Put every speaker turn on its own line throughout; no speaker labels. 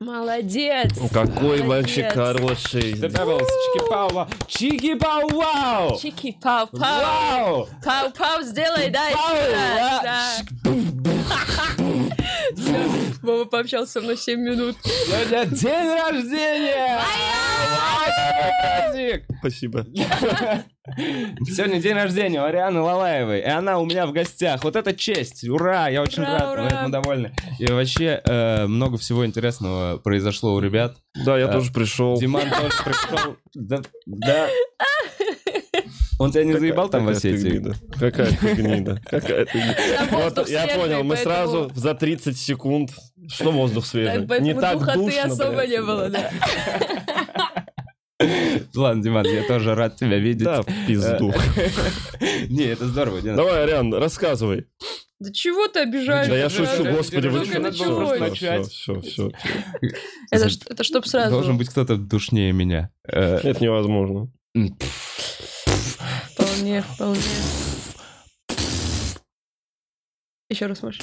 Молодец.
Какой
Молодец.
мальчик хороший.
The Pebbles, Чики Паула, Чики Пау Вау!
Чики, пау, пау.
Вау!
Пау, пау, сделай, да,
Пау,
еще раз,
а,
да. Всё, Вова пообщался со мной 7 минут.
Сегодня день рождения! Ай, Вадик!
Спасибо.
Сегодня день рождения у Арианы Лалаевой, и она у меня в гостях. Вот это честь! Ура! Я очень
Ура,
рад,
ура.
мы этому довольны. И вообще, э, много всего интересного произошло у ребят.
Да, я
Э,
тоже пришел.
Диман тоже пришел. Да, да. Он тебя не
Какая-
заебал там в
какая ты
Осетии?
гнида. Какая ты гнида. Какая ты гнида.
Там воздух
Вот, я
свежий,
понял, мы
поэтому-
сразу за 30 секунд, что воздух свежий.
Так, поэтому
Не так
духоты
душно,
особо
блядь.
не было, да.
Ладно, Диман, я тоже рад тебя видеть.
Да,
Э,
в пизду.
Не, это здорово, Дина.
Давай, Ариан, рассказывай.
Да чего ты обижаешься?
Да я
Жора?
шучу,
держи,
господи, вы
держи,
чё?
надо было просто
начать.
Все, все,
Это, ж- это чтоб сразу.
Должен быть кто-то душнее меня. Э,
Это невозможно.
Вполне, вполне. Еще раз, Маша.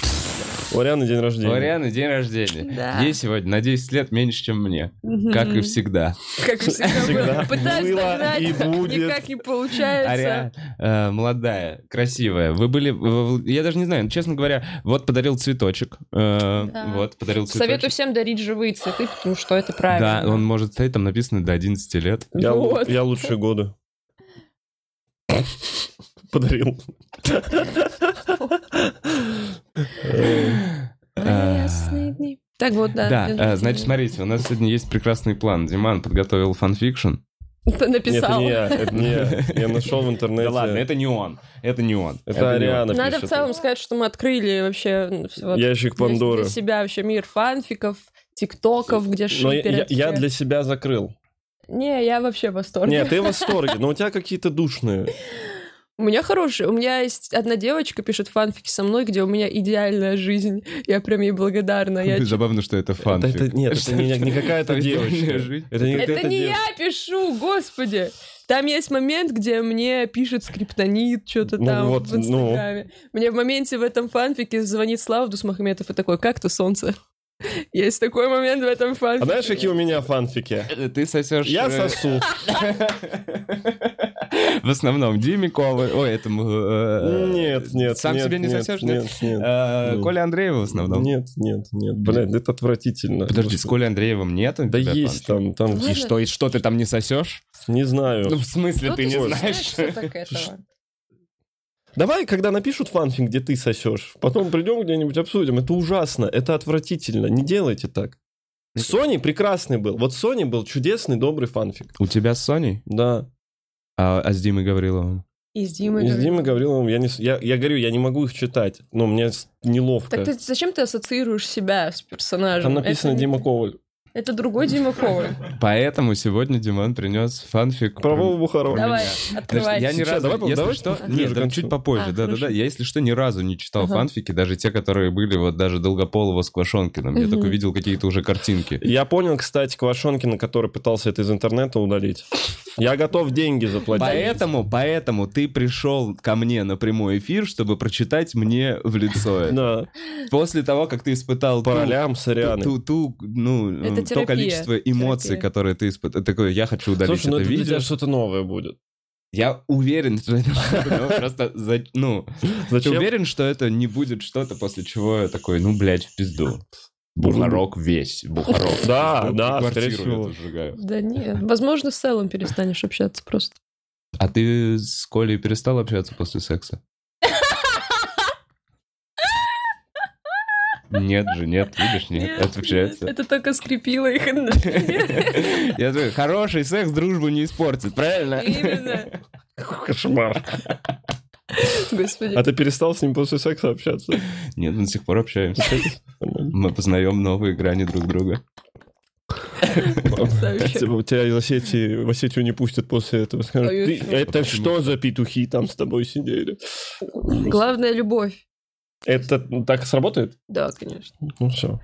У Арианы день
У
рождения.
Арианы день рождения.
Да.
Ей сегодня на 10 лет меньше, чем мне. Как и всегда.
Как и всегда,
Всегда
было. Пытаюсь
было
догнать,
и будет. А
никак не получается.
Аря, э, молодая, красивая. Вы были... в- в- Я даже не знаю, честно говоря, вот подарил цветочек. э,
Да.
Вот, подарил
Советую
цветочек.
всем дарить живые цветы, потому что это правильно.
Да, он может стоять, там написано до 11 лет.
Я, лу-
Вот.
я лучшие годы. Подарил.
Э,
Ясные дни. Так вот, да. Я
Да, э,
думаю,
значит, смотрите, у нас сегодня есть прекрасный план. Диман подготовил фанфикшн.
ты
Нет, это
Написал.
не я, это не я. Я нашел в интернете.
Да ладно, это не он. Это не он.
Это
не он.
Ариана
Надо в
пишет.
целом сказать, что мы открыли вообще ну, всё вот
Ящик
для-
Пандоры.
для себя вообще мир фанфиков, тиктоков, где
Но
шиперят
я, я
все.
для себя закрыл.
Не, я вообще в восторге.
Нет, ты в восторге, но у тебя какие-то душные.
У меня хорошие. У меня есть одна девочка пишет фанфики со мной, где у меня идеальная жизнь. Я прям ей благодарна. Я...
Забавно, что это
Это,
фанфик.
это- нет, это не, не какая-то
Что идеальная
девочка.
жизнь?
Это не
Это
какая-то
не
девочка.
я пишу, господи. Там есть момент, где мне пишет скриптонит, что-то
Ну
там
вот,
в Инстаграме. Мне в моменте в этом фанфике звонит Слава Дусмахметов и такой, как то солнце? Есть такой момент в этом
А
фанфике.
знаешь, какие у меня фанфики?
Ты сосешь...
Я сосу.
В основном Диме Ковы. Ой, этому... э,
Нет, нет,
Сам
нет,
себе не
нет,
сосешь,
нет?
нет?
Нет,
Э,
нет.
Коля Андреева в основном.
нет, нет, нет. Блин, это отвратительно.
Подожди, с
Господи.
Колей Андреевым нет? у
Да
тебя
есть
фанфик?
там, там,
Ладно.
И что, и что ты там не сосешь?
не
Ну,
знаю.
в смысле,
Что
ты не знаешь?
что так этого?
Давай, когда напишут фанфик, где ты сосешь, потом придем где-нибудь обсудим. Это ужасно, это отвратительно. Не делайте так.
Ну,
Сони прекрасный был. Вот Сони был чудесный, добрый фанфик.
У тебя с Соней?
Да.
А, а с Димой Гавриловым?
И с Димой.
И с
говорю.
Димой Гавриловым я не... с- Я, я говорю, я не могу их читать, но мне с- неловко.
Так ты зачем ты ассоциируешь себя с персонажем?
Там написано
это, не-
Дима Коваль.
Это другой Дима Коваль.
Поэтому сегодня Диман принес фанфик.
Про Вову Бухарова.
Давай,
Подожди,
открывай.
Я ни
Сейчас,
разу,
давай,
если
давай
что,
чуть ближе
нет,
к
да,
концу.
чуть попозже,
А,
да, да,
хорошо.
да. Я, если что, ни разу не читал
Ага.
фанфики, даже те, которые были вот даже Долгополова с Квашонкиным. Я
Мгм.
только видел какие-то уже картинки.
Я понял, кстати, Квашонкина, который пытался это из интернета удалить. Я готов деньги заплатить.
Поэтому, поэтому ты пришел ко мне на прямой эфир, чтобы прочитать мне в лицо. это.
Да,
После того, как ты испытал
по
ту-
ролям с
ту,
Арианой.
ту, ту, ну,
Это
м, то
терапия,
количество эмоций,
терапия.
которые ты испытал. Такой, я хочу удалить
Слушай, ну
это
это для
видео.
тебя что-то новое будет.
Я уверен, что это ну, просто, за- ну, Ты
Зачем?
уверен, что это не будет что-то, после чего я такой, ну, блядь, в пизду. Бухарок весь, бухарок.
Да,
Ну,
да,
квартиру
скорее всего.
эту сжигаю.
Да нет, возможно, с целом перестанешь общаться просто.
А ты с Колей перестал общаться после секса? Нет же, нет, видишь, нет, отвечается.
Это только скрепило их отношения.
Я говорю, хороший секс дружбу не испортит, правильно?
Именно.
Кошмар.
Господи.
А ты перестал с ним после секса общаться?
Нет, мы до сих пор общаемся. Мы познаем новые грани друг друга.
Потрясающе.
Тебя тебя из Осетии, в Осетию не пустят после этого. Скажут,
Ой,
«Ты-
ой, ой.
это что за петухи там с тобой сидели?
Главное — любовь.
Это так сработает?
Да, конечно.
Ну все.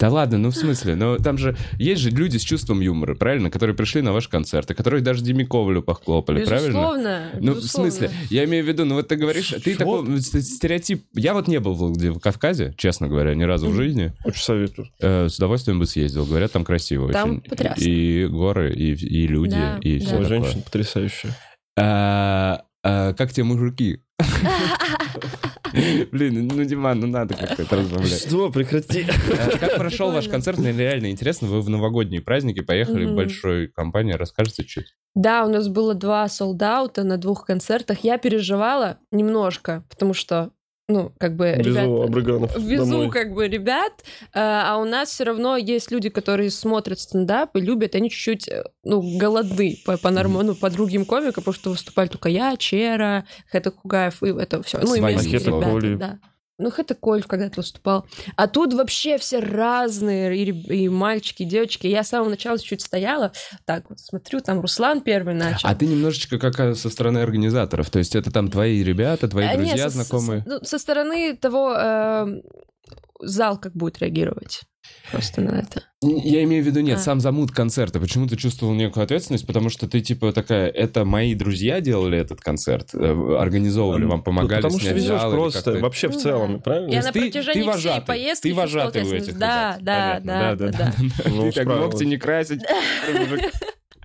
Да ладно, ну в смысле, ну там же есть же люди с чувством юмора, правильно, которые пришли на ваш концерт, и которые даже Демиковлю похлопали, правильно?
Безусловно.
Ну, в
безусловно.
смысле, я имею в виду, ну вот ты говоришь, ты
Чего?
такой ну, ст- стереотип. Я вот не был в Владикавказе, честно говоря, ни разу в жизни.
Очень советую.
Э, с удовольствием бы съездил. Говорят, там красиво
Там
очень.
потрясно.
И горы, и, и люди,
Да,
и
да.
все
Ой,
такое.
женщина потрясающая.
А, а, как тебе мужики? Блин, ну, Диман, ну надо как-то это разбавлять.
Что, прекрати.
А, Как прошел ваш
Прикольно.
концерт? Мне реально интересно. Вы в новогодние праздники поехали в
Мгм.
большой компании. Расскажете чуть?
Да, у нас было два солдаута на двух концертах. Я переживала немножко, потому что, ну, как бы,
Везу
ребята...
Абраганов
Везу
домой.
как бы ребят, э, а у нас все равно есть люди, которые смотрят стендап и любят, и они чуть-чуть, э, ну, голоды по, по норм- ну, по другим комикам, потому что выступали только я, Чера, Хэта Кугаев, и это все. Ну, и
Свои.
местные
Хэта
ребята,
Колев.
да. Ну, Хэта Колев когда-то выступал. А тут вообще все разные, и, реб- и мальчики, и девочки. Я с самого начала чуть стояла, так вот смотрю, там Руслан первый начал.
А ты немножечко как а, со стороны организаторов. То есть это там твои ребята, твои
Э, не,
друзья,
со- со-
знакомые?
ну, со стороны того, э, зал как будет реагировать просто на это.
Я имею в виду, нет,
А.
сам замут концерта. Почему ты чувствовал некую ответственность? Потому что ты типа такая, это мои друзья делали этот концерт, э, организовывали вам, помогали
Потому что
снять
везешь
зал или
просто,
как-то-
вообще в
Ну
целом,
да.
правильно?
Я
То
на
есть ты-
протяжении
ты
всей
вожатый,
поездки
ты
чувствовала
вожатый у этих
ответственность. Да,
ребят,
да, да,
понятно,
да, да.
Ну,
Ты как
справилась.
ногти не красить.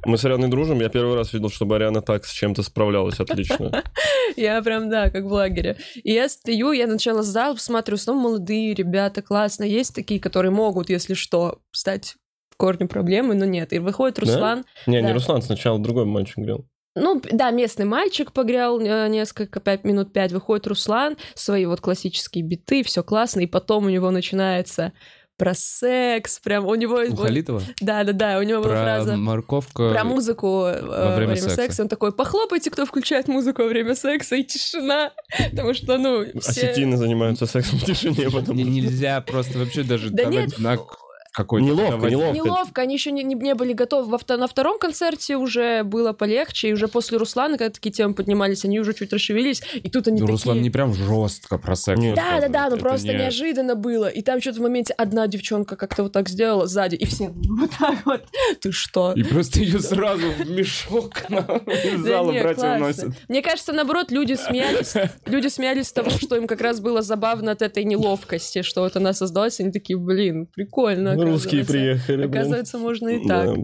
Мы с Арианой дружим, я первый раз видел, чтобы Ариана так с чем-то справлялась отлично.
Я прям, да, как в лагере. И я стою, я начала зал, смотрю, снова молодые ребята, классно. Есть такие, которые могут, если что, стать корнем проблемы, но нет. И выходит Руслан.
Не, не
Да.
Руслан, сначала другой мальчик говорил.
Ну, п- да, местный мальчик погрял э, несколько, пять минут пять. Выходит Руслан, свои вот классические биты, все классно. И потом у него начинается про секс, прям у него...
У Халитова?
Да-да-да, у него была
Про
фраза...
морковку.
про музыку э, во
время
время,
секса.
секса. Он такой, похлопайте, кто включает музыку во время секса, и тишина. Потому что, ну, все... Ну,
Осетины занимаются сексом в тишине, потому
Не-
что...
Нельзя просто вообще даже
Да
давать
нет. ну,
знак какой-то.
Неловко,
давать.
неловко.
Неловко, они еще не, не- не были готовы. Во вто- на втором концерте уже было полегче, и уже после Руслана, когда такие темы поднимались, они уже чуть расшевелились, и тут они
Ну,
такие...
Руслан не прям жестко про секс.
Нет.
Да, да, да, ну
Это
просто
не-
неожиданно было. И там что-то в моменте одна девчонка как-то вот так сделала сзади, и все ну, вот так вот. Ты что?
И просто ее сразу в мешок на- из
Да
зала
не,
братья
классно.
уносят.
Мне кажется, наоборот, люди смеялись, люди смеялись с того, что им как раз было забавно от этой неловкости, что вот она создалась, и они такие, блин, прикольно.
Русские
оказывается.
приехали, блин.
Оказывается, можно и
Да,
так.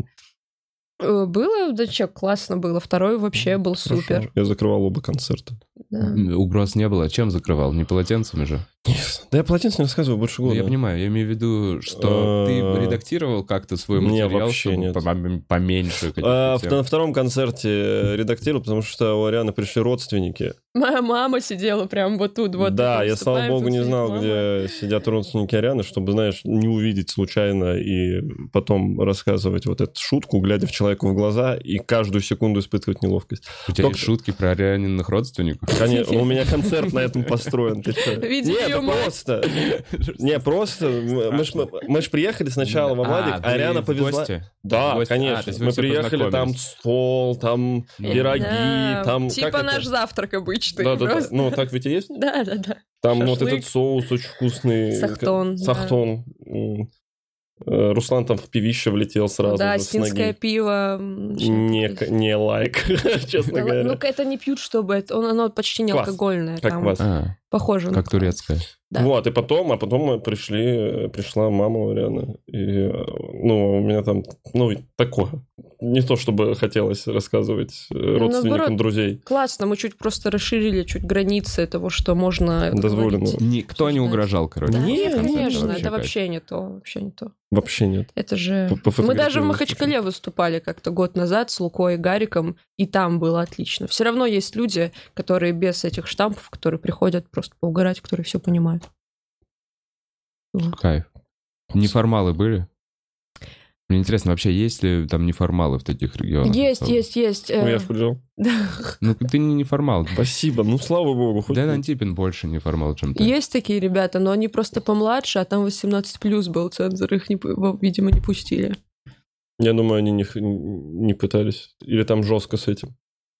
Э, Было, да че, классно было. Второй вообще был супер.
хорошо. Я закрывал оба концерта.
да.
М, Угроз не было. Чем закрывал? Не полотенцами же?
Да я полотенце не рассказываю больше
Ну,
года.
Я понимаю, я имею в виду, что ты
Э,
редактировал как-то свой
не,
материал,
вообще
чтобы
нет.
пом- поменьше.
А,
каких-то
в-
тем.
на втором концерте редактировал, потому что у Арианы пришли родственники.
Моя мама сидела прям вот тут, вот.
да,
тут
я, слава
выступаем,
богу,
тут
не
сидит
знал,
мама.
где сидят родственники Арианы, чтобы, знаешь, не увидеть случайно и потом рассказывать вот эту шутку, глядя в человека в глаза и каждую секунду испытывать неловкость.
У тебя
Только-
есть шутки про Арианиных родственников?
Конечно, у меня концерт на этом построен. Ты чё?
Видеть
Нет,
её
да
мать.
просто. Не, просто. Мы ж- мы же приехали сначала во Владик,
А,
а
вы
Ариана
в
повезла.
гости? Ну, В
Да,
гости. А, то
конечно.
есть вы
мы
все
приехали, там
познакомились.
стол, там
Ну,
пироги,
Да,
там...
Типа
как это?
наш завтрак обычный.
Да, да, да.
просто.
Ну, так ведь и есть.
Да, да, да.
Там вот
Шашлык.
этот соус очень вкусный.
Сахтон, да.
Э, Сахтон. М. Э, Руслан там в пивище влетел сразу
Да,
же с
осетинское
ноги.
пиво. м, щас
Не,
такие.
не лайк, честно
Да ладно,
говоря.
Ну-ка, это не пьют, чтобы... это- он- Оно почти не
Квас.
алкогольное.
Как
там.
квас.
А,
Похоже на
как
квас.
турецкая.
да.
Вот, и потом, а потом мы пришли, э, пришла мама Арианы, и, э, ну, у меня там, ну, такое. Не то, чтобы хотелось рассказывать э, родственникам
Ну, наоборот.
друзей.
Классно, мы чуть просто расширили чуть границы того, что можно
Дозволено.
говорить.
Никто не
Обсуждать.
угрожал, короче.
ну Да,
Не,
нет,
это
конечно,
вообще
это вообще не то, вообще не то.
Вообще нет.
Это же...
П- пофотографировал
Мы даже в
случайно.
Махачкале выступали как-то год назад с Лукой и Гариком, и там было отлично. Все равно есть люди, которые без этих штампов, которые приходят просто поугарать, которые все понимают.
Кайф. Неформалы были? Мне интересно, вообще есть ли там неформалы в таких регионах?
Есть,
особо?
есть, есть.
Ну,
э,
я ж приезжал.
да.
Ну, ты не неформал.
Спасибо, ну, слава богу. хоть
Дэн Антипин больше неформал, чем ты.
Есть такие ребята, но они просто помладше, а там 18 плюс был цензор, их, не пу- во- видимо, не пустили.
Я думаю, они не, х- не пытались. Или там жестко с этим.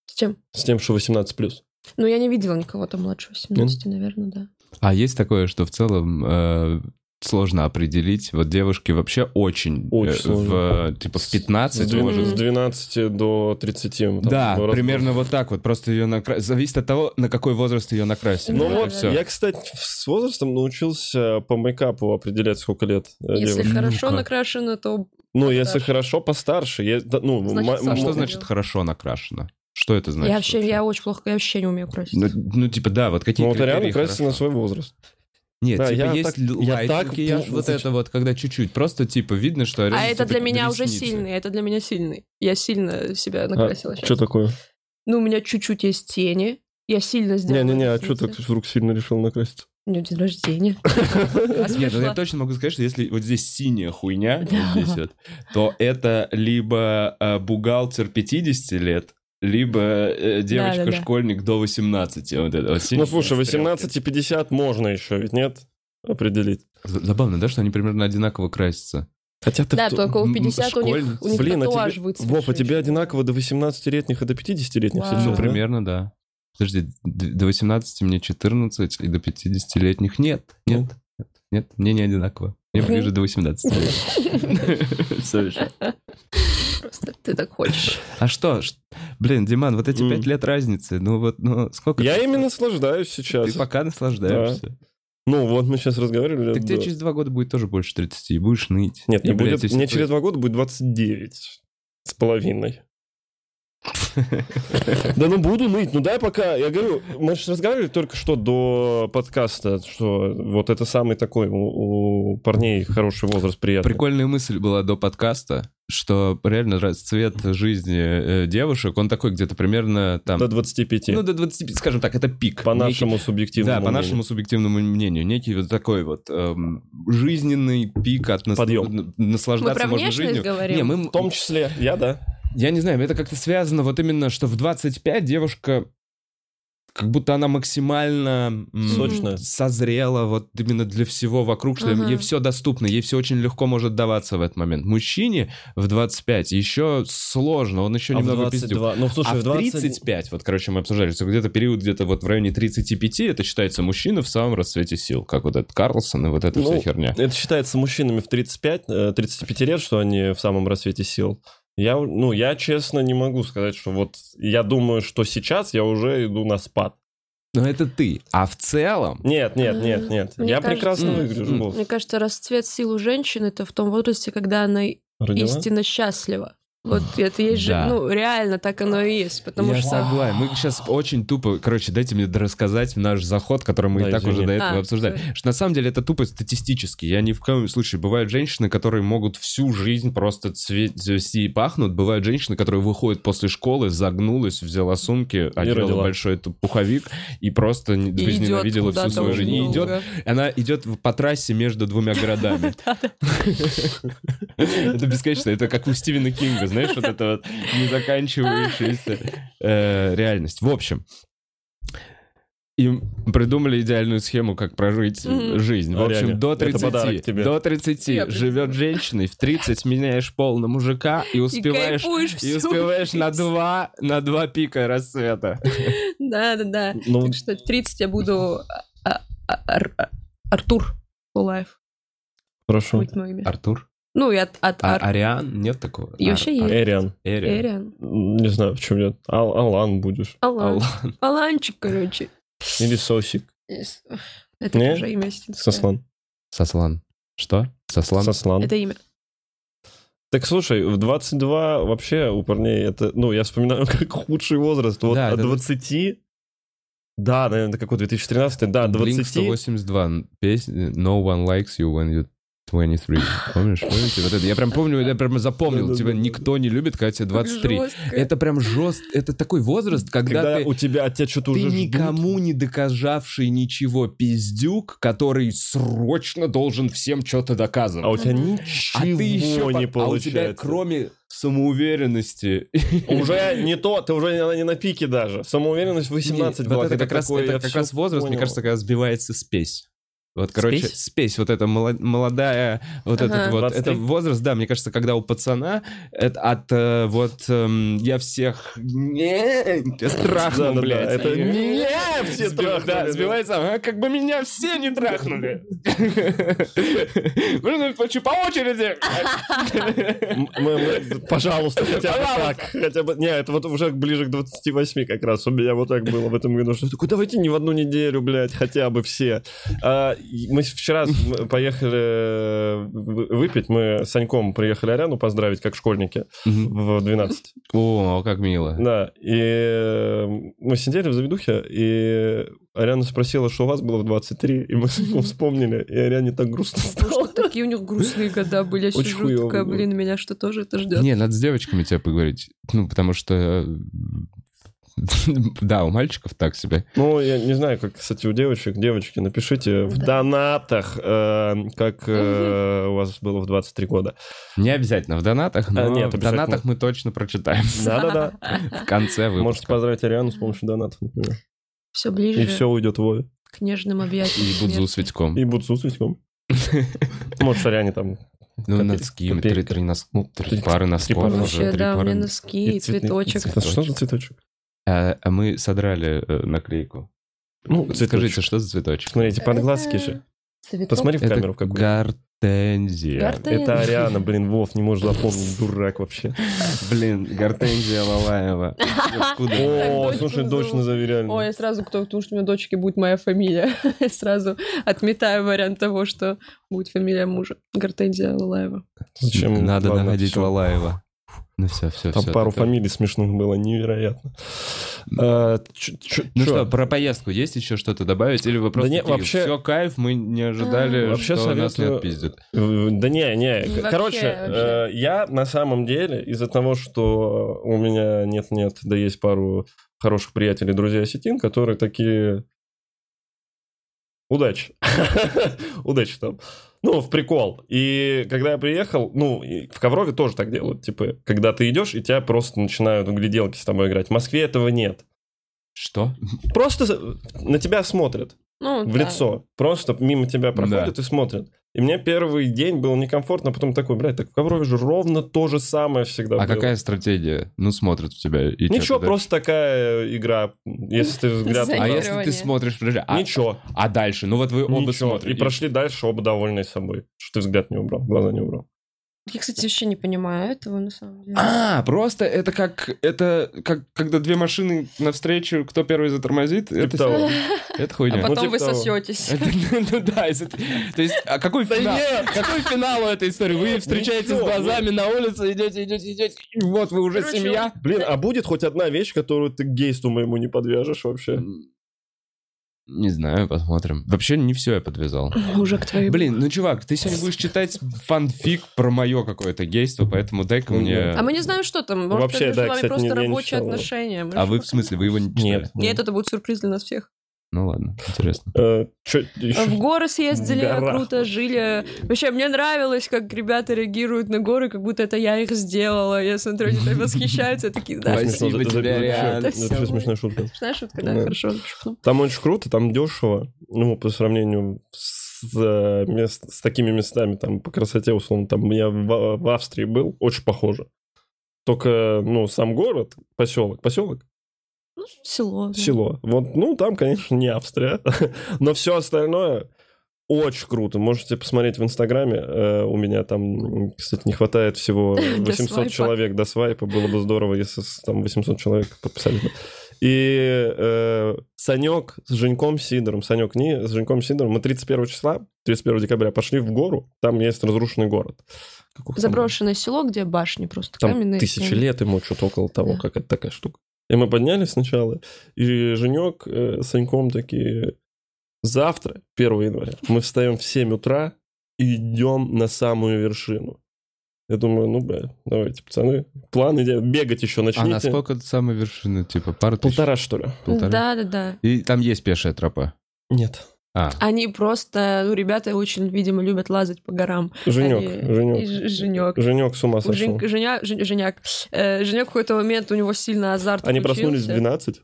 Зачем?
С тем, что 18 плюс.
Ну, я не видела никого там младше 18, наверное, да.
А есть такое, что в целом э, сложно определить. Вот девушки вообще очень,
Очень
э,
сложно.
в, э, типа в
С
15
двен-
может.
с 12 до 30. вот там
Да,
в раз-
примерно вот так вот. Просто ее накра... зависит от того, на какой возраст ее накрасили.
Ну
Да,
вот,
все.
я, кстати, с возрастом научился по мейкапу определять, сколько лет э,
Если
девушке.
хорошо
Ну-ка.
накрашено, то
Ну, если
постарше.
хорошо, постарше. Я, да, ну,
Значит,
ма-
Саша.
А
м-
что значит хорошо накрашено? Что это значит?
я вообще,
вообще?
я очень плохо, я вообще не умею красить.
Ну, ну, типа, да, вот какие
Ну, вот реально
критерии
красится на
хорошо?
свой возраст.
Нет,
Да,
типа,
я
есть
так-
л-
я
лайтинг
так
макияж,
пу-
вот это вот, когда чуть-чуть, просто, типа, видно, что...
а
реально,
это
типа,
для меня уже
ресницы.
сильный, это для меня сильный. Я сильно себя накрасила сейчас.
Что А такое?
Ну, у меня чуть-чуть есть тени. Я сильно сделала.
Не-не-не, а что
ресницы.
так вдруг сильно решил накраситься?
У меня день рождения. Раз
Нет, ну
пришла.
я точно могу сказать, что если вот здесь синяя хуйня, вот
Да.
здесь вот, то это либо э, бухгалтер 50 лет, либо э,
Да-да-да.
девочка-школьник до 18. Вот это, вот синяя
Ну, слушай,
стрелка.
18 и 50 можно еще, ведь нет? Определить.
З- Забавно, да, что они примерно одинаково красятся?
Хотя ты...
Да,
в то-
только у
м,
50 у них, у них
Блин, а
татуаж
тебе...
выцветший
Вов, а тебе
ещё.
одинаково до 18-летних и до 50-летних
Вау.
все
Ну,
Да.
примерно, да. Подожди, д- до 18 мне 14, и до 50-летних нет. Нет, нет, нет, мне не одинаково. Мне
Ну. Мгм.
ближе до 18 лет. Всё ещё.
Просто ты так хочешь.
А что? ж- Блин, Диман, вот эти
М.
5 лет разницы, ну вот, ну сколько?
Я
ты-
именно наслаждаюсь сейчас.
Ты пока наслаждаешься.
Ну, вот мы сейчас разговаривали.
Так тебе
да.
через 2 года будет тоже больше 30, и будешь ныть.
Нет,
И,
не
блядь,
будет.
если
Мне
ты-
через два года будет 29 с половиной. Да ну буду ныть, ну дай пока, я говорю, мы же разговаривали только что до подкаста, что вот это самый такой у, у парней хороший возраст, приятный.
Прикольная мысль была до подкаста, что реально расцвет жизни э, девушек, он такой где-то примерно там...
До 25,
Ну, до 25, скажем так, это пик.
по
Некий-
нашему субъективному
Да, по нашему субъективному мнению. Некий вот такой вот эм, жизненный пик от нас-
Подъем.
Мы
наслаждаться
про
можно
внешность
жизнью.
говорим.
Не, мы,
В том числе, я, да.
я не знаю, это как-то связано вот именно, что в 25 девушка как будто она максимально м,
Сочная.
созрела вот именно для всего вокруг, что
Ага.
ей все доступно, ей все очень легко может даваться в этот момент. Мужчине в 25 еще сложно, он еще
А в
немного пиздюк.
22, ну слушай,
а
в
в
20...
35, вот, короче, мы обсуждали, что где-то период где-то вот в районе 35, это считается мужчина в самом расцвете сил, как вот этот Карлсон и вот эта
Ну,
вся херня.
Это считается мужчинами в 35-35 лет, что они в самом рассвете сил. Я, ну, я честно не могу сказать, что вот я думаю, что сейчас я уже иду на спад.
Но это ты. А в целом...
Нет, нет, нет, нет.
А, Мне
я
кажется-
прекрасно
М,
выгляжу.
м.
Вов.
Мне кажется, расцвет сил у женщин это в том возрасте, когда она
Родила?
истинно счастлива. Вот это есть же,
Да.
ну, реально так оно и есть, потому
я
что...
согласен. Мы сейчас очень тупо... Короче, дайте мне рассказать наш заход, который мы
Да,
и так
извини.
уже до этого
А,
обсуждали.
всё.
Что на самом деле это тупо статистически. Я ни в коем случае... Бывают женщины, которые могут всю жизнь просто цве- цвести и пахнут. Бывают женщины, которые выходят после школы, загнулась, взяла сумки,
родила.
одела большой этот пуховик и просто не-
и идёт
возненавидела всю
куда-то
свою жизнь. И
долго.
идет она идет в- по трассе между двумя городами. Это бесконечно. Это как у Стивена Кинга, знаешь, вот это вот незаканчивающаяся э, реальность. В общем, им придумали идеальную схему, как прожить
Мгм.
жизнь. В
А, реально.
общем, до
Это подарок
30,
тебе.
до
Я
30
представила.
живет женщиной, в 30 меняешь пол на мужика и
И
успеваешь...
кайфуешь всю
И успеваешь на
жизнь.
два, на два пика рассвета.
Да-да-да.
Ну,
Так что 30 я буду... а, а, Ар- а, Артур Улаев
хорошо.
будет моим.
Артур?
Ну, и от, от
А
Ар-
Ариан? Нет такого?
И вообще
Ар-
есть.
А, Эриан.
Эриан.
Эриан.
М, Не знаю, в чем я. Ал- Алан будешь.
Алан.
Алан.
Аланчик, короче.
Или Сосик.
Это
Не?
тоже имя осетинское.
Сослан.
Сослан. Что? Сослан?
Сослан.
Это имя.
Так слушай, в 22 вообще у парней это... Ну, я вспоминаю, как худший возраст. Вот
Да,
от
это-
20... Да, наверное, какой 2013 Да, 20...
182, песня No One Likes You When You 23. Помнишь? Помните? Вот это? Я прям помню, я прям запомнил. Тебя
Да-да-да.
никто не любит, когда тебе 23.
Жёстко.
Это прям жест, это такой возраст, когда,
Когда
ты,
у тебя от тебя что-то
ты
уже ждут.
никому не доказавший ничего пиздюк, который срочно должен всем что-то доказывать.
А у тебя
Мгм.
А ты
ничего
еще
не
по- а у тебя
получается.
кроме самоуверенности
Уже не то, ты уже она не на пике даже. Самоуверенность 18
Не,
была.
вот это
когда
как раз
такое,
это
я
как
всё
раз возраст, мне
понял.
кажется, когда сбивается спесь. Вот, короче,
Спесь?
спесь, вот эта моло- молодая, вот
Ага.
этот вот,
23?
это возраст, да, мне кажется, когда у пацана это от э, вот эм, я всех не
Да, да,
трахну,
да,
блядь.
это
И-
меня все
Сби-
трахнули, да.
Да, сбивается, а как бы меня все не трахнули. Можно почу- по очереди.
М- мы- мы- Пожалуйста, хотя бы так. Хотя бы, не, это вот уже ближе к 28 как раз. У меня вот так было в этом году. Что я такой, давайте не в одну неделю, блядь, хотя бы все. А, и мы с- вчера с- мы поехали вы- выпить. Мы с Саньком приехали Аряну поздравить, как школьники, в 12.
О, как мило.
Да, и э, мы сидели в заведухе, и Ариана спросила, что у вас было в 23, и мы с ним вспомнили, и Ариане так грустно
Ну что
стало.
такие у них грустные года были. Я
Очень
сижу
хуёво
такая,
было.
блин, меня что тоже это ждет.
Не, надо с девочками тебе поговорить. Ну, потому что... э, Да, у мальчиков так себе.
Ну, я не знаю, как, кстати, у девочек. Девочки, напишите в
Да.
донатах, э, как э, у вас было в 23 года.
Не обязательно в донатах, но
А, нет,
в
обязательно.
донатах мы точно прочитаем
Да-да-да.
в конце
Можете
выпуска.
поздравить Ариану с помощью донатов, например.
Все
И
ближе
все уйдет Вове.
к нежным объятиям.
И Будзу с Витьком.
И Буцу с Витьком. Может, Аряне там...
Ну,
копей-
носки, мы три,
копейка.
три нос- ну, три
Три-
пары
пары
носков
носок.
уже,
Вообще,
три
да, у меня
пары нос-
носки,
и цветы-
цветочек.
цветочек. Что за цветочек?
А, а мы содрали э, наклейку.
Ну,
Скажите,
цветочек.
что за цветочек?
Смотрите, подглазки же.
Цветок.
Посмотри в камеру в
Это
какую.
гортензия.
Гортензия.
Это Ариана, блин, Вов, не можешь запомнить, дурак вообще.
Блин, гортензия Лалаева. Откуда?
О,
дочку
слушай, дочь
назову.
назови
Ой,
реально.
я сразу, кто, потому что у меня дочки будет моя фамилия. Я сразу отметаю вариант того, что будет фамилия мужа. Гортензия Лалаева.
Зачем?
Надо
Ладно,
находить
всё.
Лалаева. Ну все, все,
Там
все.
пару фамилий смешных было, невероятно. А, чё- чё-
Ну
чё?
что, про поездку есть еще что-то добавить? Или вы просто
не, вообще-
все кайф, мы не ожидали,
Вообще
что нас не
советую-
отпиздят.
Э, Да не, не.
Вообще,
Короче, э, я на самом деле из-за того, что у меня нет-нет, да есть пару хороших приятелей, друзей осетин, которые такие... Удачи. Удачи там. Ну, в прикол. И когда я приехал, ну, и в Коврове тоже так делают, типа, когда ты идешь, и тебя просто начинают в гляделки с тобой играть. В Москве этого нет.
Что?
Просто за- на тебя смотрят
Ну,
в
да.
лицо. Просто мимо тебя проходят и смотрят. И мне первый день было некомфортно, а потом такой, блядь, так в Коврове же ровно то же самое всегда
А
было.
какая стратегия? Ну, смотрят в тебя. и чё
Ничего,
ты
просто такая игра, если ты взгляд...
дальше? А
Зонирование.
если ты смотришь, подожди, а,
Ничего,
а дальше? Ну вот вы оба
ничего.
смотрите.
И прошли дальше оба довольные собой, что ты взгляд не убрал, глаза не убрал.
Я, кстати, вообще не понимаю этого, на самом деле.
А, просто это как, это как, когда две машины навстречу, кто первый затормозит,
Типа
это,
того.
это хуйня.
А потом
типа
вы
того.
сосетесь.
Это- ну да, если ты- то есть, а какой финал?
нет!
Какой финал у этой истории? Вы встречаетесь
Ничего, ну
глазами на улице, идете, идете, идете, и вот вы уже
Короче,
семья.
Блин, а будет хоть одна вещь, которую ты к гейсту моему не подвяжешь вообще?
Не знаю, посмотрим. Вообще не все я подвязал.
Уже к твоей...
Блин, ну чувак, ты сегодня будешь читать фанфик про мое какое-то гейство, поэтому дай-ка мне.
А мы не знаем, что там. Может,
Вообще,
это между
да,
вами
кстати,
просто
не- я не
рабочие
читал его.
отношения. Мы
А
же
вы
пока
в смысле, вы его не читали?
Нет.
Нет, это будет сюрприз для нас всех.
Ну ладно, интересно.
Э, чё ещё?
В горы съездили,
В горах.
круто жили. Вообще, мне нравилось, как ребята реагируют на горы, как будто это я их сделала. Я смотрю, они так восхищаются, я такие, да.
Спасибо
Смешно, это-
тебе,
это- это-
Ариан.
это вообще смешная шутка.
Смешная шутка, да,
Да.
хорошо.
Там очень круто, там дешево, ну, по сравнению с, э, мест- с такими местами, там, по красоте, условно, там, я в, в Австрии был, очень похоже. Только, ну, сам город, поселок, поселок,
Ну, село. да.
село. Вот, ну, там, конечно, не Австрия, но все остальное очень круто. Можете посмотреть в Инстаграме, э, у меня там, м, кстати, не хватает всего
До
800
свайпа.
человек до свайпа, было бы здорово, если с- там 800 человек подписались бы. И э, Санек с Женьком Сидором, Санек не с Женьком Сидором, мы 31 числа, 31 декабря пошли в гору, там есть разрушенный город. Какой там-
Заброшенное село, где башни просто
там
каменные.
тысячи лет ему, что-то около того,
Да.
как это такая штука. И мы поднялись сначала, и Женек э, с Саньком такие, завтра, 1 января, мы встаем в 7 утра и идем на самую вершину. Я думаю, ну, бля, давайте, пацаны, план идея, бегать еще
А
начните.
насколько это самая вершина? Типа пара тысяч?
Полтора, что ли?
Полторы?
Да, да, да.
И там есть пешая тропа.
Нет.
А,
Они просто, ну, ребята очень, видимо, любят лазать по горам.
Женек,
Они- и
Женек.
Ж- Женек.
Женек с ума
У
сошел.
Жень- Женя- Жень- Женяк. Э, Женек в какой-то момент, у него сильно азарт
Они
включился.
проснулись в 12,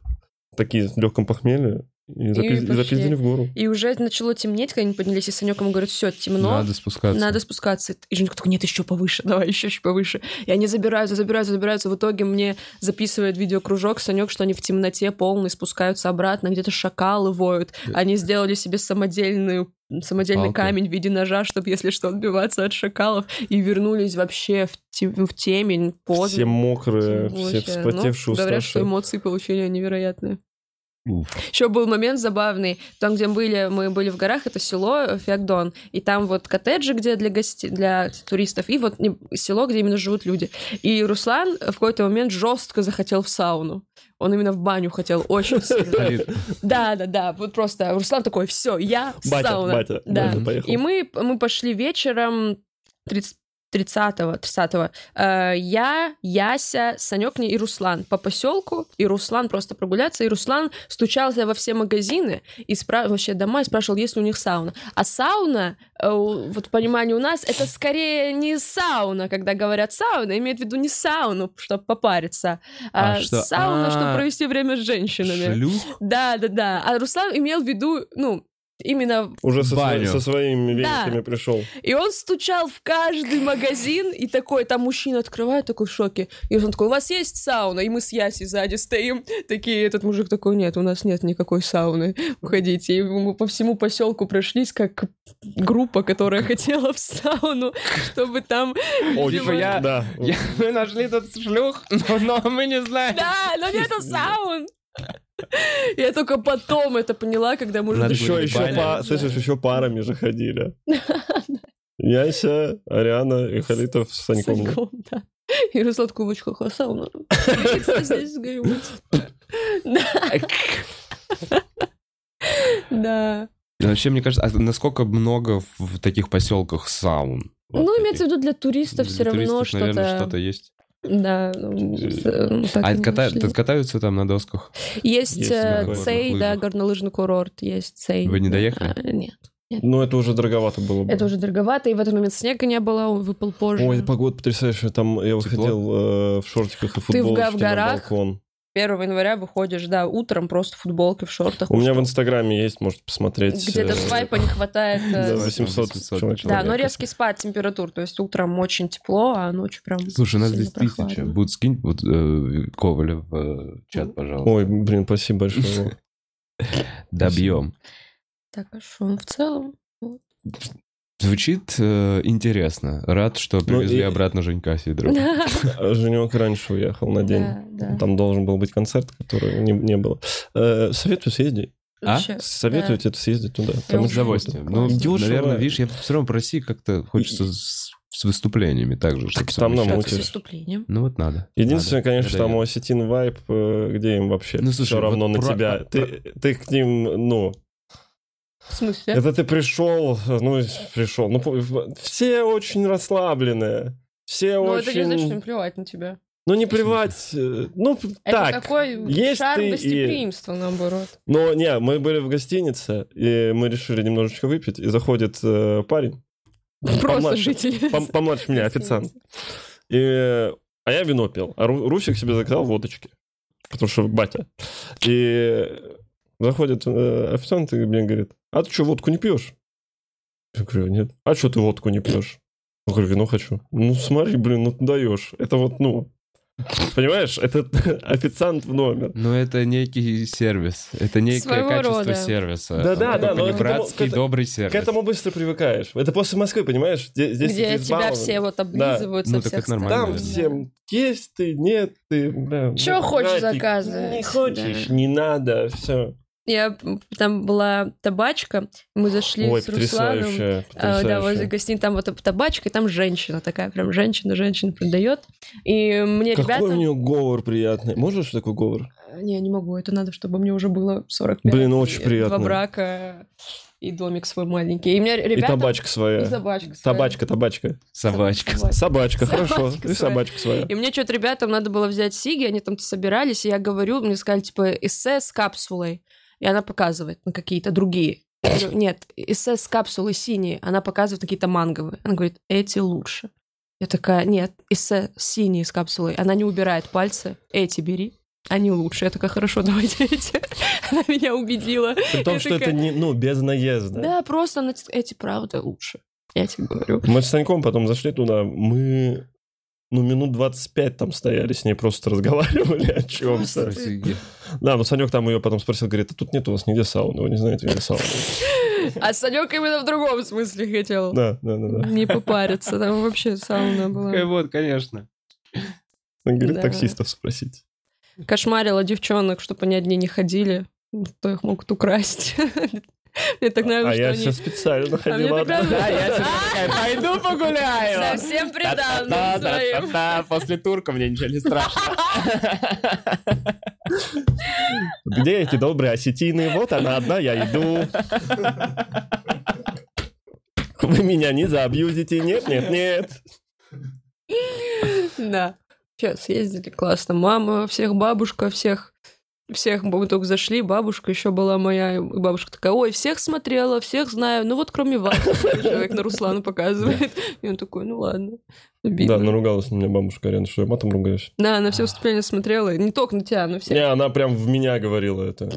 такие в легком похмелье, И, запиз- и
пошли.
запиздили в гору.
И уже начало темнеть, когда они поднялись, и Санек ему говорит, все, темно,
Надо спускаться.
Надо спускаться. И Женька такой, нет, еще повыше, давай еще, еще повыше. И они забираются, забираются, забираются. В итоге мне записывает видеокружок Санек, что они в темноте полный спускаются обратно, где-то шакалы воют. Они сделали себе самодельную самодельный
Палку.
камень в виде ножа, чтобы, если что, отбиваться от шакалов, и вернулись вообще в, те- в темень, поздно.
Все мокрые, все
Вообще, ну,
вспотевшие,
Говорят, что
уставшие.
эмоции получения невероятные.
Уф.
Еще был момент забавный. Там, где были, мы были в горах, это село Феогдон. И там вот коттеджи, где для гостей, для туристов, и вот не- село, где именно живут люди. И Руслан в какой-то момент жестко захотел в сауну. Он именно в баню хотел очень сильно.
Блин,
Да, да, да. Вот просто Руслан такой, все, я в
Батя,
сауна.
батя,
Да.
батя поехал.
И мы, мы пошли вечером 30 30-го, 30-го. Э, я, Яся, Санек и Руслан по поселку, и Руслан просто прогуляться, и Руслан стучался во все магазины и спра- вообще дома и спрашивал, есть ли у них сауна. А сауна, э, у- вот понимание у нас, это скорее не сауна, когда говорят сауна, имеют в виду не сауну, чтобы попариться, а,
А что-
сауна, чтобы
А.
провести время с женщинами.
Шлюх?
Да, да, да. А Руслан имел в виду, ну, именно...
Уже со, сво-
Баню.
со своими
Да. Типа,
вениками пришел.
И он стучал в каждый магазин, и такой, там мужчина открывает, такой в шоке. И он такой, у вас есть сауна? И мы с Ясей сзади стоим, такие, этот мужик такой, нет, у нас нет никакой сауны, уходите. И мы по всему поселку прошлись, как группа, которая хотела в сауну, чтобы там...
О,
видимо,
типа я-
Да.
Я- Мы нашли этот шлюх, но, но мы не знаем.
Да, но нету саун! Я только потом это поняла, когда мы уже
Надо
дошли
Еще,
Были
еще,
бали.
па- слышишь, еще парами же ходили. Яся, Ариана и Халитов с
с
Саньком.
Саньком, да. И Руслан такой в очках, а сауна? Яйца здесь сгорю». Да.
Вообще, мне кажется, а насколько много в таких поселках саун? Вот
Ну,
таких.
имеется в виду для туристов все
Для
равно
туристов, наверное,
что-то.
что-то есть.
Да. ну, с- ну, так
а
они
ката-
нашли.
тут катаются там на досках?
Есть
Есть
э,
горнолыжных
Цей, да,
лыжах.
горнолыжный курорт, есть Цей.
Вы не доехали?
А, Нет.
Ну, это уже дороговато было бы.
Это уже дороговато, и в этот момент снега не было, он выпал позже.
Ой, погода потрясающая. Там я выходил э, в шортиках
в га-
и
в
футболочке на
горах?
балкон.
1 января выходишь, да, утром просто в футболке, в шортах.
У меня в
уж
Инстаграме есть, можете посмотреть.
Где-то
э,
свайпа не хватает. э,
Да,
Э,
800
800
человек.
Да, но
человека.
резкий спад температур. То есть утром очень тепло, а ночью прям...
Слушай, у нас
сильно
здесь тысяча.
прохладно.
Будет скинь вот, э, Коваля в э, чат, пожалуйста.
Ой, блин, спасибо большое.
Добьем.
Так, хорошо. В целом... вот.
Звучит э, интересно. Рад, что привезли
Ну, и-
обратно Женька Сидорова.
Да,
А Женек раньше уехал на день.
да, да.
Там должен был быть концерт, который не, не было. Э, советую съездить.
А?
Вообще,
Советую тебе съездить туда.
Я
Там
уже
С удовольствием. Ну,
Классно.
Дешево.
наверное, видишь, я все равно в России как-то хочется с, с выступлениями также.
Так там нам
да.
мутишь.
С выступлением.
Ну вот надо.
Единственное,
Надо.
конечно, там у
Надоело.
осетин вайп, э, где им вообще
Ну, слушай,
все равно
вот
на
про-
тебя.
про-
Ты, ты к ним, ну,
В смысле?
это ты пришел, ну, пришел. Ну, по- все очень расслабленные. Все
Ну, это
очень...
не значит, что им плевать на тебя.
Ну, не плевать. э, Ну,
Это
так.
такой
есть
шар
ты и-
гостеприимства, наоборот.
Но не, мы были в гостинице, и мы решили немножечко выпить, и заходит э, парень.
Просто
помладше-
жители.
пом- Помладше меня, официант. И, э, а я вино пил. А Ру- Русик себе заказал водочки. Потому что батя. И заходит э, официант и мне говорит, а ты что, водку не пьешь? Я говорю, нет. А что ты водку не пьешь? Я говорю, вино хочу. Ну смотри, блин, ну ты даешь. Это вот, ну... Понимаешь, это официант в номер.
Ну, это некий сервис. Это некое
Своего
качество
рода.
сервиса.
Да-да,
Это
да, но это к
понебратский
этому-
добрый сервис.
К этому быстро привыкаешь. Это после Москвы, понимаешь? Где, здесь
Где тебя
ты избалован.
все вот облизывают со
Ну, так
всех
это нормально,
сторон.
Там
Правильно.
всем есть ты, нет ты. бля,
Чё хочешь
братик,
заказывать?
Не хочешь, не надо, все.
Я... Там была табачка, мы зашли
Ой,
с Русланом.
потрясающе,
А,
потрясающе.
Да, возле гостиницы, там вот табачка, и там женщина такая, прям женщина, женщина продает. И мне
Какой
ребята...
у нее говор приятный. Можешь такой говор?
Не, не могу, это надо, чтобы мне уже было 45.
Блин, очень
и
приятно.
Два брака и домик свой маленький. И меня
И
ребята...
табачка своя.
и собачка своя.
Табачка, табачка.
Собачка.
Собачка.
Собачка, хорошо.
Собачка своя.
И собачка своя.
И мне что-то ребятам надо было взять сиги, они там собирались, и я говорю, мне сказали, типа, эссе с капсулой. И она показывает на какие-то другие. Я говорю, Нет, эссе с капсулой синие, она показывает какие-то манговые. Она говорит, эти лучше. Я такая, нет, эссе синие с капсулой. Она не убирает пальцы, эти бери. Они лучше. Я такая, хорошо, давайте эти. Она меня убедила.
При том,
Я
что это
такая,
не, ну, без наезда.
Да, просто на- эти правда лучше. Я тебе говорю.
Мы с Саньком потом зашли туда, мы, ну, минут 25 там стояли, с ней просто разговаривали о чем-то.
Офигеть.
Да, но Санек там ее потом спросил, говорит, а тут нет у вас нигде сауны, вы не знаете, где сауна.
А Санек именно в другом смысле хотел.
Да, да, да, да.
Не попариться, там вообще сауна
Такая
была.
Вот, конечно.
Он говорит,
Да.
таксистов спросить.
Кошмарила девчонок, чтобы они одни не ходили, то их могут украсть. Мне так
А
нравилось, что
я
они...
сейчас специально
А мне
ходила.
так нравилось,
Да, я
что-
сейчас такая, пойду погуляю.
Совсем приданным своим.
Да-да-да, после турка мне ничего не страшно.
Где эти добрые осетины? Вот она одна, я иду. Вы меня не заабьюзите, нет, нет, нет.
Да. Сейчас съездили, классно. Мама, всех бабушка, всех всех мы только зашли, бабушка еще была моя, и бабушка такая, ой, всех смотрела, всех знаю, ну вот кроме вас, человек на Руслана показывает. И он такой, ну ладно,
Да, ну.
обидно.
наругалась на меня бабушка Арена, что я матом ругаешь.
Да, она все выступления смотрела, не только на тебя, но
Не,
все.
она прям в меня говорила это.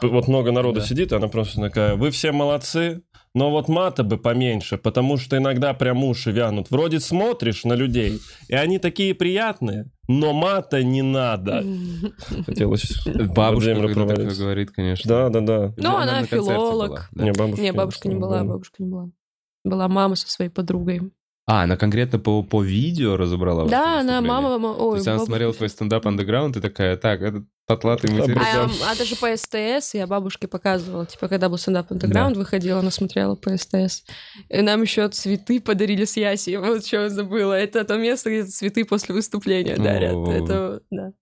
П- Вот много народу
Да.
сидит, и она просто такая, вы все молодцы, но вот мата бы поменьше, потому что иногда прям уши вянут. Вроде смотришь на людей, и они такие приятные, но мата не надо. Хотелось...
Бабушка
Владимира
когда такое
провалиться.
говорит, конечно.
Да, да, да.
Ну, она
на концерте
филолог.
была, да.
Не, бабушка,
Не, бабушка не была, бабушка не была. Была мама со своей подругой.
А, она конкретно по, по видео разобрала? ваше
Да, она
выступление?
мама, мама,
То
ой,
есть она
бабушка-
смотрела твой стендап андеграунд и такая, так, этот потлатый
Да,
материал.
А, я- а даже по СТС я бабушке показывала. Типа, когда был стендап Underground, выходила, она смотрела по СТС. И нам еще цветы подарили с Яси. Вот что я забыла. Это то место, где цветы после выступления дарят.
О.
Это, да.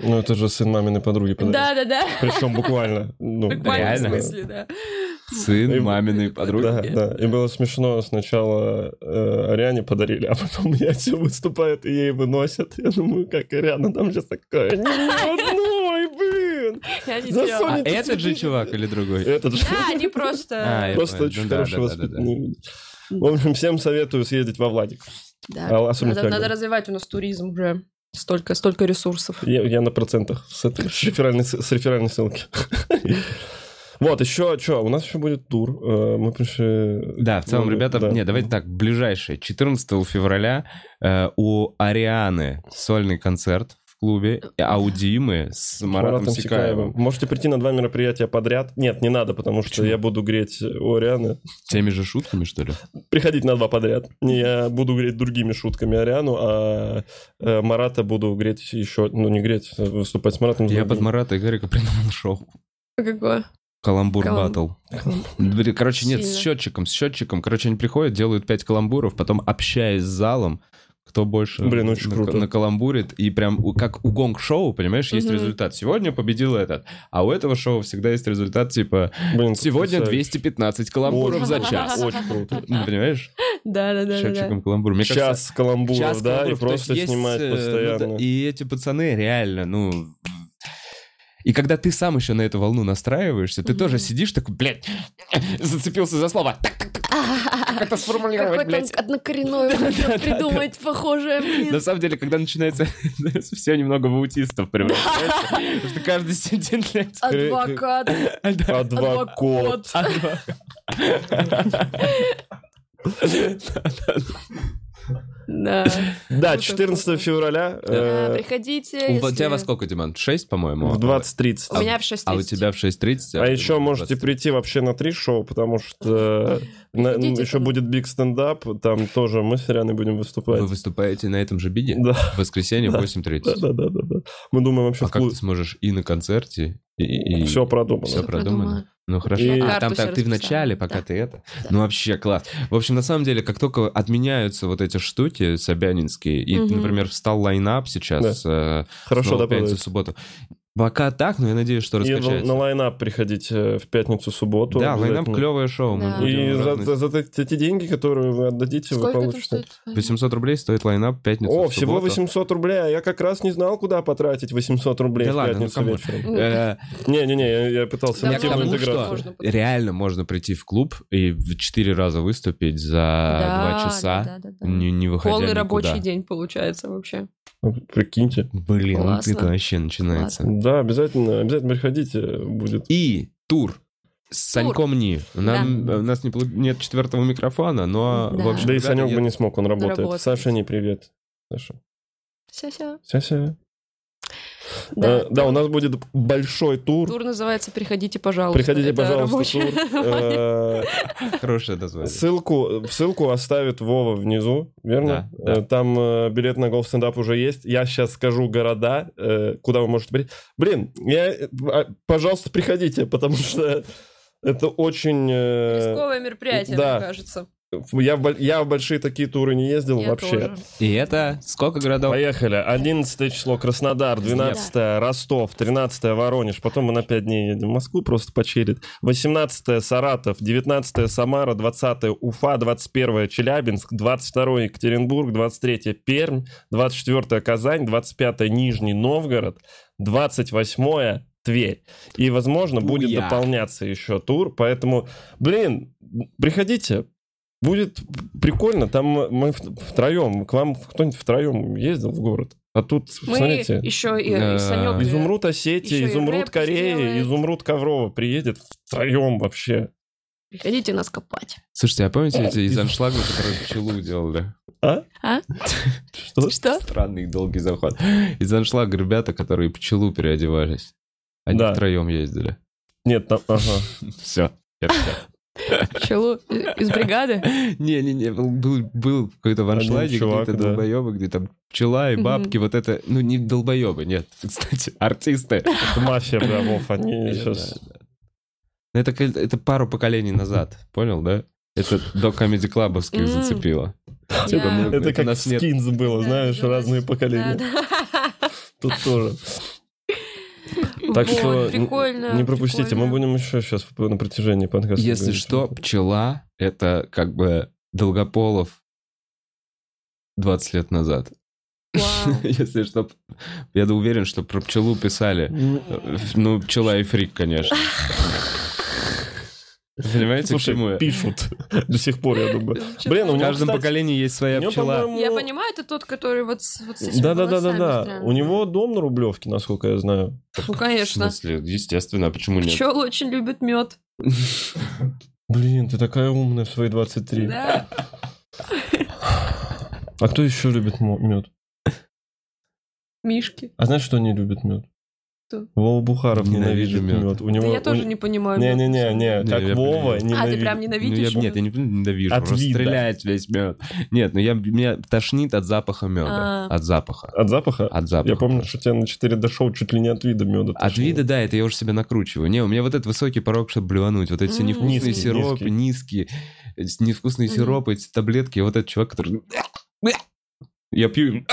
Ну, это же сын маминой подруги. подарил.
Да-да-да.
Причем буквально. Ну,
В буквальном
Реально?
смысле, да.
Сын
А,
Эм,
маминой
Да,
подруги.
да. И было смешно. Сначала э, Ариане подарили, а потом я все выступает, и ей выносят. Я думаю, как Ариана там сейчас такая. Не одной, блин!
Я не
За
делала.
Соню
А
Это
этот же
цветы.
чувак или другой?
Этот же
Да, они
А,
просто...
я
просто
понял.
очень
Ну да,
хороший
да, да, да, да.
воспитанник. В общем, всем советую съездить во Владик.
Да.
А, Особенно
Надо,
Фрягу.
надо развивать у нас туризм уже. Столько, столько ресурсов.
Я, я на процентах с, этой- с реферальной, с- с реферальной ссылки. Вот, еще что, у нас еще будет тур. Э, Мы пришли...
Да, в целом,
Ну,
ребята,
да.
не, давайте так, ближайшее, 14 февраля э, у Арианы сольный концерт в клубе, а у Димы с Маратом, Сикаевым.
Можете прийти на два мероприятия подряд. Нет, не надо, потому что
Почему?
я буду греть у Арианы.
Теми же шутками, что ли?
Приходить на два подряд. Не, Я буду греть другими шутками Ариану, а э, Марата буду греть еще... Ну, не греть, э, выступать с Маратом. с
Я
другим.
под Марата и Гарика придумал шоу.
Какое?
Каламбур
Калам-
батл. Блин, Короче, нет, с
Сильно.
счетчиком, с счетчиком. Короче, они приходят, делают 5 каламбуров, потом общаясь с залом, кто больше
Блин, очень
на-
круто.
накаламбурит, и прям у- как у гонг-шоу, понимаешь, есть
Мгм.
результат. Сегодня победил этот, а у этого шоу всегда есть результат, типа,
Блин,
сегодня
потрясающе.
215 каламбуров за
Очень-
час.
Очень круто.
Ну, понимаешь? С
Да-да-да.
счетчиком каламбур. Мне кажется,
Час каламбуров,
час
да, и
каламбуров, то
просто
есть есть,
снимать
э, ну,
постоянно.
да, и эти пацаны реально, ну... И когда ты сам еще на эту волну настраиваешься, ты
Мгм.
тоже сидишь такой, блядь, зацепился за слово. Так, как это сформулировать,
Какой-то
блядь?
он однокоренной придумать похожее мне.
На самом деле, когда начинается все немного в аутистов превращается, потому что каждый сидит, блядь,
Скорее,
Адвокат.
Адвокат.
Адвокат.
адва-
Да.
Да,
Круто,
14
круто.
февраля
Да,
э,
Приходите.
У
если-
тебя во сколько, Диман? 6, по-моему?
в 20.30.
У меня в 6
А у тебя в 6.30?
А еще можете прийти вообще на три шоу, потому что э, на-
Приходите ко
еще
мне.
будет биг стендап, там тоже мы с Ирианой будем выступать.
Вы выступаете на этом же биде?
Да,
В воскресенье в
Да.
8.30.
да, да, да, да. Мы думаем вообще
А
в
как
клуб.
ты сможешь и на концерте, и- и...
Все продумано.
Все
Всё
продумано.
продумано.
Ну хорошо.
И-
А,
Карту
там
всё
так ты в
расписала.
начале, пока
Да.
ты это.
Да.
Ну вообще класс. В общем, на самом деле, как только отменяются вот эти штуки собянинские, и,
Мгм.
например, встал лайнап сейчас, э,
Хорошо,
снова
да,
пятницу,
продается.
субботу, Пока так, но я надеюсь, что
И на- на
раскачается.
лайнап приходить э, в пятницу-субботу.
Да, лайнап
обязательно.
клевое шоу. мы
Да.
будем
И за,
разные-
за- за те- эти деньги, которые вы отдадите,
Сколько
вы
это
получите.
стоит?
800 рублей стоит лайнап в пятницу.
О,
в
всего
субботу.
800 рублей, а я как раз не знал, куда потратить 800 рублей
Да
в
ладно, ну
пятницу
камон.
вечером.
Э,
Не-не-не, я, я пытался
Да,
Я
на
к
мотивную
тему
тому,
интеграцию.
что
интеграции.
Можно потом.
реально можно прийти в клуб и в четыре раза выступить за
а,
два
Да,
часа,
да, да, да, да.
Не, не выходя
Полный
никуда.
рабочий день получается вообще.
Ну, Прикиньте.
Блин, вот
Классно.
это вообще начинается.
Да, обязательно, обязательно приходите, будет.
И тур с Саньком Ни. Нам, э,
Да.
У нас не, пло- нет четвертого микрофона, но,
Да.
в общем,
Да и
ребята,
Санек
я-
бы не смог, он работает.
Работает.
Саша, не привет. Саша.
Ся-ся.
Ся-ся.
Да.
Э, да, у нас будет большой тур.
Тур называется «Приходите, пожалуйста».
Приходите,
Это
пожалуйста,
рабочее.
тур. Э,
Хорошее название.
Ссылку, ссылку оставит Вова внизу, верно?
Да, да.
Э, Там э, билет на Golf Stand Up уже есть. Я сейчас скажу города, э, куда вы можете прийти. Блин, я, э, а, пожалуйста, приходите, потому что это очень... э,
Рисковое мероприятие,
да.
мне кажется.
Я в, боль- я в большие такие туры не ездил
Я
Ну, вообще.
тоже.
И это сколько городов?
Поехали. 11 число Краснодар, 12 Ростов, 13 Воронеж. Потом мы на 5 дней едем в Москву просто почилит. 18 Саратов, 19 Самара, 20 Уфа, 21 Челябинск, 22 Екатеринбург, 23 Пермь, 24 Казань, 25 Нижний Новгород, 28 Тверь. И, возможно, будет
Буя.
дополняться еще тур. Поэтому, блин, приходите, Будет прикольно, там мы в- втроем, к вам кто-нибудь втроем ездил в город, а тут,
Мы
смотрите,
еще и,
Э,
Да.
и Санек...
изумруд Осетии,
Еще и
изумруд
рэп
Кореи,
сделает.
изумруд Коврова приедет втроем вообще.
Приходите нас копать.
Слушайте, а помните эти из аншлага, которые пчелу делали?
А?
А?
Что?
Что?
Странный долгий заход. Из аншлага ребята, которые пчелу переодевались. Они
Да.
втроем ездили.
Нет, там, ага.
Все.
Пчелу из бригады?
Не-не-не, был, был, был какой-то в аншлаге,
Один чувак,
где-то
да.
долбоебы, где там пчела и
Мгм.
бабки, вот это, ну не долбоебы, нет, кстати, артисты.
Это мафия, бля, Вов, они сейчас...
Да, да. Это, как- это пару поколений назад, понял, да? Это до комеди клабовских
М.
зацепило. Я
Типа,
Да.
думаю,
Это как
нас нет.
скинс было,
Да,
знаешь,
да,
разные
да.
поколения.
Да-да.
Тут тоже. Так
Вот,
что н-
прикольно,
не пропустите, мы
прикольно.
будем еще сейчас на протяжении подкаста.
Если
говорить.
что, пчела — это как бы Долгополов 20 лет назад.
Вау.
Если что, я да уверен, что про пчелу писали.
М,
Ну, пчела и фрик, конечно. Понимаете, к чему
Слушай,
я?
пишут до сих пор, я думаю.
Пчела.
Блин, у
В
него,
каждом
кстати,
поколении есть своя
у него,
пчела.
по-моему,
Я понимаю, это тот, который вот с вот с этими
Да, да, да, да,
волосами
да.
странными.
У него дом на Рублевке, насколько я знаю.
Ну,
В
конечно.
смысле, естественно, а почему нет?
Пчелы очень любят мед.
Блин, ты такая умная в свои 23.
Да.
А кто еще любит мед?
Мишки.
А знаешь, что не любит мед?
Кто?
Вова Бухаров
Ненавижу
ненавидит
мёд.
мед. У
Да
него.
я тоже
Ну, у-
не понимаю.
не,
мёд.
не, не, не,
Не,
как
я
А,
Вова
понимаю.
ты
ненавидит.
прям
Ну, я,
ненавидишь?
б- нет, я не ненавижу,
От
просто
вида.
стреляет весь мед. Нет, ну я, меня тошнит от запаха
А.
меда. От запаха.
От запаха?
От запаха.
Я помню, что тебя на 4 дошел чуть ли не от вида меда.
А От вида, да, это я уже себя накручиваю. Не, у меня вот этот высокий порог, чтобы блюануть. Вот эти все
М.
невкусные
Низкий,
сиропы, низкие, э, с- невкусные
Мгм.
сиропы, эти таблетки. И вот этот чувак, который... Я пью...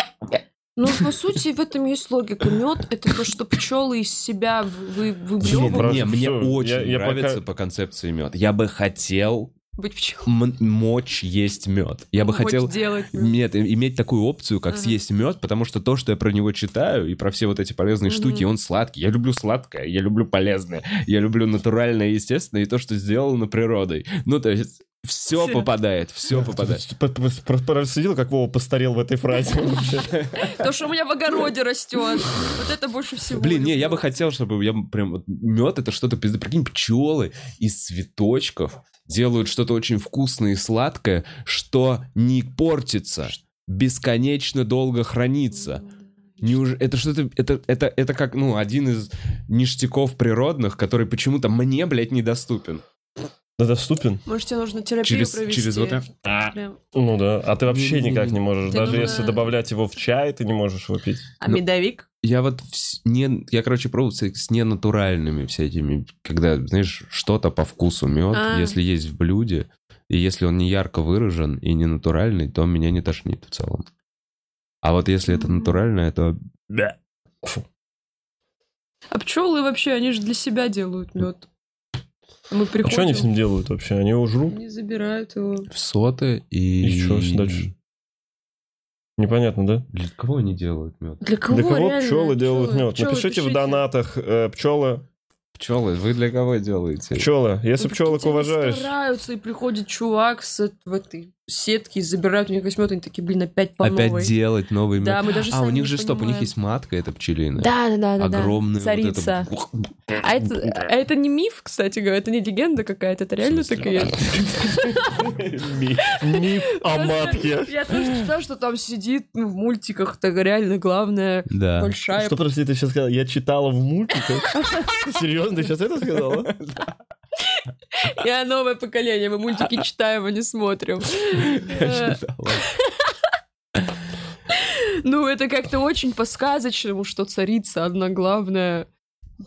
Ну, по сути, в этом есть логика. Мед это то, что пчелы из себя вы,
Блин,
выбьем
просто
не, мне
всё,
очень
я- я
нравится
пока-
по концепции мед. Я бы хотел
быть пчелой.
м- мочь есть мед. Я бы хотел
делать мёд.
Нет, и- иметь такую опцию, как
Ага.
съесть мед, потому что то, что я про него читаю, и про все вот эти полезные
Мгм.
штуки, он сладкий. Я люблю сладкое, я люблю полезное, я люблю натуральное, естественное, и то, что сделано природой. Ну, то есть, все
Всё.
попадает, все попадает.
Типа, Проследил, как Вова постарел в этой фразе вообще.
То, что у меня в огороде растет. Вот это больше всего.
Блин, не,
люблю.
я бы хотел, чтобы я бы прям вот мед это что-то пизда. Прикинь, пчелы из цветочков делают что-то очень вкусное и сладкое, что не портится, бесконечно долго хранится. Неуж- Это что-то... Это, это, это как, ну, один из ништяков природных, который почему-то мне, блядь, недоступен.
Да доступен?
Может, тебе нужно терапию
Через,
провести?
через вот это. А.
Прям.
Ну да. А ты вообще
Не-не-не.
никак не можешь.
Ты
Даже
думала-
если добавлять его в чай, ты не можешь его пить.
А
Ну,
медовик?
Я вот... вс- не, я, короче, пробовал с, с ненатуральными всякими, когда, знаешь, что-то по вкусу мед,
А.
если есть в блюде, и если он не ярко выражен и не натуральный, то меня не тошнит в целом. А вот если это
Мгм.
натуральное, то... Да.
А пчелы вообще, они же для себя делают мед. Мы
А
приходим,
что они с ним делают вообще? Они его жрут?
они забирают его.
В соты и...
И что дальше? Непонятно, да?
Для кого они делают мед?
Для кого,
Для кого
реально?
пчелы делают
Пчелы,
мед?
пчелы,
Напишите в
пишите.
донатах, э, пчела,
Пчелы, вы для кого делаете?
пчела, если
Вот
пчелок
эти они
уважаешь.
стараются, и приходит чувак с, в этой сетке, и забирают у них весь мед, они такие, блин, опять по
Опять
новой.
делать новый мед.
Да, мы даже
А,
сами
у
не
них же стоп, у них
понимаем.
есть матка, это пчелиная.
Да, да, да, да, да.
Огромная вот эта-
Царица. А это, а это не миф, кстати говоря, это не легенда какая-то, это реально
смысле?
такая.
Ми- Миф о матке.
Я тоже читала, что там сидит ну, в мультиках, это реально главное,
Да.
большая.
Что, подожди, ты сейчас сказала? Я читала в мультиках? Серьезно, ты сейчас это сказала?
Я новое поколение, мы мультики читаем, а не смотрим.
Я читал.
Ну, это как-то очень по-сказочному, что царица одна главная,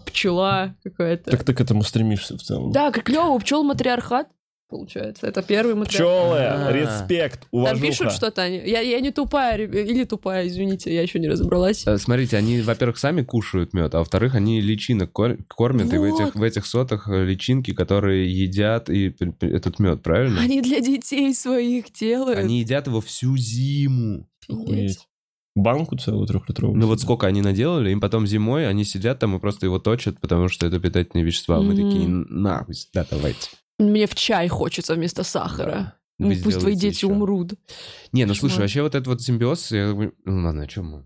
пчела какая-то.
Как ты к этому стремишься в целом?
Да, как клево, пчел матриархат, получается. Это первый матриархат.
Пчелы,
А.
респект,
Там пишут
уважуха.
что-то они. Я, я не тупая, реб- или тупая, извините, я еще не разобралась.
Э, Смотрите, они, во-первых, сами кушают мед, а во-вторых, они личинок кор- кормят, и в
Вот.
этих, в этих сотах э, личинки, которые едят и п- п- этот мед, правильно?
Они а для детей своих делают.
Они едят его всю зиму.
Офигеть.
Банку целую трехлитровую.
Ну вот сколько они наделали, им потом зимой они сидят там и просто его точат, потому что это питательные вещества. Мы
Мгм.
такие, нахуй, да, давайте.
Мне в чай хочется вместо сахара.
Да.
Ну,
Вы
пусть твои
сделаете
дети
еще.
умрут.
Не, ну
Кошмар.
слушай, вообще вот этот вот симбиоз, я думаю, ну ладно, о чем мы?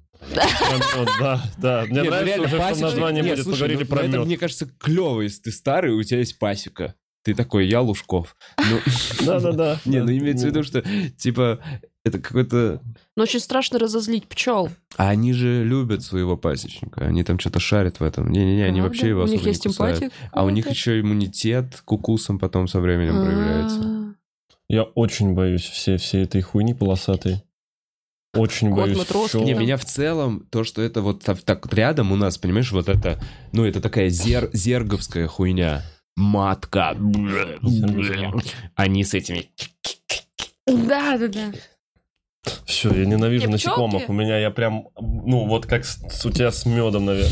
Да, да. Мне
Не, ну
нравится
реально,
уже, что
пасека-
название
Не,
будет.
слушай,
Поговорили
ну,
про
ну это,
мед.
мне кажется, клево, если ты старый, и у тебя есть пасека. Ты такой, я Лужков. Ну,
Да-да-да.
Не, ну
Да.
имеется в виду, что, типа, это какой-то...
Но очень страшно разозлить пчел.
А они же любят своего пасечника, они там что-то шарят в этом. Не-не-не, они
Правда?
вообще его
У них
особо не
есть
кусают.
эмпатия.
А у них
какая-то? А.
еще иммунитет к укусам потом со временем проявляется.
Я очень боюсь всей всей этой хуйни полосатой. Очень
Кот
боюсь.
матросский
пчел.
Не,
Да.
меня в целом, то, что это вот так, так вот рядом у нас, понимаешь, вот это, ну, это такая зер- зерговская хуйня. Матка. Они с этими...
А. Да, да, да.
Все, я ненавижу
Не, пчелки-
насекомых. У меня я прям, ну вот как с, с- у тебя с медом, наверное.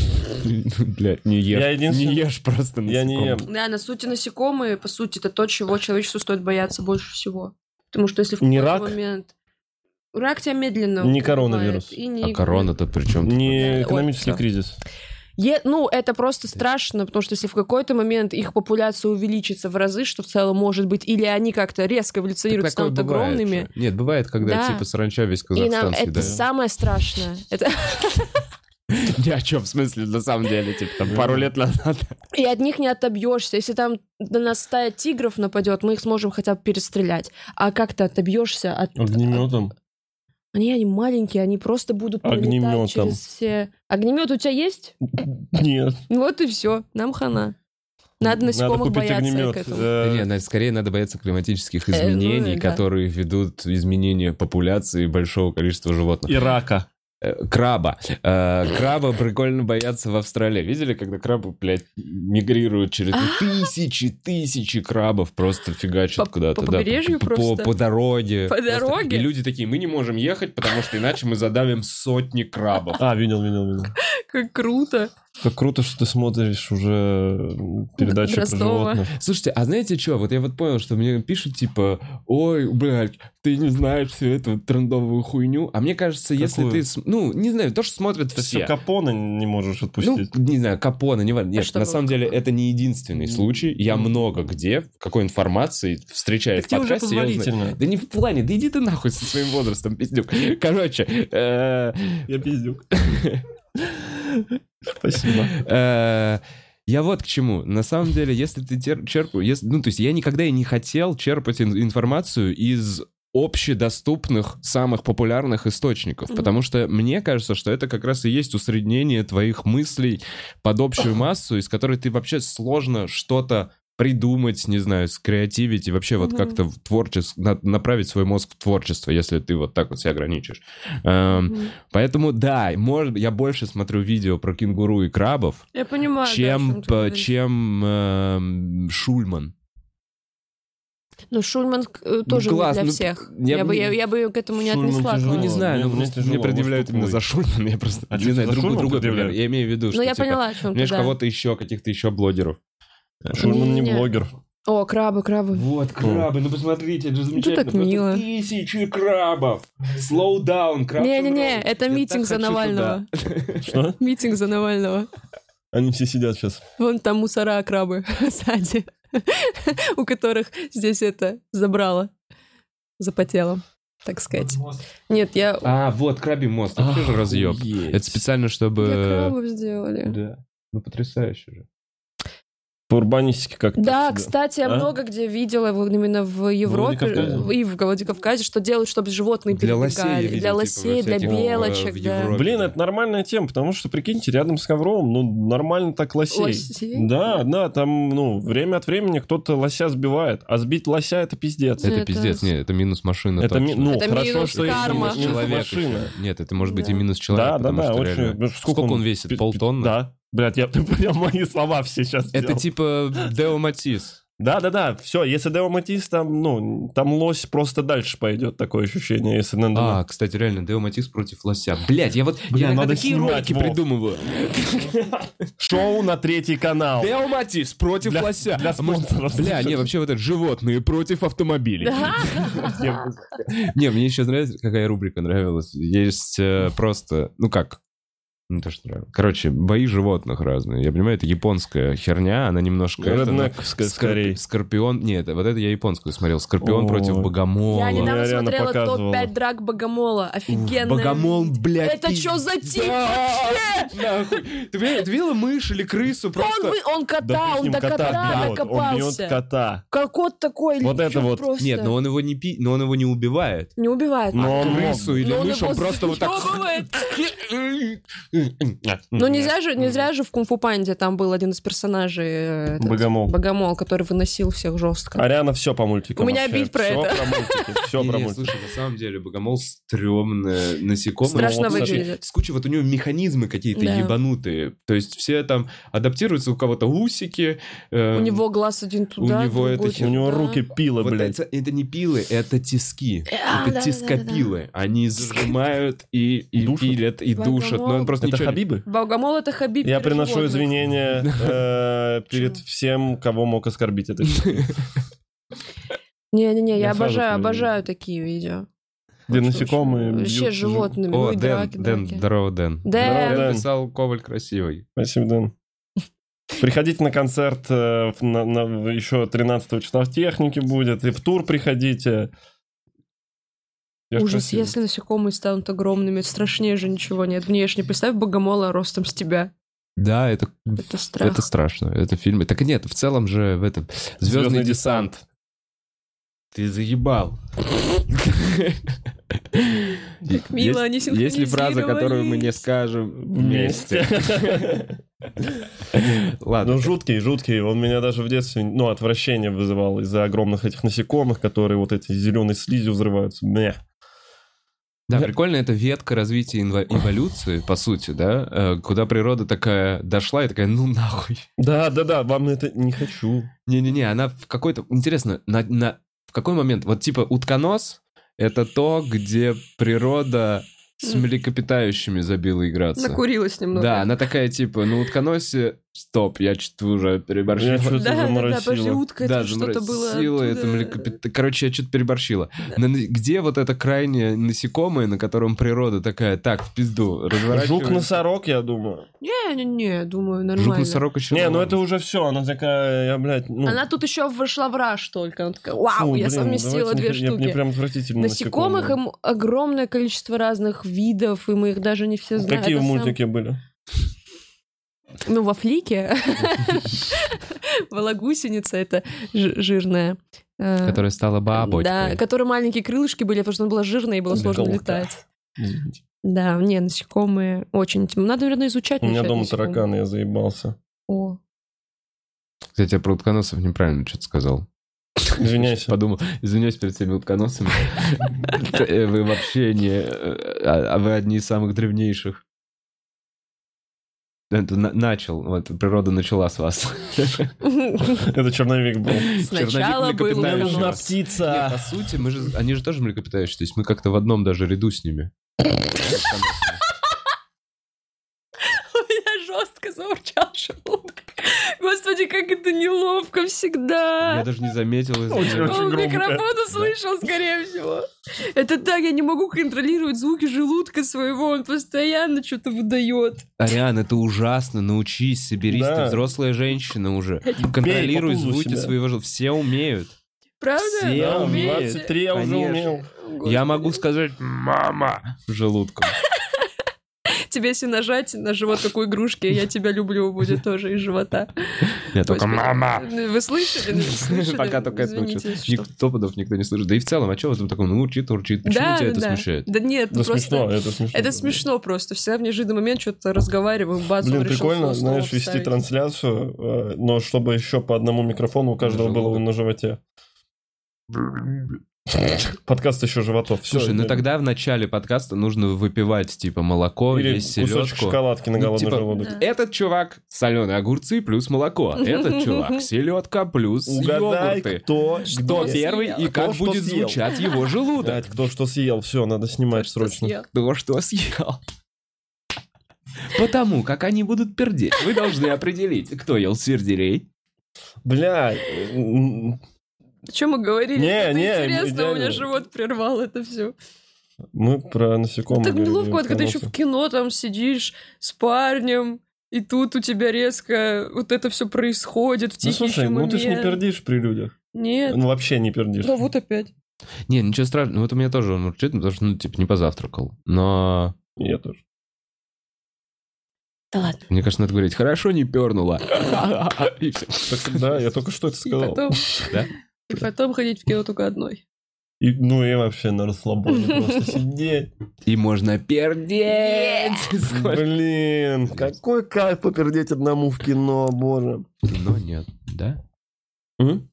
Блядь, не ешь.
Я единственный-
Не ешь просто
Я не ем.
насекомых.
Да, на сути насекомые, по сути, это то, чего человечеству стоит бояться больше всего. Потому что если в
Не
какой-то
рак?
момент... Рак тебя медленно...
Не
убивает,
коронавирус.
и не-
А корона-то при чем?
Не
Ой,
экономический
всё.
кризис.
Е- ну, это просто страшно, потому что если в какой-то момент их популяция увеличится в разы, что в целом может быть, или они как-то резко эволюционируют,
Так такое
станут огромными,
же. Нет, бывает, когда
Да.
типа саранча весь
и нам
Казахстан
это
съедает.
самое страшное. Это...
Я о чем, а в смысле, на самом деле, типа там пару лет назад.
И от них не отобьешься. Если там на нас стая тигров нападет, мы их сможем хотя бы перестрелять. А как ты отобьешься от...
Огнеметом.
Они, они маленькие, они просто будут пролетать
Огнемётом.
через все... Огнемет у тебя есть?
Нет.
Вот и все. Нам хана. Надо насекомых
Надо купить
бояться
огнемет.
к этому.
Да
Э,
нет, на- скорее надо бояться климатических
Э, ну,
изменений,
да.
которые ведут изменения популяции большого количества животных.
И рака.
Э, Краба. Э, Краба прикольно боятся в Австралии. Видели, когда крабы, блядь, мигрируют через
А.
тысячи, тысячи крабов просто фигачат
По-
куда-то.
по
да,
побережью
по-
просто?
По, по дороге.
По
Просто.
дороге?
И люди такие, мы не можем ехать, потому что иначе мы задавим сотни крабов.
А, видел, видел, видел.
Как круто.
Как круто, что ты смотришь уже передачи про
Дроздова.
животных.
Слушайте, а знаете что? Вот я вот понял, что мне пишут, типа, ой, блядь, ты не знаешь всю эту трендовую хуйню. А мне кажется, если
Какую?
ты... см- Ну, не знаю, то, что смотрят
Ты
все.
все капона не можешь
Ну,
отпустить.
не знаю, Капона, не важно.
А
Нет,
что
на
было
самом деле
Капоне?
это не единственный случай. Я
М.
много где, в какой информации встречаю
Так
в
тебе уже
подкасте, я узнаю.
позволительно.
Да не в плане, да иди ты нахуй со своим возрастом, пиздюк. Короче, э,
Я пиздюк. Спасибо.
Э, Я вот к чему. На самом деле, если ты тер- черпаешь... если- Ну, то есть я никогда и не хотел черпать ин- информацию из общедоступных, самых популярных источников.
Мгм.
Потому что мне кажется, что это как раз и есть усреднение твоих мыслей под общую массу, из которой ты вообще сложно что-то придумать, не знаю, скреативить и вообще вот
Мгм.
как-то в творчес- на- направить свой мозг в творчество, если ты вот так вот себя ограничишь. Эм, Поэтому да, может, я больше смотрю видео про кенгуру и крабов,
Я понимаю. да, о
чем,
чём ты
по-
говоришь.
чем эм, Шульман.
Но Шульман э, тоже не
Глаз,
для
ну,
всех.
я
Я,
бы
бы,
не-
я, я бы к этому не
Шульман
отнесла.
тяжело.
Ну,
главное.
не
Мне-
знаю, но
мне
просто
тяжело,
мне
может,
предъявляют именно за Шульмана. Я просто,
А
не
чё,
знаю,
за
другой,
Шульмана
другой пример.
предъявляют?
Я имею в виду,
Ну,
что,
я
типа,
поняла, о чем ты,
знаешь,
да.
кого-то еще, каких-то еще блогеров.
Шульман не
Не-не-не.
блогер.
О, крабы, крабы.
Вот, ну посмотрите, это же
так
просто
мило.
Тысячи крабов. Слоудаун, краб.
Не-не-не,
Road.
это
Я
митинг
так
за
хочу
Навального.
Что?
Митинг за Навального.
Они все сидят сейчас.
Вон там мусора крабы сзади, у которых здесь это забрало, запотело, так сказать. Нет, я...
туда. А, вот, крабий мост. Вообще же разъеб.
Охуеть.
Это специально,
Для
чтобы...
крабов сделали.
Да. Ну, потрясающе же.
По урбанистике как-то.
Да,
всегда.
кстати, я
А?
много где видела вот именно в Европе
Владикавказе?
и в Владикавказе, что делают, чтобы животные
Для лосей я
перебегали.
видел,
для
типа, во
лосей, для
всяких, э,
белочек,
в
да.
Европе.
Блин,
да.
это нормальная тема, потому что, прикиньте, рядом с ковром, ну, нормально так лосей.
Лосей?
Да, да, там, ну, время от времени кто-то лося сбивает, а сбить лося это пиздец.
Ну,
Это
это-
пиздец, нет, это минус машина.
Это, ми-
точно.
ну,
Это
хорошо,
минус
что есть
карма.
минус
человек
машина.
еще. Нет, это может быть и
Да.
минус человека,
Да, да,
потому
да,
что
очень.
реально-
Ну,
Сколько он весит?
Пи- пи-
Полтонны?
Да. Блядь, я ты прям мои слова все сейчас
Это типа Део Матис.
Да, да, да, все, если Део Матис, там, ну, там лось просто дальше пойдет, такое ощущение, если надо.
А, кстати, реально, Део Матис против лося. Блять, я вот
Бля,
я иногда
надо
такие
снимать,
ролики
Вов.
придумываю.
Шоу на третий канал.
Део Матис против
Для-
лося. А
для
Может,
спонсоров.
Бля, не, вообще вот это животные против автомобилей. Не, мне еще нравится, какая рубрика нравилась. Есть э, просто, ну как, не то, что нравилось. Короче, бои животных разные. Я понимаю, это японская херня, она немножко... это, но-
Реднековская,
Скор-
скорее.
Скорпион. Нет, вот это я японскую смотрел. Скорпион
Ой.
против богомола.
Я недавно
Я реально
смотрела
показывала.
топ-5 драк Богомола. Офигенно.
Богомол, блядь.
Это
пи-
что за тип
Да,
вообще?
нахуй. Ты видела- ты видела мышь или крысу
Он,
просто?
вы- он кота,
Да ты с
он
ним
до кота,
бьет, Он
докопался.
бьет кота.
Как кот такой
Вот это
лечёт
вот. ну,
просто.
Нет, но он его не пи... но он его не убивает. А
Не убивает.
Но он
Крысу
мог.
или
Но он
мышь
его
он просто вот так...
заёбывает. Ну нельзя же, нельзя же в Кунг-фу Панде там был один из персонажей э, этот,
Богомол.
Богомол, который выносил всех жестко.
Ариана все по мультикам.
У меня
вообще.
бить про
Всё
это.
про мультики, Все про
Не-не,
мультики.
слушай, на самом деле богомол стрёмное насекомое.
Страшно
Вот, кстати,
выглядит.
С кучей вот у него механизмы какие-то
Да.
ебанутые. То есть все там адаптируются у кого-то усики. э,
У него глаз один туда,
у него это
другой
хер-
А, э, У него
туда.
руки пилы,
вот
блядь.
это, это не пилы, это
А,
тиски. это
да-да-да-да.
тископилы. Они зажимают и, и
Душат.
пилят, и
Богомол.
душат. Но он просто
Это
ничего не-
Хабибы?
Богомол это Хабиб.
Я
мира
приношу
животных.
извинения э, перед
Почему?
всем, кого мог оскорбить это.
Не-не-не, я
Я сразу
обожаю,
понял.
обожаю такие видео.
Где
Вот
насекомые
Вообще вообще
бьют
с животными.
О,
ну и
Дэн,
драки,
Дэн,
драки.
здорово, Дэн.
Дэн.
Здорово, Дэн.
Писал Коваль красивый.
Спасибо, Дэн. Приходите на концерт, э, в- на- на- еще 13 числа в технике будет, и в тур приходите. Я ж
Ужас,
красивый.
если насекомые станут огромными, это страшнее же ничего нет. Внешне представь Богомола ростом с тебя.
Да, это,
Это страх.
это страшно. Это фильм. Так нет, в целом же в этом... Звездный
«Звездный
десант. Ты заебал.
мило, они
Есть- Есть ли фраза, которую мы не скажем вместе?
Ну,
Ладно.
жуткий, жуткий. Он меня даже в детстве, ну, отвращение вызывал из-за огромных этих насекомых, которые вот эти зеленой слизью взрываются. Мя.
Да, прикольно, это ветка развития инва- эволюции, по сути, да, э, куда природа такая дошла и такая, ну нахуй.
Да, да, да, вам это не хочу.
Не-не-не, она в какой-то... Интересно, на, на- в какой момент? Вот типа утконос — это то, где природа с
М. ну,
млекопитающими забила играться.
Накурилась немного.
Да, она такая типа, на утконосе, стоп, я что-то уже
Я
переборщила.
да,
чё-то
да, да, подожди,
заморосило.
утка, это что-то было. оттуда.
Сила, это млекопит- Короче, я что-то переборщила. На- на- Где вот это крайнее насекомое, на котором природа такая, так, в пизду, разворачивается?
Жук-носорог, я думаю.
Не-не-не, думаю, нормально. Э,
Жук-носорог еще
Не, ну
ладно.
это уже все, она такая, я, блядь, ну...
Она тут еще вошла в раш только. Она такая, вау,
фу,
я
блин,
совместила
давайте
две
не- я-
штуки.
Мне прям отвратительно
Насекомых
насекомые.
им огромное количество разных видов, и мы их даже не все знаем.
Какие
Это сам-
мультики были?
Ну, во флике. Была гусеница, это ж- жирная. Э,
Которая стала
Да,
А,
бабочкой.
которой маленькие крылышки были, потому что она была жирная и было сложно
Иголка.
летать.
Извините.
Да, не, насекомые очень... Надо, наверное, изучать.
У меня
начать
дома
насекомых.
тараканы, я заебался.
О,
Кстати, я про утконосов неправильно что-то сказал.
Извиняйся.
Подумал, извиняюсь перед всеми утконосами. Э, Вы вообще не... э, А а вы одни из самых древнейших. Это на- начал, вот, природа начала с вас.
Это черновик был.
Сначала
Черновик для
был
Да,
Нам
еще
нужна
голод.
раз. Нет, по
птица.
сути, мы же, они же тоже млекопитающие, то есть мы как-то в одном даже ряду с ними.
У меня жестко заурчал желудок. Господи, как это неловко
Я
всегда.
даже не заметил. из-
Очень, очень.
Он
громко.
микрофон услышал, скорее всего. Это так, я не могу контролировать звуки желудка своего. Он постоянно что-то выдает.
Ариан, А это ужасно, научись, соберись,
Да.
ты взрослая женщина уже. Контролируй
по пузу
звуки
себя.
своего жел- Все умеют.
Правда?
Все
Да, в
умеете?
23 я уже
Конечно.
умел.
Господи.
Я могу сказать «мама» желудком.
Тебе если нажать на живот, как у игрушки, я тебя люблю, будет тоже из живота.
Я только
Господи.
«мама».
Вы слышали? Ну, Слышали?
Пока только это
Извините,
учат.
что-
Никто подов никто не слышит. Да и в целом, а что в этом таком? Ну, урчит, урчит. Почему тебя это
да.
смущает?
Да нет, ну,
Да
просто...
Ну, смешно, это смешно.
Это смешно просто. Всегда в неожиданный момент что-то разговариваем, бац, он
Блин,
решил
прикольно,
слово
знаешь, вести
вставить.
трансляцию, э, но чтобы еще по одному микрофону у каждого
На
было
желудок.
на животе. Подкаст еще животов. Всё,
Слушай, ну
я-
тогда в начале подкаста нужно выпивать, типа, молоко,
Или
есть
кусочек
селедку.
шоколадки на
Ну,
голодный
типа,
желудок.
Да.
Этот чувак соленые огурцы плюс молоко. Этот чувак селедка плюс
Угадай,
йогурты.
кто
Кто
я
где.
первый
съел?
и
Кто
как
что
будет
съел?
звучать его
Да,
желудок?
кто что съел, все, надо снимать
Что
срочно.
съел.
Кто что съел? Потому как они будут пердеть, вы должны определить, кто ел сердерей.
Бля, м,
О чем мы говорили?
Не,
Это
не,
интересно, у меня
идеально.
живот прервал это все.
мы про насекомых.
Ну, так
говорили,
неловко, вот,
про
когда еще
носы.
в кино там сидишь с парнем, и тут у тебя резко вот это все происходит в
Ну
тихий
слушай,
еще
ну ты ж не
момент.
пердишь при людях.
Нет.
Ну вообще не пердишь.
Да вот опять.
Не, ничего страшного, ну, вот у меня тоже он урчит, потому что, ну, типа, не позавтракал. Но
Я тоже.
Да ладно.
мне кажется, надо говорить, хорошо, не пернуло. И всё.
Так, да, я только что это
И
сказал.
потом...
Да?
И потом ходить в кино только одной.
И- ну и вообще на расслабоне просто сидеть.
И можно пердеть. сколько-
Блин, какой кайф попердеть одному в кино, боже. а
Но нет, да?
М?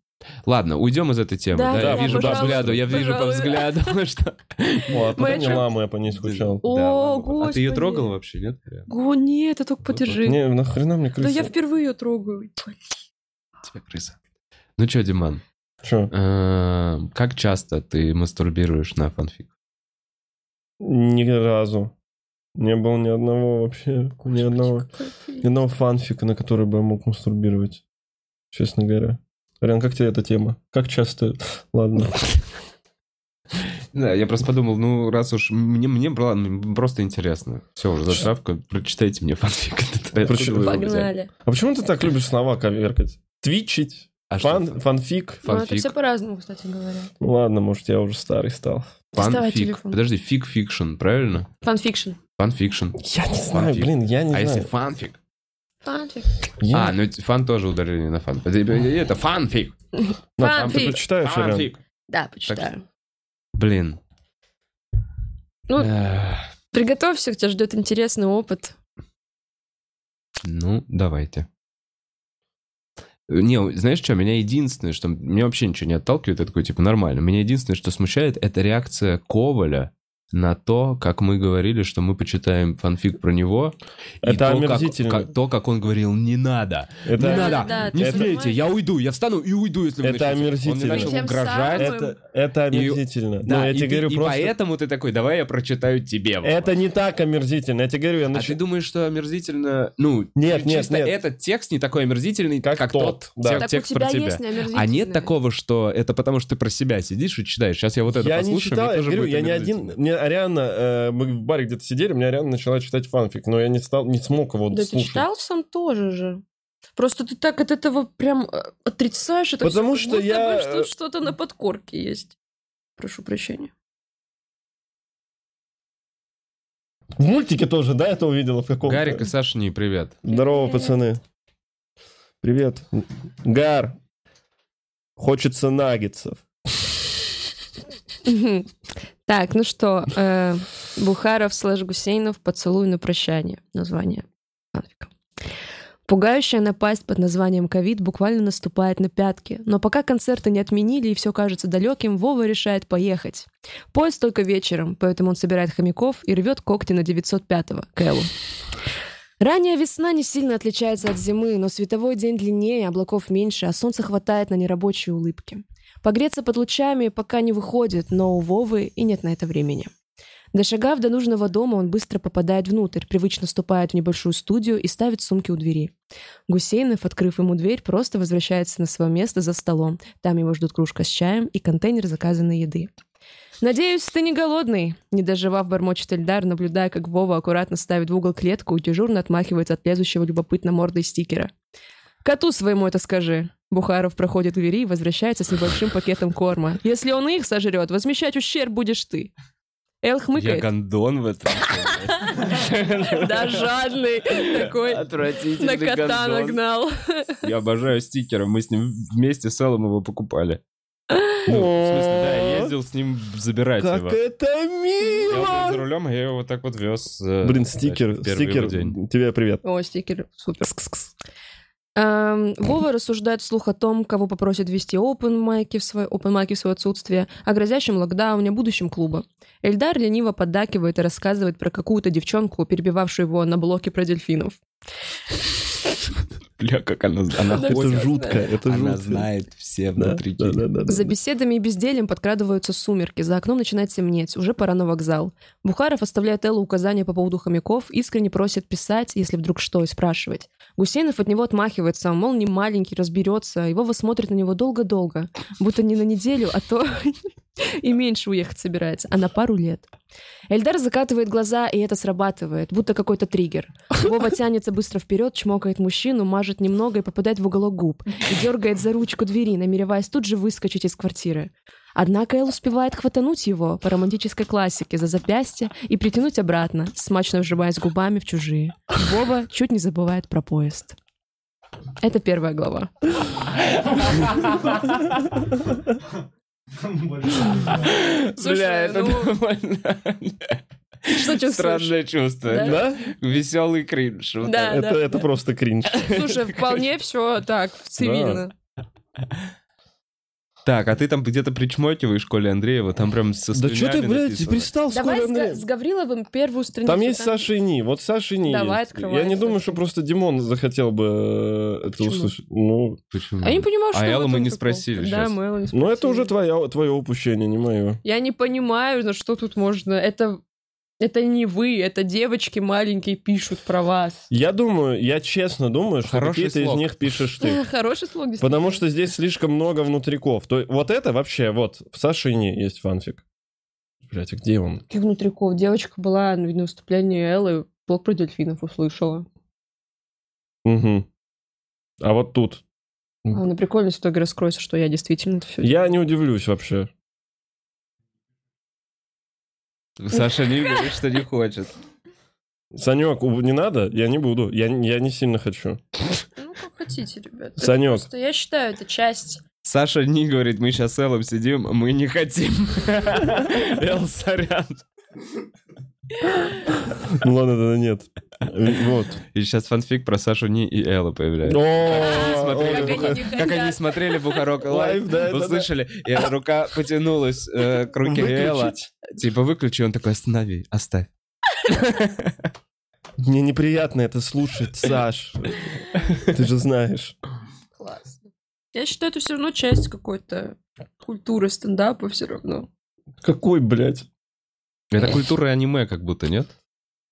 Ладно, уйдем из этой темы.
Да,
Да, я
да,
вижу по
пожалуйста,
взгляду, я вижу по
пожалуйста.
взгляду, что...
О, а
Мы о
потом мне
чём?
мама, я по ней скучал.
О,
Да, ладно. А ты ее
господи.
трогал вообще, нет?
О, нет, это
Ну,
только подержи.
Не, нахрена мне
да я
крыса?
впервые ее трогаю.
Тебе крыса. Ну чё, Диман,
Чё?
э, как часто ты мастурбируешь на фанфик?
Ни разу. Не было ни одного вообще, ни одного, ни одного фанфика, на который бы я мог мастурбировать. Честно говоря. Рен, как тебе эта тема? Как часто? Ладно.
Да, я просто подумал, ну раз уж мне, мне было м, просто интересно. Все, уже затравка, прочитайте мне фанфик. Откуда
Прочитай.
вы его взяли?
Погнали.
А почему ты так любишь слова коверкать? Твичить?
А что
Фан,
это?
фанфик?
Ну, это
Фанфик.
все по-разному, кстати говоря.
Ну ладно, может, я уже старый стал.
Доставай
Фанфик.
телефон.
Подожди, фик-фикшн, правильно?
Фанфикшн.
Фанфикшн.
Я не знаю,
Фанфик.
блин, я не
А если
знаю.
фанфик?
Фанфик.
Я-
А, ну это фан тоже ударение на фан. Это- Это фанфик.
Над, а ты
фанфик.
прочитаешь, Рен?
Фанфик.
Да, почитаю.
Блин.
Ну-
Эх,
Приготовься, тебя ждет интересный опыт.
Ну, давайте. Не, знаешь что, меня единственное, что... Меня вообще ничего не отталкивает, я такой, типа, нормально. Меня единственное, что смущает, это реакция Коваля на то, как мы говорили, что мы почитаем фанфик про него. и
Это
то, как-
омерзительно.
как- то, как он говорил, не надо, не
Это,
Да,
надо,
да,
не
это-
смейте, я уйду, я встану и уйду, если вы
Это
начнете». Он
омерзительно.
мне начал
Тем
угрожать.
самым-
это, это
И-
омерзительно.
Да,
Но я
и
тебе
ты-
говорю
и
просто...
поэтому ты такой, давай я прочитаю тебе. Вова».
Это не так омерзительно. Я тебе говорю, я
А
нач-
ты думаешь, что омерзительно... Ну,
Нет, нет,
чисто
нет.
этот текст не такой омерзительный, как,
Как
тот,
тот, да.
те-
Так
Так у
текст
тебя
про тебя.
есть неомерзительное?
а нет такого, что это потому, что ты про себя сидишь и читаешь. Сейчас я вот это
я
послушаю,
не читал,
мне
я
тоже
говорю,
будет
я не один.
омерзительно.
Мне Ариана, э, мы в баре где-то сидели, мне Ариана начала читать фанфик, но я не стал, не смог его
Да ты
слушать.
читал сам тоже же. Просто ты так от этого прям э, отрицаешь это
Потому
всё,
что
как будто
я,
бы, что
э,
тут что-то на подкорке есть. Прошу прощения.
В мультике тоже, да, это увидела в каком-то.
Гарик и Сашни, привет.
Здорово,
Привет.
пацаны. Привет. Гар. Хочется наггетсов.
Мгм. Так, ну что, э, Бухаров слэш Гусейнов «Поцелуй на прощание» название фанфика. Пугающая напасть под названием «Ковид» буквально наступает на пятки. Но пока концерты не отменили и все кажется далеким, Вова решает поехать. Поезд только вечером, поэтому он собирает хомяков и рвет когти на 905-го, Кэлу.
Ранняя весна не сильно отличается от зимы, но световой день длиннее, облаков меньше, а солнца хватает на нерабочие улыбки. Погреться под лучами пока не выходит, но у Вовы и нет на это времени. Дошагав до нужного дома, он быстро попадает внутрь, привычно ступает в небольшую студию и ставит сумки у двери. Гусейнов, открыв ему дверь, просто возвращается на свое место за столом. Там его ждут кружка с чаем и контейнер заказанной еды. «Надеюсь, ты не голодный?» Не доживав, бормочет Эльдар, наблюдая, как Вова аккуратно ставит в угол клетку и дежурно отмахивается от лезущего любопытно мордой стикера. «Коту своему это скажи!» Бухаров проходит к двери и возвращается с небольшим пакетом корма. «Если он их сожрет, возмещать ущерб будешь ты!» Эл
Я
хмыкает.
гондон в этом.
Да, жадный такой. На
Отвратительный
кота нагнал.
Я обожаю стикеры. Мы с ним вместе с Эллом его покупали. Ну, в смысле, да, я ездил с ним забирать
Как
его.
это
Я был за
мило!
рулем, а я его вот так вот вез. э,
Блин, стикер, стикер, тебе привет.
О, стикер, супер.
Эм, Вова рассуждает вслух о том, кого попросят вести open майки в свое, open майки в свое отсутствие, о грозящем локдауне, будущем клуба. Эльдар лениво поддакивает и рассказывает про какую-то девчонку, перебивавшую его на блоке про дельфинов.
Бля, как она, она
Да,
Это
ходит,
всё
жутко,
знаю.
это жутко.
все
Да, да, да, да, да.
За беседами и бездельем подкрадываются сумерки, за окном начинает темнеть, уже пора на вокзал. Бухаров оставляет Эллу указания по поводу хомяков, искренне просит писать, если вдруг что, и спрашивать. Гусейнов от него отмахивается, мол, не маленький, разберется, его смотрит на него долго-долго, будто не на неделю, а то и меньше уехать собирается, а на пару лет. Эльдар закатывает глаза, и это срабатывает, будто какой-то триггер. Вова тянется быстро вперед, чмокает мужчину, мажет немного и попадает в уголок губ. И дергает за ручку двери, намереваясь тут же выскочить из квартиры. Однако Эл успевает хватануть его по романтической классике за запястье и притянуть обратно, смачно вжимаясь губами в чужие. Вова чуть не забывает про поезд. Это первая глава.
Бля,
Слушай,
это
ну-
довольно
Что чувствуешь?
странное чувство.
Да?
Да?
Веселый кринж. вот
Да.
Это, это просто кринж.
Слушай, вполне все так, цивильно.
Так, а ты там где-то причмокиваешь Коля Андреева, там прям со
Да что ты,
слюнями
блядь,
написано.
пристал
Давай
скоро,
с, Га-
Андрей?
с Гавриловым первую страницу.
Там есть Саша и Ни. Вот Саша и Ни
Давай,
есть.
открывай,
Я не думаю,
Саша.
что просто Димон захотел бы э, это
Почему?
услышать. Ну,
Почему?
А я не понимаю, что
А
в
Эллу мы
этом
не
такого.
спросили
Да,
щас.
мы Эллу не спросили.
ну это уже твоя, твое упущение, не мое.
Я не понимаю, на что тут можно. Это, это не вы, это девочки маленькие пишут про вас.
Я думаю, я честно думаю, что
Хороший
какие-то из
слог.
них пишешь ты.
Хороший слог, действительно.
Потому что здесь слишком много внутриков. То, вот это вообще, вот, в Саше и Ни есть фанфик. Блять, а где он?
Каких внутриков? Девочка была на на выступлении Эллы, блог про дельфинов услышала.
Угу. А вот тут.
А, ну, прикольно, если в итоге раскроется, что я действительно это все...
Я не удивлюсь вообще.
Саша не говорит, что не хочет.
Санек, у- не надо, я не буду. Я, не- я не сильно хочу.
Ну, как хотите, ребят. Это
Санек,
просто, я считаю, это часть...
Саша не говорит, мы сейчас с Эллом сидим, мы не хотим. Эл, сорян.
ну ладно, да нет. Э, Вот.
И сейчас фанфик про Сашу Ни и Элла появляется.
О,
смотрели
ой,
Как
Бухар-
они не
Как они
хотят.
смотрели Бухарок
Лайв,
Лайв,
да, да,
услышали, и рука потянулась э, к руке Элла.
Выключить.
Типа выключи, он такой, останови, оставь.
Мне неприятно это слушать, Саш. Ты же знаешь.
Классно. Я считаю, это все равно часть какой-то культуры стендапа все равно.
Какой, блядь?
Это культура аниме как будто, нет?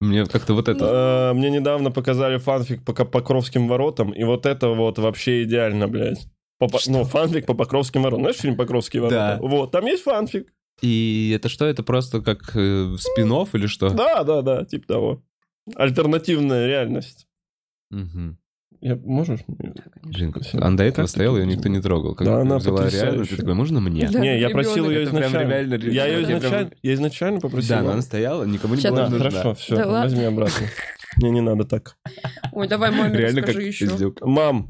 Мне как-то вот это...
Э, Мне недавно показали фанфик по Ко- Покровским воротам, и вот это вот вообще идеально, блядь. По По- ну, фанфик по Покровским воротам. Знаешь фильм «Покровские ворота»?
Да.
Вот, там есть фанфик.
И это что, это просто как э, спин или что?
Да, да, да, типа того. Альтернативная реальность.
Мгм.
Я, можешь? мне?
Блин, как- а до этого
Как
стояла,
ты
ее никто не трогал. Как
Да,
она
она
взяла
потрясающая.
реально, ты такой, можно мне?
Да,
Не, я
ребенок.
просил ее
Это прям
изначально.
реально
Я ее
ребенок.
изначально, я изначально попросил.
Да, но
её.
она стояла, никому не
Сейчас-
было
Да,
нужна.
хорошо, все,
Да ладно.
возьми обратно. Мне не надо так.
Ой, давай маме
Реально как
расскажи еще.
издюк.
Мам,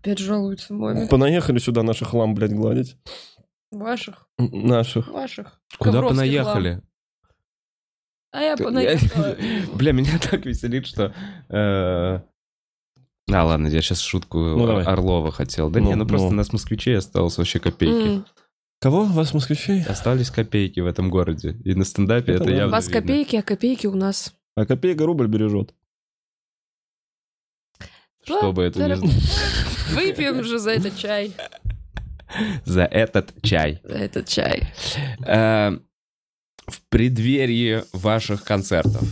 Опять жалуется маме.
понаехали сюда наших лам, блядь, гладить.
Ваших,
Наших.
ваших.
Куда
Ковровских лам.
понаехали?
А я
Ты-
понаехала.
я- Бля, меня так веселит, что... э, А, ладно, я сейчас шутку
Ну, давай.
Орлова хотел. Да
Ну,
не, ну просто
ну.
нас москвичей осталось вообще копейки.
М.
Кого? Вас, москвичей?
Остались копейки в этом городе. И на стендапе
Это
это
да.
явно
Вас
видно.
копейки, а копейки а у нас.
А копейка рубль бережет.
чтобы это не...
Выпьем же за этот чай.
За этот чай.
За этот чай.
Э, В преддверии ваших концертов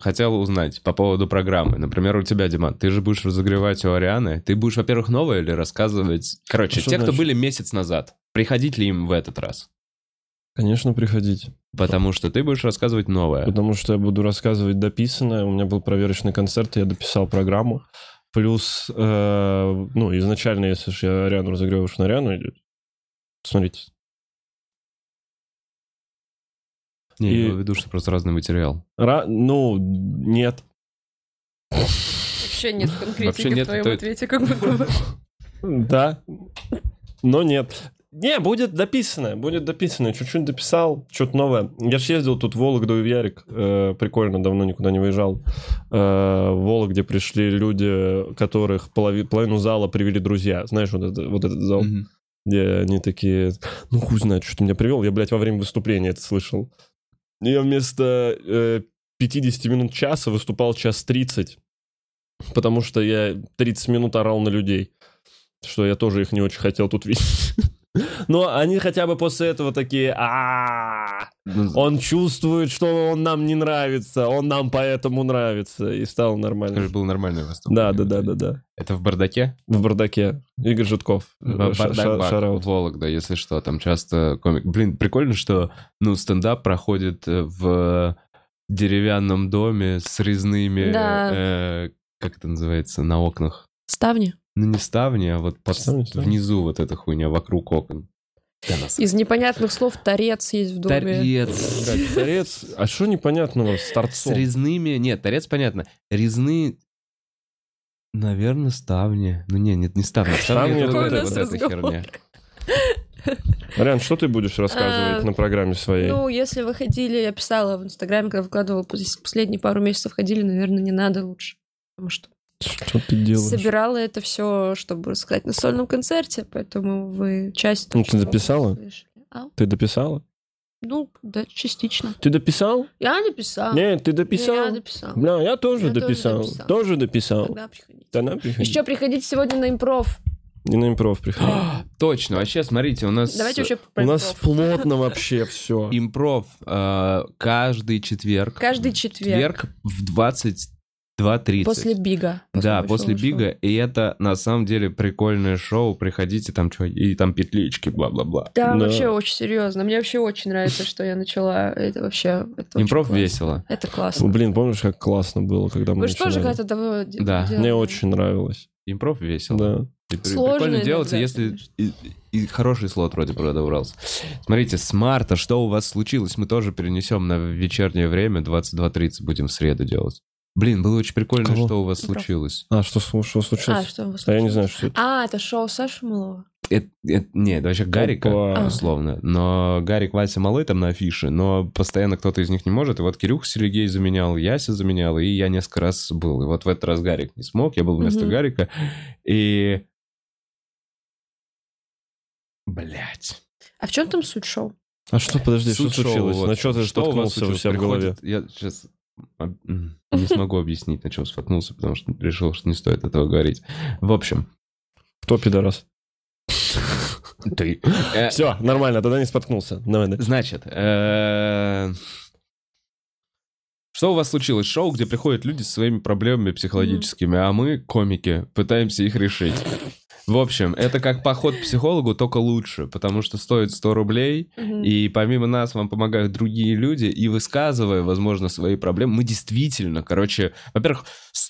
хотел узнать по поводу программы. Например, у тебя, Диман, ты же будешь разогревать у Арианы. Ты будешь, во-первых, новое или рассказывать... Ну, Короче,
Что
те, кто
значит?
были месяц назад, приходить ли им в этот раз?
Конечно, приходите.
Потому что ты будешь рассказывать новое.
Потому что я буду рассказывать дописанное. У меня был проверочный концерт, я дописал программу. Плюс, э, ну, изначально, если же я Ариану разыгрываю, уж на Ариану идет. Смотрите.
Не,
И-
я имел в виду, что просто разный материал.
Ра- ну, нет.
Вообще нет конкретики
Вообще нет,
в твоем
то это-
ответе, как будто бы.
Да. Но нет. Не, будет дописано, будет дописано. Чуть-чуть дописал, что-то новое. Я же ездил тут в Вологду и в Ярик. э, прикольно, давно никуда не выезжал. Э, в Вологде пришли люди, которых полови- половину зала привели друзья. Знаешь, вот, это- вот этот зал,
Мгм.
где они такие, ну хуй знает, что ты меня привел. Я, блядь, во время выступления это слышал. Я вместо э, 50 минут часа выступал час 30, потому что я 30 минут орал на людей, что я тоже их не очень хотел тут видеть. Но они хотя бы после этого такие, а
Ну,
он чувствует, что он нам не нравится, он нам поэтому нравится, и стало
Это же
нормально.
было нормальное
Да,
выступление.
да, да, да, да.
Это в бардаке?
В бардаке. Игорь Житков. Э, ша- ша-
Бардак-бар,
шараут.
Вологда, если что, там часто комик... Блин, прикольно, что, ну, стендап проходит э, в деревянном доме с резными...
Да.
э, как это называется? На окнах.
Ставни.
Ну, не ставни, а вот под-
Ставни, ставни.
внизу вот эта хуйня, вокруг окон. Да, нас-
Из непонятных слов «торец» есть в доме.
Торец.
Блядь, Торец, а что непонятного с
С
торцом?
резными... Нет, торец, понятно. Резные... Наверное, ставни. Ну, не, нет, не ставни.
Ставни
Ставни, это вот
Какой
эта-
у нас
вот эта
разговор?
херня.
Ариан, что ты будешь рассказывать
А,
на программе своей?
Ну, если вы ходили, я писала в Инстаграме, когда выкладывала, пос- последние пару месяцев ходили, наверное, не надо лучше. Потому что
что ты делаешь?
собирала это все, чтобы рассказать на сольном концерте, поэтому вы часть... того,
Ну, ты
что
записала?
слышали. А,
Ты дописала?
ну, да, частично.
Ты дописал?
Я написала.
Нет, ты
А, Я
дописал?
написала.
Бля, я тоже
Я тоже
дописал.
дописал.
Тоже дописал.
Тогда приходите.
Да на, приходи.
Еще приходите сегодня на импров.
Не на импров приходи.
А,
Точно, вообще, смотрите, у нас... э,
Давайте вообще
У
про
нас
импров.
плотно вообще все.
Импров э, каждый четверг.
Каждый четверг.
Четверг в 22.30.
После бига.
да,
большого
после
шоу.
бига. И это на самом деле прикольное шоу. Приходите, там что, и там петлички, бла-бла-бла.
Да,
Да.
вообще очень серьезно. Мне вообще очень нравится, что я начала. Это вообще... это очень
Импров
классно.
весело.
Это классно.
Ну, Блин, помнишь, как классно было, когда мы
Вы же тоже
начинали?
когда-то давно де-
Да.
делали.
Мне очень нравилось.
Импров весело.
Да.
И при-
Сложно
прикольно
иногда,
делается, если
конечно.
и, и хороший слот вроде бы добрался. Смотрите, с марта что у вас случилось, мы тоже перенесем на вечернее время, 22.30 будем в среду делать. Блин, было очень прикольно,
Кого?
что у вас
Импров.
случилось.
А, что, слу- что
А,
случилось?
что у вас
А я не
случилось?
знаю, что это.
А, это шоу Саши Малова.
Это, это- Э, нет, это вообще Гарика,
А.
Опа.
условно. Но Гарик, Вася, Малой там на афише, но постоянно кто-то из них не может. И вот Кирюха Сергей заменял, Яся заменял, и я несколько раз был. И вот в этот раз Гарик не смог, я был вместо
Мгм.
Гарика. И... Блять.
А в чем там суть шоу?
А что, подожди, что случилось? На что ты споткнулся у себя в голове?
Я сейчас не смогу объяснить, на чем споткнулся, потому что решил, что не стоит этого говорить. В общем,
Кто пидорас?
ты...
Все, нормально, тогда не споткнулся. Давай, да.
Значит, э, что у вас случилось? Шоу, где приходят люди со своими проблемами психологическими, а мы, комики, пытаемся их решить. В общем, это как поход к психологу, только лучше, потому что стоит 100 рублей, и помимо нас вам помогают другие люди, и высказывая, возможно, свои проблемы, мы действительно, короче, во-первых,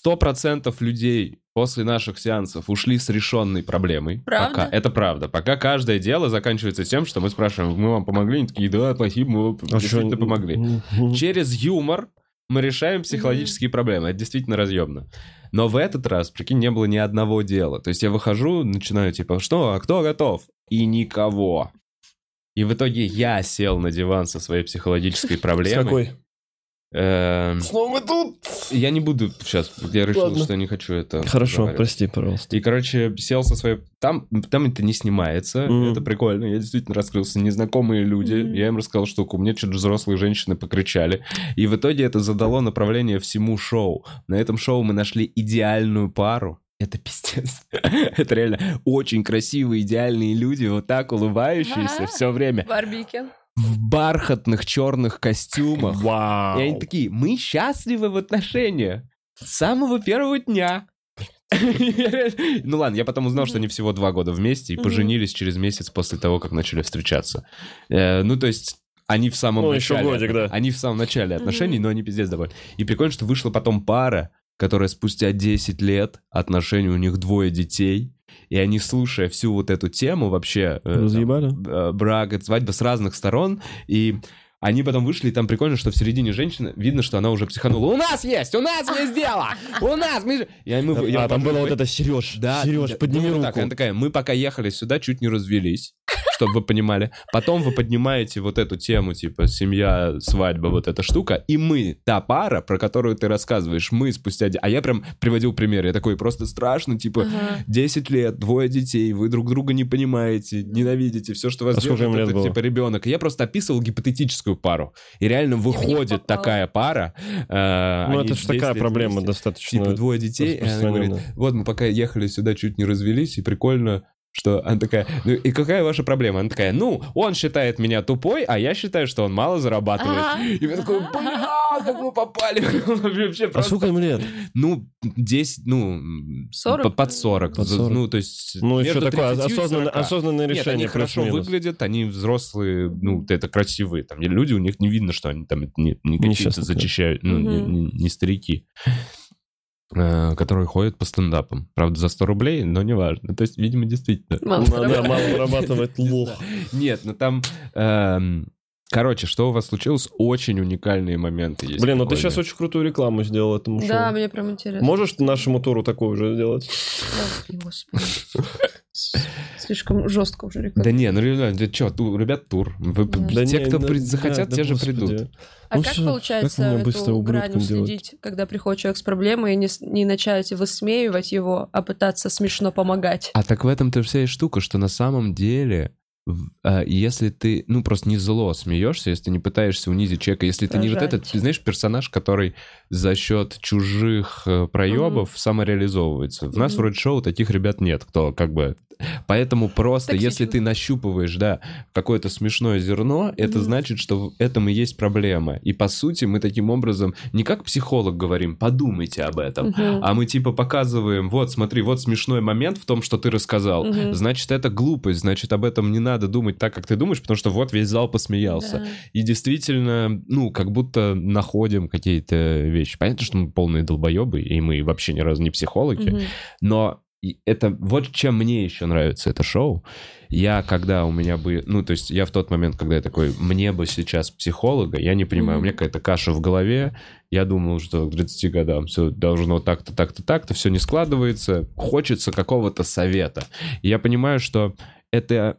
100% людей после наших сеансов ушли с решенной проблемой.
Правда?
Пока. Это правда. Пока каждое дело заканчивается тем, что мы спрашиваем, мы вам помогли? Они такие, да, спасибо, мы вам
А
действительно
чё-
помогли.
Мгм.
Через юмор мы решаем психологические проблемы. Это действительно разъемно. Но в этот раз, прикинь, не было ни одного дела. То есть я выхожу, начинаю типа, что, а кто готов? И никого. И в итоге я сел на диван со своей психологической
С
проблемой.
какой?
Эм,
Снова мы тут.
Я не буду сейчас, я решил,
Ладно.
что не хочу это.
Хорошо,
разговаривать.
прости, пожалуйста.
И, короче, сел со своей... Там, там это не снимается,
Мгм.
это прикольно, я действительно раскрылся. Незнакомые люди,
Мгм.
я им рассказал штуку, мне чуть взрослые женщины покричали. И в итоге это задало направление всему шоу. На этом шоу мы нашли идеальную пару. Это пиздец. Это реально очень красивые, идеальные люди, вот так улыбающиеся все время.
Барбикен.
В бархатных черных костюмах. И
Вау.
они такие, мы счастливы в отношениях. С самого первого дня. Ну ладно, я потом узнал, что они всего два года вместе и
Мгм.
поженились через месяц после того, как начали встречаться. Э, Ну, то есть... Они в самом
Ну, еще
начале.
годик, да.
Они в самом начале отношений, но они пиздец довольны. И прикольно, что вышла потом пара, которая спустя 10 лет отношений, у них двое детей, и они, слушая всю вот эту тему вообще... э, там, э, брак, это свадьба с разных сторон, и они потом вышли, и там прикольно, что в середине женщина, видно, что она уже психанула. У нас есть, у нас есть дело, у нас, мы же... И мы- я
А, там
пошел,
было вот
говорю,
это, Сереж,
Да,
Сереж,
да,
подними
было вот так».
руку.
Она такая, мы пока ехали сюда, чуть не развелись, чтобы вы понимали. Потом вы поднимаете вот эту тему, типа, семья, свадьба, вот эта штука, и мы, та пара, про которую ты рассказываешь, мы спустя... де- А я прям приводил пример, я такой, просто страшно, типа, 10 лет, двое детей, вы друг друга не понимаете, ненавидите, все, что вас
А сколько
держит,
им лет
это
было?
типа ребенок. И Я просто описывал гипотетическую пару. И реально выходит
попало.
такая пара. э,
Ну,
они
это же
10
такая
лет
проблема
вместе.
достаточно.
Типа двое детей, и она говорит,
распространенная.
вот мы пока ехали сюда, чуть не развелись, и прикольно, что она такая, ну и какая ваша проблема? Она такая, ну, он считает меня тупой, а я считаю, что он мало зарабатывает. И я такой, бля, как мы попали? Вообще
А
просто
сколько им лет?
ну, 10, ну, м,
40?
по- под 40.
Под
За-
40.
Ну, то есть...
Ну, еще
между
такое
30 и
осознанное,
40.
осознанное
Нет,
решение.
они хорошо
плюс-минус.
выглядят, они взрослые, ну, это красивые там и люди, у них не видно, что они там не, не какие-то
Несчастные.
зачищают, ну, не,
Мгм.
не- не старики, э, которые ходят по стендапам. Правда, за 100 рублей, но неважно. То есть, видимо, действительно.
Мало
Да, Ну, да,
здоровья.
мало зарабатывать
Не
лох.
Нет, ну там... эм, Короче, что у вас случилось? Очень уникальные моменты есть.
Блин, ну ты
прикольные.
сейчас очень крутую рекламу сделал этому
Да,
шоу.
мне прям интересно.
Можешь ты нашему туру такую же сделать?
Ой, господи. С- Слишком жестко уже
Да
реклама.
не, ну реально, да чё, ту- ребят, тур. Вы,
Да.
те,
Да не,
кто
да,
при-
да,
захотят,
да
те же
господи.
придут.
А
ну
как
всё,
получается
как мне быстро
эту грань
ублюдком делать?
следить, когда приходит человек с проблемой и не, с- не начать высмеивать его, а пытаться смешно помогать?
А так в этом-то вся и штука, что на самом деле, в- а, если ты, ну просто не зло смеешься, если ты не пытаешься унизить человека, если ты не вот
Прожарить.
этот, ты знаешь, персонаж, который за счет чужих э, проебов самореализовывается. В нас
Мгм.
вроде шоу таких ребят нет, кто как бы... Поэтому просто,
Токсичных.
если ты нащупываешь, да, какое-то смешное зерно, это
Мгм.
значит, что в этом и есть проблема. И по сути мы таким образом не как психолог говорим, подумайте об этом,
Мгм.
а мы типа показываем, вот смотри, вот смешной момент в том, что ты рассказал.
Мгм.
Значит, это глупость, значит, об этом не надо думать так, как ты думаешь, потому что вот весь зал посмеялся.
Да.
И действительно, ну, как будто находим какие-то вещи. Понятно, что мы полные долбоебы, и мы вообще ни разу не психологи,
Мгм.
но и это вот чем мне еще нравится это шоу. Я когда у меня бы, ну то есть я в тот момент, когда я такой, мне бы сейчас психолога, я не понимаю, у меня какая-то каша в голове. Я думал, что к 30 годам все должно так-то, так-то, так-то, все не складывается, хочется какого-то совета. И я понимаю, что это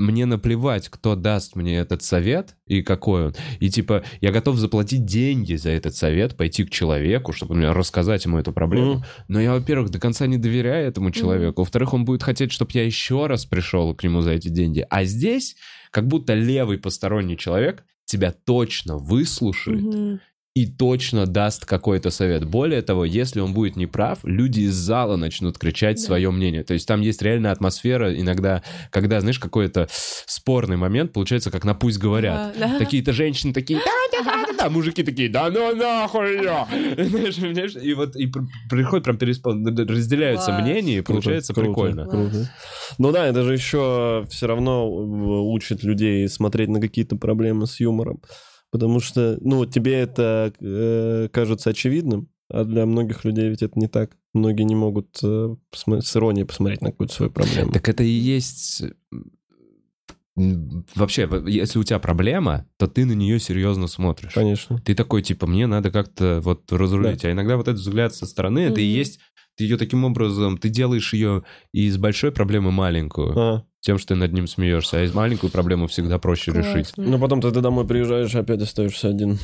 мне наплевать, кто даст мне этот совет и какой он. И типа, я готов заплатить деньги за этот совет, пойти к человеку, чтобы мне рассказать ему эту проблему.
Мгм.
Но я, во-первых, до конца не доверяю этому человеку. Во-вторых, он будет хотеть, чтобы я еще раз пришел к нему за эти деньги. А здесь, как будто левый посторонний человек тебя точно выслушает
Мгм.
и точно даст какой-то совет. Более того, если он будет неправ, люди из зала начнут кричать
Да.
свое мнение. То есть там есть реальная атмосфера иногда, когда, знаешь, какой-то спорный момент получается, как на «пусть говорят».
Да, да.
Такие-то женщины такие, да, да, да, да, да». мужики такие, да ну нахуй я. Знаешь, понимаешь? И вот и пр- приходит прям переспон, разделяются
Класс.
мнения, и
Круто,
получается
круто,
прикольно.
круто. Ну да, это же еще все равно э, учит людей смотреть на какие-то проблемы с юмором. Потому что, ну, тебе это э, кажется очевидным, а для многих людей ведь это не так. Многие не могут э, посмо- с иронией посмотреть на какую-то свою проблему.
Так это и есть... м, Вообще, в- если у тебя проблема, то ты на нее серьезно смотришь.
Конечно.
Ты такой, типа, мне надо как-то вот разрулить. А иногда вот этот взгляд со стороны, это и
Мгм.
есть... Ты ее таким образом, ты делаешь ее из большой проблемы маленькую,
А,
тем, что ты над ним смеешься, а из маленькую проблему всегда проще решить.
Классно.
ну потом ты ты домой приезжаешь и опять остаешься один.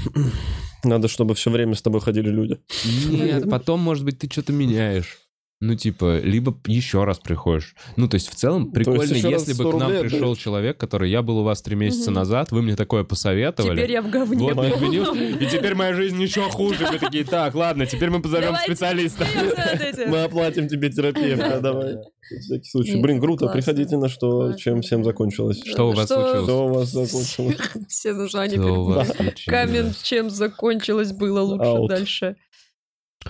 Надо, чтобы все время с тобой ходили люди.
Нет, потом, может быть, ты что-то меняешь. Ну, типа, либо еще раз приходишь. Ну, то есть, в целом, прикольно,
еще раз
если
100
бы к нам
рублей
пришел
будет.
человек, который я был у вас три месяца
Мгм.
назад, вы мне такое посоветовали.
Теперь я в говне.
Вот, я обвинил, и теперь моя жизнь ничего хуже. Мы такие, так, ладно, теперь мы позовем
Давайте.
специалиста.
Мы оплатим тебе терапевта, давай. На Всякий случай.
Нет,
Блин, круто,
классно.
приходите на что,
Классно.
чем всем закончилось.
Что у вас
Что-
случилось?
Что у вас закончилось?
Все нужане
Что у вас
Камен,
случилось?
чем закончилось, было лучше
Аут.
дальше.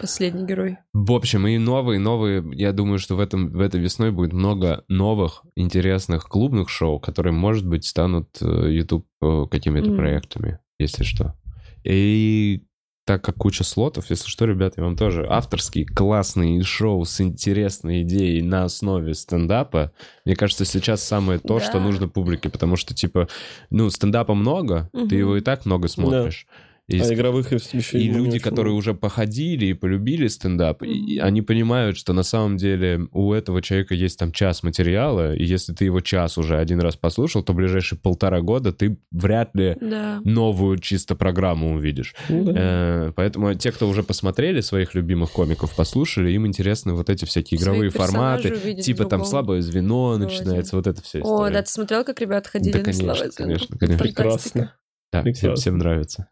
Последний герой.
В общем, и новые, новые, я думаю, что в, этом, в этой весной будет много новых интересных клубных шоу, которые, может быть, станут э, YouTube э, какими-то
Мгм.
проектами, если что. И так как куча слотов, если что, ребята, я вам тоже авторские классные шоу с интересной идеей на основе стендапа. Мне кажется, сейчас самое то, что
Да.
нужно публике, потому что, типа, ну, стендапа много,
Мгм.
ты его и так много смотришь. И
А игровых вещей
и
не
люди,
очень
которые
много.
уже походили и полюбили стендап, и- и они понимают, что на самом деле у этого человека есть там час материала, и если ты его час уже один раз послушал, то ближайшие полтора года ты вряд ли
Да.
новую чисто программу увидишь.
Ну да.
Э, Поэтому те, кто уже посмотрели своих любимых комиков, послушали, им интересны вот эти всякие игровые
Своих персонажей
форматы,
увидеть
типа там
другого.
слабое звено
Вроде.
начинается, вот это все.
О, да, ты смотрел, как ребята ходили
Да,
на
конечно,
слова?
конечно, конечно.
Прекрасно.
Да, всем,
прекрасно.
всем нравится.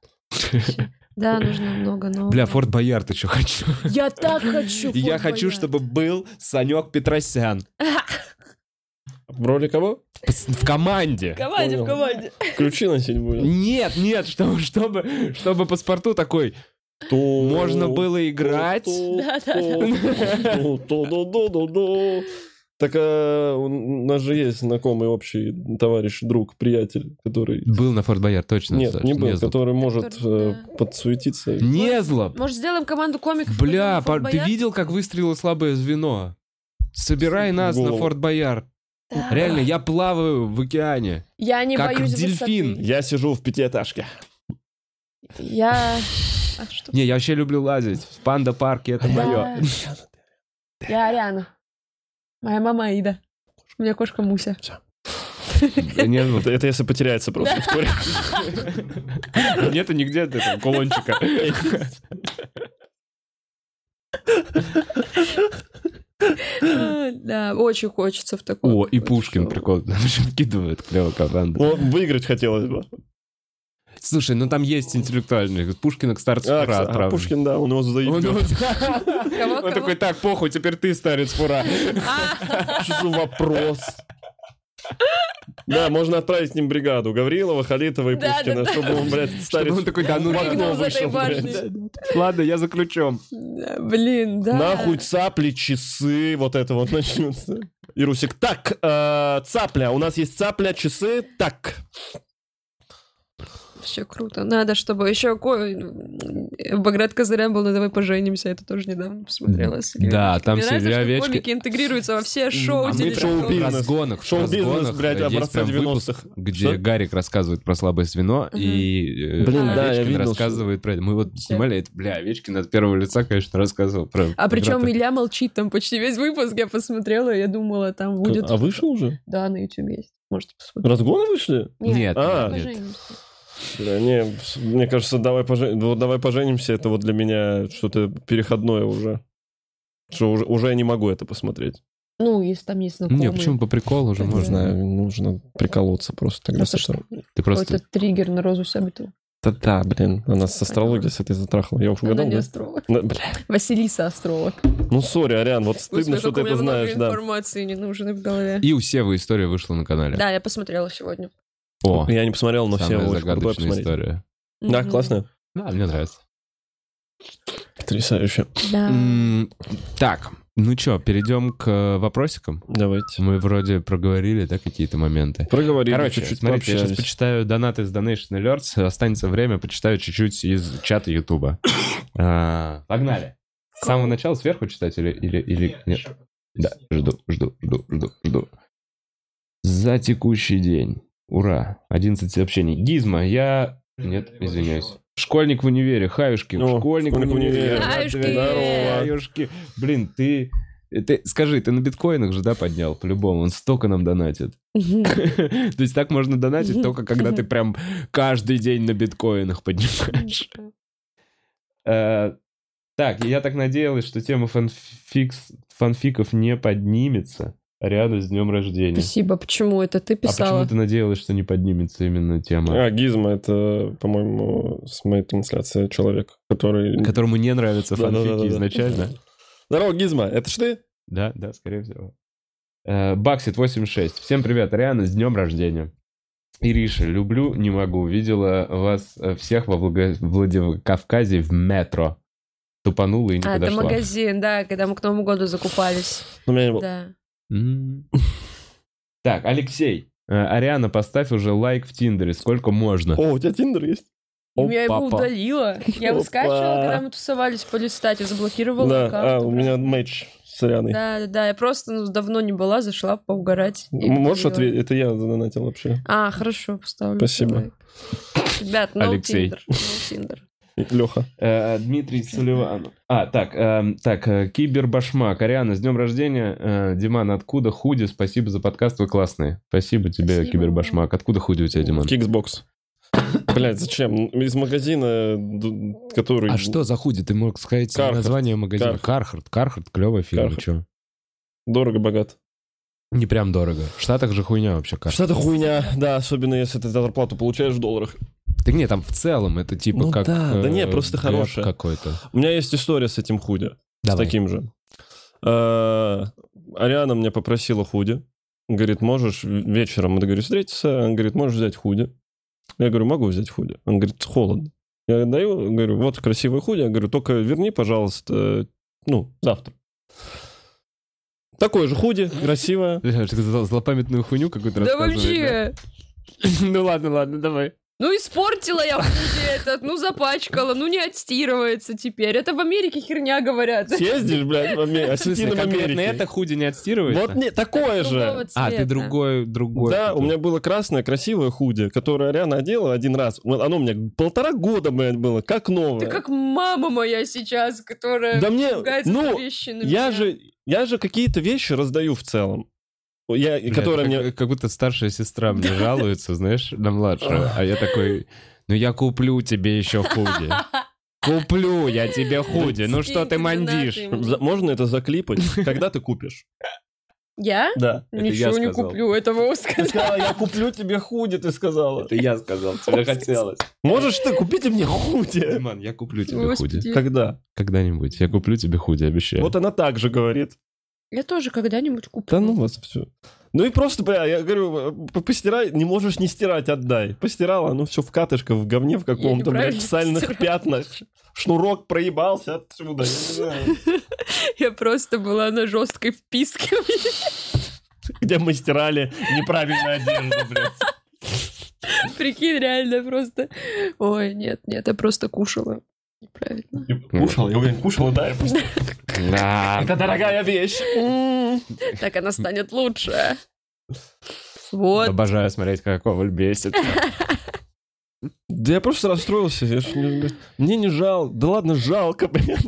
Да, нужно много нового.
Бля, Форт Боярд еще хочу.
Я так хочу.
И Я
Форт
хочу,
Боярд.
чтобы был Санек Петросян
В роли кого?
Пс- в команде.
В команде, в
Понял.
команде.
Ключи носить будем.
Нет, нет, чтобы, чтобы, чтобы паспорту такой
Ту-
можно было играть.
ту-
Да-да-да.
ту- ту- ту-ду-ду-ду-ду. Так а, у нас же есть знакомый общий товарищ, друг, приятель, который...
Был на Форт Боярд, точно.
Нет,
Саш,
не был,
Незлоб.
который может
Который,
э, подсуетиться.
Незлоб.
Может, сделаем команду комиков?
Бля,
пойдем в Форт
пар- ты
Боярд?
видел, как выстрелило слабое звено? Собирай
В
нас на
голову.
Форт Боярд.
Да.
Реально, я плаваю в океане.
Я не
как
боюсь
дельфин.
высоты.
Я сижу в пятиэтажке.
Я... А что?
Не, я вообще люблю лазить. В панда-парке это
Да.
мое.
Я Ариана. Моя мама Аида. У меня кошка Муся.
Незлоб.
Это, это если потеряется просто вскоре.
Нету нигде этого кулончика.
А, Да, очень хочется в таком.
О, и Пушкин, прикол, вкидывает клево команду.
Ну, выиграть хотелось бы.
Слушай, ну там есть интеллектуальный. Пушкина к старцу
А,
фура
кстати, а,
отправлен.
Пушкин, да, он его
Он,
заебет.
он-
Кого,
он
кого?
такой, так, похуй, теперь ты старец фура.
Что за вопрос? Да, можно отправить с ним бригаду. Гаврилова, Халитова и
Да,
Пушкина,
да, да.
чтобы он, блядь, старец...
Чтобы он такой, да ну
в
Выгнал
окно
из этой
вышел, блядь.
башни.
Ладно, я за ключом.
Да, Блин, да.
Нахуй цапли, часы, вот это вот начнется. И Русик, так, э, цапля, у нас есть цапля, часы, так.
Все круто. Надо, чтобы еще Баграт Казарян был, ну давай поженимся. Это тоже недавно посмотрела. с Ильей
Да,
Овечкиным.
там
Мне
с
нравится,
Ильей
что
Овечкин-
комики интегрируются во все шоу.
А мы в
телешоу.
шоу-бизнес.
разгонах, в
Шоу-бизнес,
разгонах, э,
блядь,
есть
образца
прям выпуск,
90-х.
Где
Что?
Гарик рассказывает про слабое звено, и э,
Блин, да, я
Овечкин
видел, что-
рассказывает про это. Мы вот
Все.
снимали это, бля, Овечкин от первого лица, конечно, рассказывал про...
А причем
Грата.
Илья молчит там почти весь выпуск. Я посмотрела, я думала, там будет...
А вышел уже?
Да, на YouTube есть. Можете посмотреть.
Разгоны вышли?
Нет,
А.
нет, нет.
Поженимся.
Да, не, мне кажется, давай, пожен- вот давай поженимся, это вот для меня что-то переходное уже. Что уже, уже я не могу это посмотреть.
Ну, если там есть знакомые.
Не, почему по приколу уже
Да.
Не
можно?
знаю, нужно приколоться просто тогда.
Просто
с этого.
Ты просто...
Какой-то триггер на Розу Сябитову.
Да-да, блин, она с астрологией с этой затрахала. Я уж
Она
угадал,
не
да?
Острова.
Да, бля.
Василиса Острова.
Ну, сори, Ариан, вот стыдно,
Господи,
что
как у
ты
меня
это
много
знаешь, да.
информации ненужной в голове.
И у Севы история вышла на канале.
Да, я посмотрела сегодня.
О,
Я не посмотрел, но все
самая
ну, очень крутое
загадочная
посмотреть.
история.
Да,
Мгм.
классно.
Да, мне нравится.
Потрясающе.
Да.
М, Так, ну чё, перейдем к э, вопросикам.
Давайте.
Мы вроде проговорили, да, какие-то моменты.
Проговорили
Короче,
чуть-чуть,
смотрите, я сейчас
пообщались.
почитаю донаты из Donation Alerts, останется время, почитаю чуть-чуть из чата Ютуба. А, Погнали. С самого начала сверху читать или... или, или... Нет. Да, жду, жду, жду, жду, жду. За текущий день. Ура. 11 сообщений. Гизма, я... Нет, извиняюсь. Школьник в универе, хаюшки.
О,
школьник в
школьник в
универе.
универе.
Хаюшки.
Здорово, хаюшки. Блин, ты... Ты, скажи, ты на биткоинах же, да, поднял? По-любому, он столько нам донатит.
Мгм.
То есть так можно донатить только, когда ты прям каждый день на биткоинах поднимаешь. Э, Так, я так надеялась, что тема фанфикс, фанфиков не поднимется. Рядом с днем рождения.
Спасибо. Почему это ты
А
писала?
почему ты надеялась, что не поднимется именно тема?
А, Гизма, это, по-моему, с моей трансляции человек, который...
Которому не нравятся
Э, Да-да-да-да-да.
фанфики изначально.
Здорово, Гизма, это ж ты?
Да, да, скорее всего. Э, Баксит 86. Всем привет, Ариана, с днем рождения. Ириша, люблю, не могу. Видела вас э, всех во Влага- Владикавказе в метро. Тупанула и не
А, это
подошла.
магазин, да, когда мы к Новому году закупались.
У меня не было.
Да.
М. Так, Алексей. э, Ариана, поставь уже лайк в Тиндере, сколько можно.
О, у тебя Тиндер есть?
О,
я его
папа.
удалила. Я его
Опа.
скачивала, когда мы тусовались по листате, заблокировала
Да, а,
аккаунт.
у меня матч с Арианой.
Да, да, да. Я просто ну, давно не была, зашла поугарать. и
М- Можешь
удалила.
ответить? Это я задонатил вообще.
А, хорошо, поставлю.
Спасибо.
лайк. Ребят, ну, no
Алексей.
Tinder, no Tinder.
Леха.
Э, Дмитрий Соливанов. А, так, эм, так, э, Кибербашмак. Ариана, с днем рождения. Э, Диман, откуда худи? Спасибо за подкаст, вы классные. Спасибо тебе,
Спасибо.
Кибербашмак. Откуда худи у тебя, Диман?
Киксбокс. Блять, зачем? Из магазина, д- который...
А что за худи? Ты мог сказать
Carhartt.
название магазина?
Carhartt.
Кархард. Кархард, клевая фирма,
Carhartt.
чё?
Дорого-богат.
Не прям дорого. В Штатах же хуйня вообще Carhartt.
Что-то хуйня, да, особенно если ты зарплату получаешь в долларах.
Так нет, там в целом это типа
Ну
как...
да, да не,
э,
просто
гэп
хорошая.
Какой-то.
У меня есть история с этим худи. С
Давай.
таким же. Э, Ариана меня попросила худи. Говорит, можешь в- вечером, мы договорились встретиться. Он говорит, можешь взять худи. Я говорю, могу взять худи. Он говорит, холодно. Я даю, говорю, вот красивый худи. Я говорю, только верни, пожалуйста, э, ну, завтра. Такое же худи, красивое.
Ты сказал злопамятную хуйню какую-то
Да
рассказываешь,
вообще.
да? Ну ладно, ладно, давай.
Ну, испортила я худи этот, ну, запачкала, ну, не отстирывается теперь. Это в Америке херня говорят.
Съездишь, блядь, в Аме- осетином
ну конкретно
Америки.
это худи не отстирывается?
Вот не,
Другого
такое же.
А, ты
цвета.
другой, другой.
Да,
этот.
у меня было красное красивое худи, которое Ариана одела один раз. Вот Оно у меня полтора года, блядь, было, как новое.
Ты как мама моя сейчас, которая
Да мне,
ругается
ну,
за вещи на
я
меня.
же, я же какие-то вещи раздаю в целом. Я,
Бля,
которые
это как,
мне...
как будто старшая сестра мне жалуется, знаешь, на младшую. А я такой, ну я куплю тебе еще худи. Куплю я тебе худи. Ну что ты
Скинь
мандишь?
донаты ему.
За- Можно это заклипать? Когда ты купишь?
Я?
Да.
Это я
Ничего не
сказал.
куплю, этого
Ты
Оскара.
сказала, я куплю тебе худи, ты сказала.
я сказал, тебе хотелось.
Можешь ты, купите мне худи.
Диман, я куплю тебе худи.
Господи.
Когда?
Когда-нибудь. Я куплю тебе худи, обещаю.
Вот она так же говорит.
Я тоже когда-нибудь куплю.
Да ну вас все. Ну и просто, бля, я говорю, э, п- постирай, не можешь не стирать, отдай. Постирала, ну все в катышках, в говне в каком-то, блядь,
неправильно
в сальных
стирала.
пятнах. Шнурок проебался отсюда, я не знаю.
Я просто была на жесткой вписке.
Где мы стирали неправильную одежду, блядь.
Прикинь, реально просто. Ой, нет, нет, я просто кушала. Неправильно.
И Типа, Кушал, я уверен, кушал, да, я просто...
Да.
Это дорогая вещь.
Так она станет лучше. Вот.
Обожаю смотреть, как Коваль бесит.
Да я просто расстроился. я ж не- Мне не жалко. Да ладно, жалко, блин.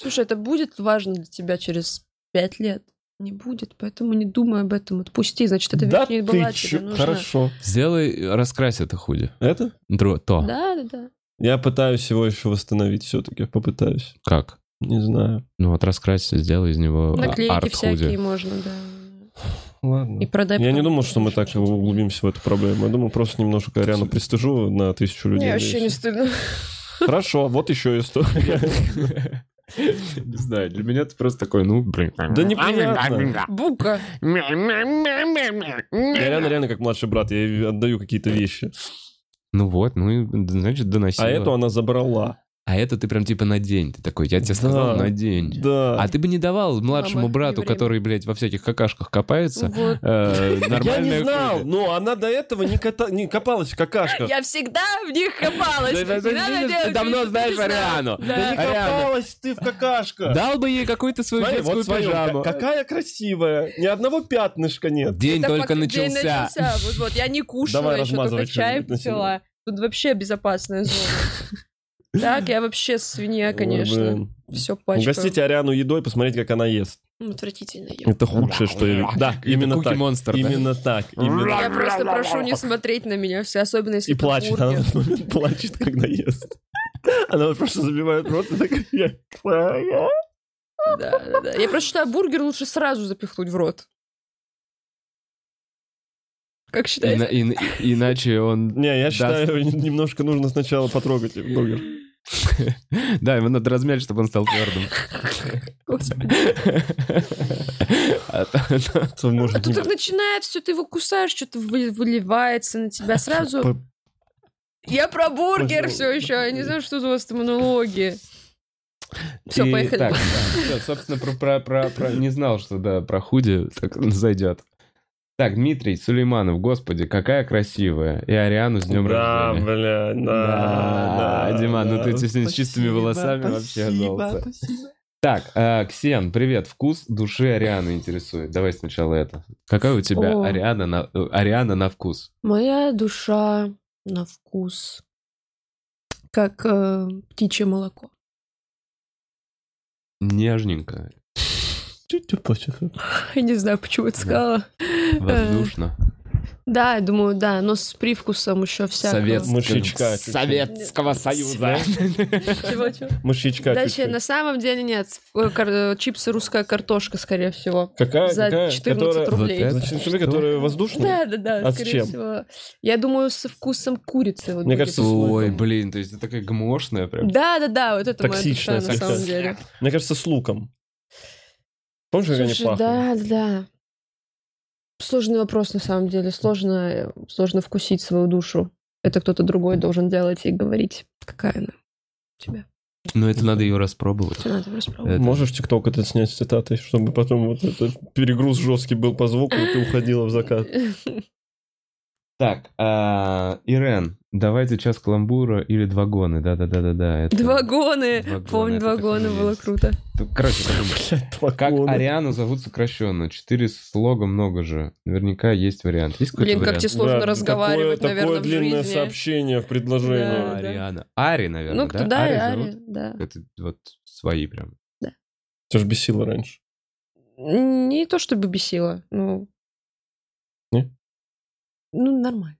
Слушай, это будет важно для тебя через пять лет? Не будет, поэтому не думай об этом. Отпусти, значит, эта
Да
вещь не была
ты чё?
тебе нужна.
Хорошо.
Сделай, раскрась это худи.
Это?
Дро- То.
Да, да, да.
Я пытаюсь его еще восстановить все-таки, попытаюсь.
Как?
Не знаю.
Ну вот раскрась, сделай из него
Наклейки всякие
арт-худи.
можно, да.
Ладно.
И продай.
Я не
потом.
думал, что мы так углубимся в эту проблему. Я думал, просто немножко Ариану пристыжу на тысячу людей.
Мне вообще не стыдно.
Хорошо, вот еще история.
Не знаю, для меня ты просто такой, ну, блин.
Да неприятно.
Бука.
Я реально, реально как младший брат, я ей отдаю какие-то вещи.
Ну вот, ну и, значит, доноси.
А эту она забрала.
А это ты прям типа на день. Ты такой, я тебе сказал
Да.
на день.
Да.
А ты бы не давал младшему
Мама,
брату,
не время.
который, блядь, во всяких какашках копается,
Вот.
э,
Я
нормальное
не знал,
худи.
но она до этого не, кота- не копалась в какашках.
Я всегда в них копалась. Не
Да, да, да,
надо
видишь,
делать
ты давно
вид, что
знаешь
не знала.
Ариану.
Да.
Да не копалась ты в какашках.
Дал бы ей какую-то свою
Смотри,
детскую
вот свою.
пижаму.
Ка- Какая красивая. Ни одного пятнышка нет.
День
Это
только
факт- день
начался.
начался. Вот, вот, я не кушала
Давай
еще, только
размазывай
чай
что-нибудь на
пила. Тут вообще безопасная зона. Так, я вообще свинья, конечно.
Блин.
Все пачкаю.
Угостите Ариану едой, посмотреть, как она ест.
М, Отвратительно. ем.
Это худшее, что я видел. Да, именно
Куки
так.
монстр. да?
Именно так. именно.
Я просто прошу не смотреть на меня все, особенно если
И
это
плачет.
бургер.
Она в этот момент плачет, когда ест. Она вот просто забивает рот и такая... а?
Да, да, да. Я просто считаю, бургер лучше сразу запихнуть в рот. Как считаете?
Ина- ин- Иначе он...
Не, я
Да.
считаю, немножко нужно сначала потрогать бургер.
Да, его надо размять, чтобы он стал твердым.
Господи.
А то-
Это может
Тут
не-
так начинает все, ты его кусаешь, что-то вы- выливается на тебя сразу.
П-
Я про бургер
Пожалуйста.
все еще, я не знаю, что за у вас там монологи. Все,
И
поехали.
Так, всё, собственно, про, про, про, про- Не знал, что, да, про худи так зайдет. Так, Дмитрий Сулейманов, господи, какая красивая. И Ариану с днем
Да,
рождения.
бля, да,
Да,
да.
Дима, ну ты
да.
с с чистыми волосами вообще
Спасибо,
одолжился.
спасибо.
Так, а, Ксен, привет. Вкус души Арианы интересует. Давай сначала это. Какая у тебя
О.
Ариана на, э, Ариана на вкус?
Моя душа на вкус, как э, птичье молоко.
Нежненькая,
Чуть-чуть почихаю.
Я не знаю, почему это сказала. Э,
воздушно.
Да, я думаю, да, но с привкусом еще всякого.
Советского-
Мышечка чуть-чуть.
Советского Союза.
Чего, чего?
Мышечка
Дальше,
чуть-чуть.
на самом деле нет. Э, кар- э, Чипсы русская картошка, скорее всего.
Какая,
за
какая,
14
которая...
рублей.
Вот это
Зачем
что?
тебе, которая
Да,
воздушная?
да, да,
А с
скорее
чем?
всего. Я думаю, со вкусом курицы. вот
Мне
будет
кажется,
условно.
Ой, блин, то есть ты такая гмошная прям.
Да, да, да, вот это моя душа,
Токсичная
на
совсем.
самом деле.
Мне кажется, с луком. Помнишь, как они
Слушай,
пахнут?
да, да. Сложный вопрос, на самом деле. Сложно, сложно вкусить свою душу. Это кто-то другой должен делать и говорить, какая она у тебя.
Но это надо ее распробовать.
Тебе надо распробовать.
Это-
Можешь тикток этот снять с цитатой, чтобы потом вот этот перегруз жесткий был по звуку, и ты уходила в закат.
Так, а, Ирен, давайте час каламбура или два гоны. Да-да-да-да-да. это-
Два гоны.
Два гона,
Помню,
Э, это
два
так и
гона было
есть.
круто.
Ты- Короче, подумай.
Блядь, два
Как
года.
Ариану зовут сокращенно? Четыре слога много же. Наверняка есть вариант. Есть какой-то
Блин, как
вариант?
тебе сложно
Да,
разговаривать,
такое,
наверное,
такое длинное
в жизни.
сообщение в
Да,
А,
предложении.
да.
Ариана. Ари, наверное,
ну,
да? А
кто да, и
зовут?
Ари, да.
Это вот свои прям.
Тебя же бесило раньше.
Не то чтобы бесило, ну...
Не?
Ну, нормально.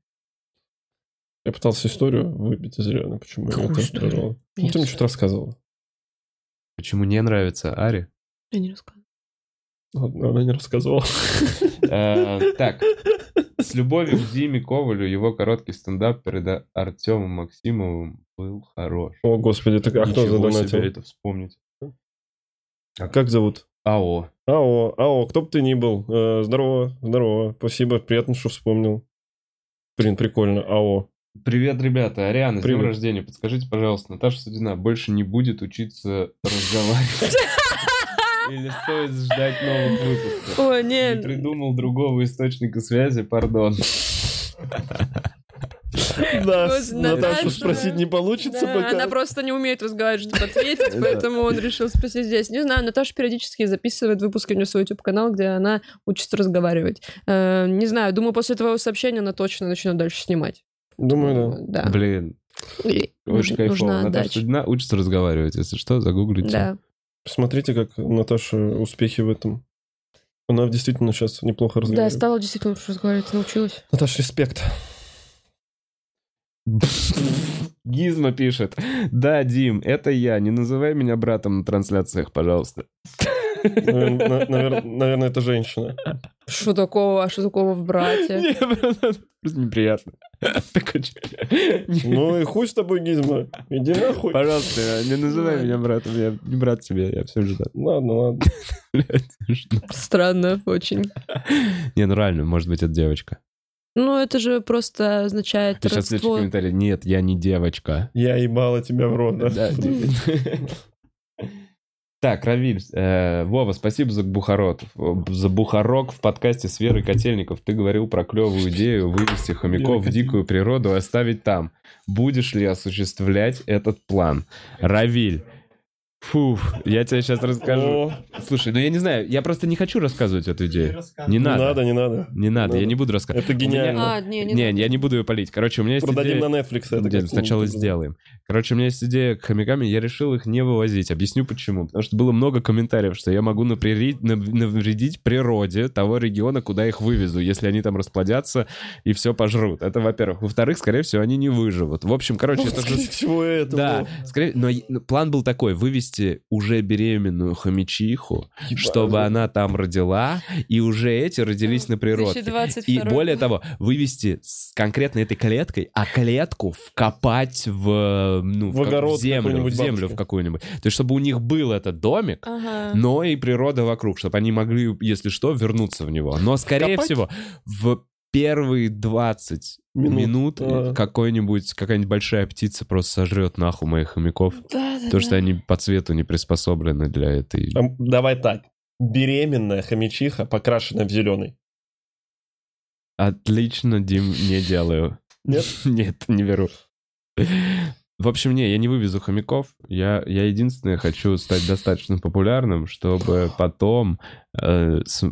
Я пытался историю выбить из Арианы, почему я
Какую
это
историю?
рассказывал. Ну,
Нет.
ты мне что-то рассказывала.
Почему не нравится Ари?
Я не рассказываю.
Ладно, она не рассказывала.
Э, Так, с любовью к Диме Ковалю его короткий стендап перед Артемом Максимовым был хорош.
О, господи, так а кто
Ничего себе
задонатил?
это вспомнить. А,
Как зовут?
АО.
Ао, ао, кто бы ты ни был. Э, здорово, здорово. Спасибо, приятно, что вспомнил. Блин, прикольно. Ао.
Привет, ребята. Ариана, с днем
Привет.
рождения. Подскажите, пожалуйста, Наташа Судина больше не будет учиться разговаривать? Или стоит ждать новых выпусков?
О,
Не
нет.
придумал другого источника связи, пардон.
Да,
Вот
Наташу
Наташа.
спросить не получится
Да,
пока.
она просто не умеет разговаривать, чтобы ответить, поэтому он решил спросить здесь. Не знаю, Наташа периодически записывает выпуски у нее свой YouTube-канал, где она учится разговаривать. Э, Не знаю, думаю, после твоего сообщения она точно начнет дальше снимать.
Ну
Э,
Думаю,
Да.
Блин,
И
очень
нуж-
кайфово.
Нужна
Наташа
отдача.
Судина учится разговаривать. Если что, загуглите.
Да.
да. Смотрите, как Наташа успехи в этом. Она действительно сейчас
Да,
неплохо разговаривает.
стала действительно лучше разговаривать, научилась.
Наташа, респект.
Гизма пишет. Да, Дим, это я. Не называй меня братом на трансляциях, пожалуйста.
Навер- на- навер- Наверное, это женщина.
Что такого, а что такого в брате?
Не, просто просто неприятно. Такой, чё? Не,
Ну и хуй с тобой, Гизма. Иди нахуй.
Пожалуйста, не называй меня братом. Я не брат тебе, я все же так.
Ладно, ладно.
блядь, смешно.
Странно очень.
Не, ну реально, может быть, это девочка.
Ну, это же просто означает
Ты сейчас следующий
родство.
комментарий. Нет, я не девочка.
Я ебала тебя в рот, да?
Да, девочка. Так, Равиль, э, Вова, спасибо за бухарот, э, за бухарок в подкасте с Верой Котельников. Ты говорил про клевую идею вывести хомяков в дикую природу и оставить там. Будешь ли осуществлять этот план? Равиль, Фуф, я тебе сейчас расскажу.
О,
Слушай, ну я не знаю, я просто не хочу рассказывать эту идею.
не
Не надо.
надо, не надо.
Не надо, я
Надо.
не буду рассказывать.
Это гениально.
А, не, не,
Ну, Не, я не буду ее палить. Короче, у меня есть
Продадим
идея-
на Netflix. это
Где-
как
А, сначала
круто.
сделаем. Короче, у меня есть идея к хомякам, и я решил их не вывозить. Объясню почему. Потому что было много комментариев, что я могу напрери- нав- навредить природе того региона, куда их вывезу, если они там расплодятся и все пожрут. Это, во-первых. Во-вторых, скорее всего, они не выживут. В общем, короче,
Ну,
это
скорее
же...
всего, это
Да,
было.
скорее... но и- ну, план был такой, вывести уже беременную хомячиху,
Ебать.
чтобы она там родила, и уже эти родились на природе.
2022
И более того, вывести с конкретно этой клеткой, а клетку вкопать в, ну,
В
как-
огород
землю, в
какой-нибудь
землю
бабушки.
в какую-нибудь. То есть, чтобы у них был этот домик,
Ага.
но и природа вокруг, чтобы они могли, если что, вернуться в него. Но, скорее
Вкопать?
всего, в первые 20
Минут, А.
минут,
да.
какой-нибудь, какая-нибудь большая птица просто сожрет нахуй моих хомяков.
Да, да,
То, что они по цвету не приспособлены для этой...
А, Давай так. Беременная хомячиха, покрашенная в зеленый.
Отлично, Дим, не делаю.
Нет?
Нет, не беру. В общем, не, я не вывезу хомяков. Я, я единственное хочу стать достаточно популярным, чтобы потом, э, с-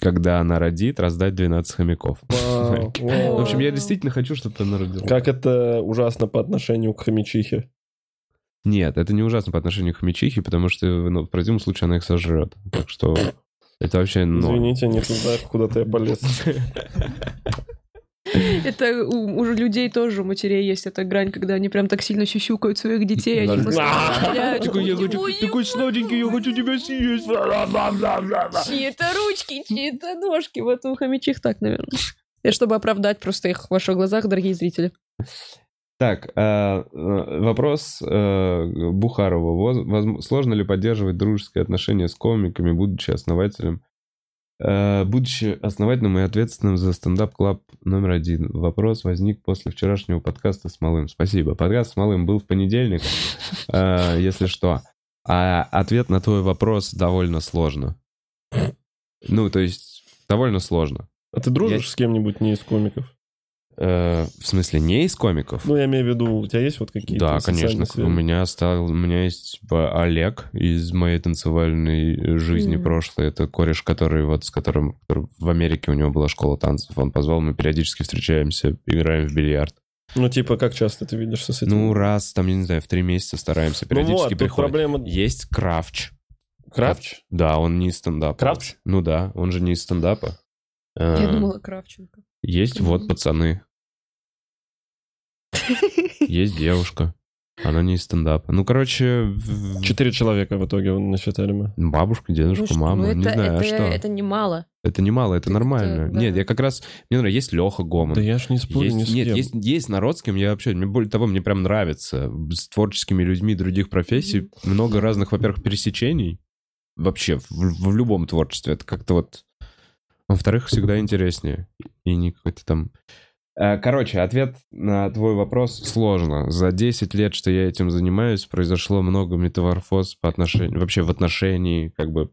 когда она родит, раздать 12 хомяков.
Вау,
В
вау.
общем, я действительно хочу, чтобы она родила.
Как это ужасно по отношению к хомячихе.
Нет, это не ужасно по отношению к хомячихе, потому что ну, в противном случае она их сожрет. Так что это вообще норм.
Извините, не туда, куда-то я полез.
Это у, у людей тоже, у матерей есть эта грань, когда они прям так сильно щущукают своих детей. они просто
Я-
представляют.
Такой, я хочу-
Ой,
такой сладенький, я хочу тебя съесть.
Чьи-то ручки, чьи-то ножки.
Вот у хомячих так, наверное. И чтобы оправдать просто их в ваших глазах, дорогие зрители.
Так, а, э, вопрос э, Бухарова. Воз- возм- Сложно ли поддерживать дружеские отношения с комиками, будучи основателем, э, будучи основательным и ответственным за стендап-клаб номер один? Вопрос возник после вчерашнего подкаста с Малым. Спасибо. Подкаст с Малым был в понедельник, э, если что. А ответ на твой вопрос довольно сложно. Ну, то есть, довольно сложно.
А ты дружишь с кем-нибудь не из комиков?
Э, в смысле, не из комиков.
Ну, я имею в виду, у тебя есть вот какие-то
Да,
социальные
конечно.
связи?
У меня стал, у меня есть типа, Олег из моей танцевальной э, жизни
Мгм.
прошлой. Это кореш, который вот с которым который в Америке у него была школа танцев. Он позвал, мы периодически встречаемся, играем в бильярд.
Ну, типа, как часто ты видишься с этим?
Ну раз там я не знаю в три месяца стараемся
Ну
периодически
вот, тут
приходим.
проблема...
Есть Кравч.
Кравч?
Да, он не из стендапа.
Кравч?
Ну да, он же не из стендапа.
Я
Э,
думала, Кравченко.
Есть вот пацаны. Есть девушка. Она не из стендапа. Ну, короче, в-
Четыре человека в итоге насчитали мы.
Ну, Бабушка, дедушка, мама,
ну
не знаю, а
это,
что? Это,
это немало.
немало, это нормально.
да.
Нет, я как раз... Мне нравится, есть Леха Гомон.
Да я ж не спорю
Ну, есть,
ни с
нет,
кем.
есть, есть народ, с кем я вообще... Мне, более того, мне прям нравится. С творческими людьми других профессий много разных, во-первых, пересечений. Вообще, в, в любом творчестве. Это как-то вот... Во-вторых, всегда интереснее. И не какой-то там... Э, Короче, ответ на твой вопрос сложно. За 10 лет, что я этим занимаюсь, произошло много метаморфоз по отношению... Вообще в отношении, как бы,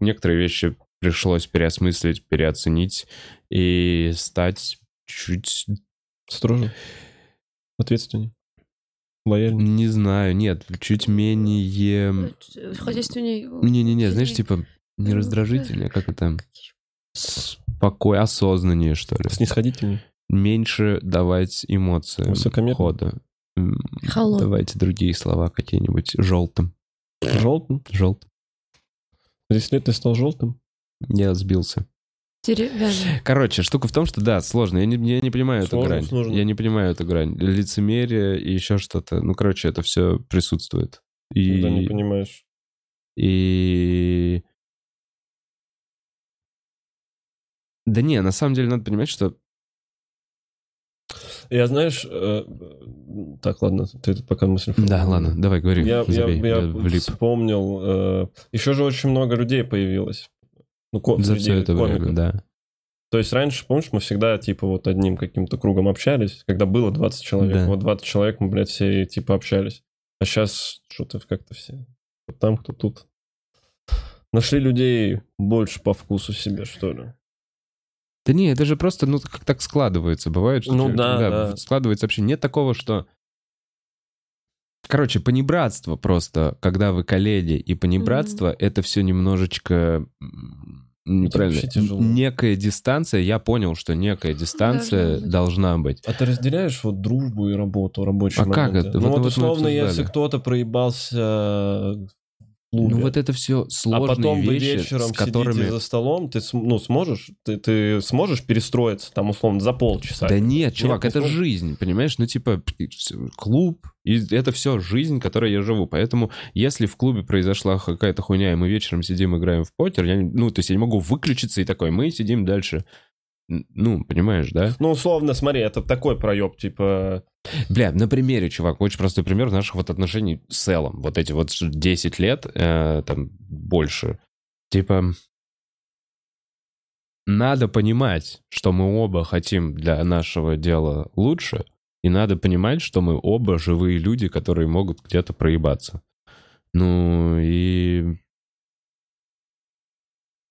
некоторые вещи пришлось переосмыслить, переоценить и стать чуть...
Строже. Ответственнее. Лояльнее.
Не знаю, нет, чуть менее...
Хозяйственней.
Не-не-не, знаешь, типа, не раздражительнее, как это... Спокой, осознаннее, что ли.
Снисходительнее.
Меньше давать эмоциям
Высокомерно.
хода. М,
Холодно.
Давайте другие слова какие-нибудь. Желтым.
Желтым.
Желтым.
Здесь лет А ты стал желтым.
Я сбился.
Деревянный.
Короче, штука в том, что да, сложно. Я не, я не понимаю эту
Сложно,
грань.
сложно.
Я не понимаю эту грань. Лицемерие и еще что-то. Ну, короче, это все присутствует. И...
Ну Да не понимаешь.
И... Да не, на самом деле надо понимать, что...
Я знаешь... э, Так, ладно, ты тут пока мысль...
Да, ладно, давай, говори.
Я, я-
забей,
я
я влип.
вспомнил. еще же очень много людей появилось. Ну, ко-
За
среди
все это время,
комиков.
да.
То есть раньше, помнишь, мы всегда типа вот одним каким-то кругом общались, когда было 20 человек.
Да.
Вот 20 человек мы, блядь, все типа общались. А сейчас что-то как-то все. кто там, кто тут. Нашли людей больше по вкусу себе, что ли.
Да не, это же просто, ну, как так складывается. Бывает, что
Ну
человек-
да, да.
складывается вообще. Нет такого, что Короче, понебратство просто, когда вы коллеги, и понебратство, это все немножечко м, неправильно.
вообще тяжело.
Некая дистанция, я понял, что некая дистанция
быть.
должна быть.
А ты разделяешь вот дружбу и работу, рабочий
А как
момент?
это?
Ну
Вот
вот,
мы
условно,
обсуждали.
если кто-то проебался э, в клубе,
Ну вот это все
а
сложные
потом вы
вещи,
вечером
с которыми...
сидите за столом, ты, см- ну, сможешь, ты, ты сможешь перестроиться там, условно, за полчаса?
Да нет, чувак,
ну
это
слушай.
жизнь, понимаешь? Ну, типа, п- всё, клуб, и это все жизнь, которой я живу. Поэтому, если в клубе произошла какая-то хуйня, и мы вечером сидим, играем в покер, я, не- ну, то есть я не могу выключиться и такой, мы сидим дальше. Н- Ну, понимаешь, да?
Ну, условно, смотри, это такой проеб, типа...
Бля, на примере, чувак, очень простой пример наших вот отношений с Эллом. Вот эти вот 10 лет, э, там, больше. Типа, надо понимать, что мы оба хотим для нашего дела лучше, и надо понимать, что мы оба живые люди, которые могут где-то проебаться. Ну и...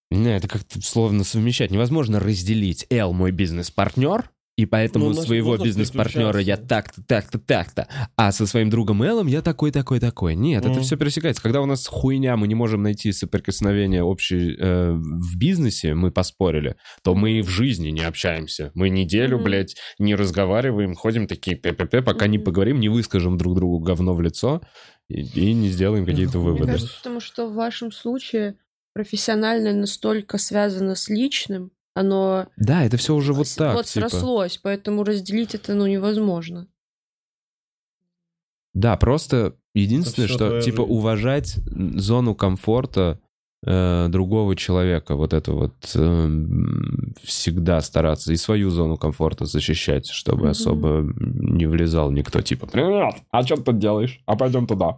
Не, знаю, это как-то словно совмещать. Невозможно разделить Эл мой бизнес-партнер, и поэтому
Ну, у нас
своего
возраст
бизнес-партнера я
переключается.
так-то, так-то, так-то. А со своим другом Элом я такой, такой, такой. Нет, это
Мгм.
все пересекается. Когда у нас хуйня, мы не можем найти соприкосновение общей э, в бизнесе, мы поспорили, то мы и в жизни не общаемся. Мы неделю,
Мгм.
блядь, не разговариваем, ходим такие пе-пе-пе, пока не
Мгм.
поговорим, не выскажем друг другу говно в лицо и, и не сделаем какие-то
Мне
Мне
выводы.
кажется, потому что в вашем случае профессиональное настолько связано с личным, оно
Да, это все уже вот
с-
так.
вот
типа.
срослось, поэтому разделить это ну невозможно.
Да, просто единственное,
всё
что
твоя
типа
жизнь.
уважать зону комфорта э, другого человека, вот это вот эм, всегда стараться и свою зону комфорта защищать, чтобы
Мгм.
особо не влезал никто. Типа,
Привет, а что ты тут делаешь? А пойдем туда.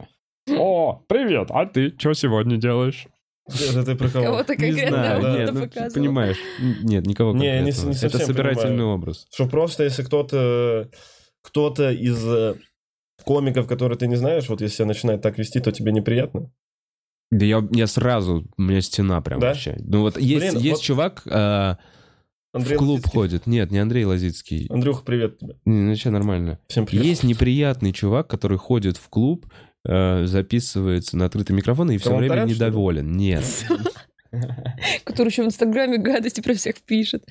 О, привет, а ты что сегодня делаешь?
Это ты про кого?
Кого-то конкретно
знаю,
вот
не,
это
ну,
показывало.
понимаешь, н- нет, никого
Не, я не с-
конкретного.
не
Это
совсем
собирательный
понимаю.
образ.
Что просто если кто-то кто-то из э, комиков, которые ты не знаешь, вот если начинает так вести, то тебе неприятно.
Да я, я сразу, у меня стена прям
Да?
вообще. Ну вот есть,
Блин,
есть
вот-
чувак, э, в клуб
Лозицкий.
ходит. Нет, не Андрей Лозицкий.
Андрюха, привет тебе.
Не, ну чё, нормально.
Всем привет.
Есть неприятный чувак, который ходит в клуб, э, записывается на открытый микрофон и все
Кого он
время
тарят, что ли?
недоволен. Нет.
Который еще в Инстаграме гадости про всех пишет.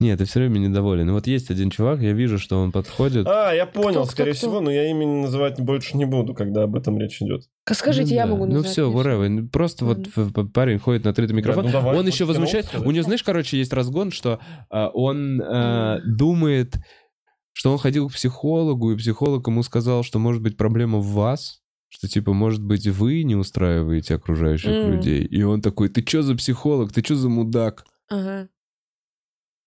Нет, ты все время недоволен. И вот есть один чувак, я вижу, что он подходит.
А, я понял,
Кто, кто,
скорее
кто?
всего, но я имени называть больше не буду, когда об этом речь идет.
К- Скажите,
Ну
я
да.
могу
Ну
назвать,
все,
если-
whatever. Ну, Просто вот ф- п- парень ходит на открытый микрофон.
ну давай,
он еще
вот кино
возмущается.
сказать.
У него, знаешь, короче, есть разгон, что а, он а, думает, что он ходил к психологу, и психолог ему сказал, что может быть проблема в вас. Что типа, может быть, вы не устраиваете окружающих
М.
людей. И он такой, ты чё за психолог, ты чё за мудак?
Ага.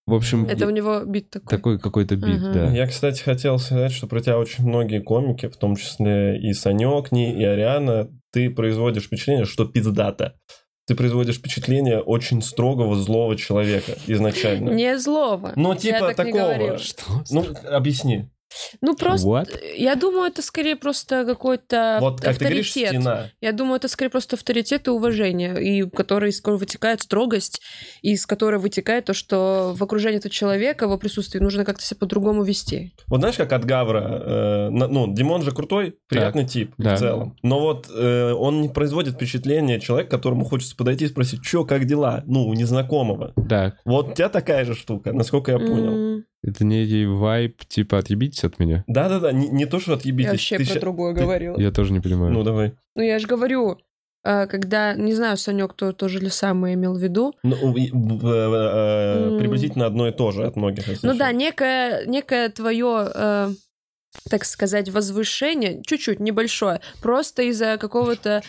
В общем,
Ну,
Это у него бит такой.
такой какой-то бит,
Ага.
да.
Я, кстати, хотел сказать, что про тебя очень многие комики, в том числе и Санек, Ни, и Ариана, ты производишь впечатление, что пиздата. Ты производишь впечатление очень строгого, злого человека изначально.
Не злого.
Ну,
Я
типа
так не
такого.
говорила.
Что?
Ну, объясни.
Ну, просто,
What?
я думаю, это скорее просто какой-то
вот как ты говоришь,
авторитет.
стена.
Я думаю, это скорее просто авторитет и уважение, и который из которого вытекает строгость, и из которой вытекает то, что в окружении этого человека, в его присутствии нужно как-то себя по-другому вести.
Вот знаешь, как от Гавра, э, на- ну, Димон же крутой, приятный тип
Да.
в целом. Но вот э, он не производит впечатление человека, которому хочется подойти и спросить, что, как дела? Ну, у незнакомого.
Да,
Вот у тебя такая же штука, насколько я понял.
М,
это некий вайп, типа, отъебитесь от меня.
Да-да-да, не, не то, что отъебитесь.
Я вообще
ты
про
ща-
другое
ты-
говорила.
Я тоже не понимаю.
Ну, давай.
Ну, я же говорю, а, когда, не знаю, Санек, то, то же ли самое имел в виду.
Ну, у- и- в- э, э,
М.
приблизительно одно и то же от многих. я
Ну
слышал.
да, некое, некое твое, э, так сказать, возвышение, чуть-чуть, небольшое, просто из-за какого-то...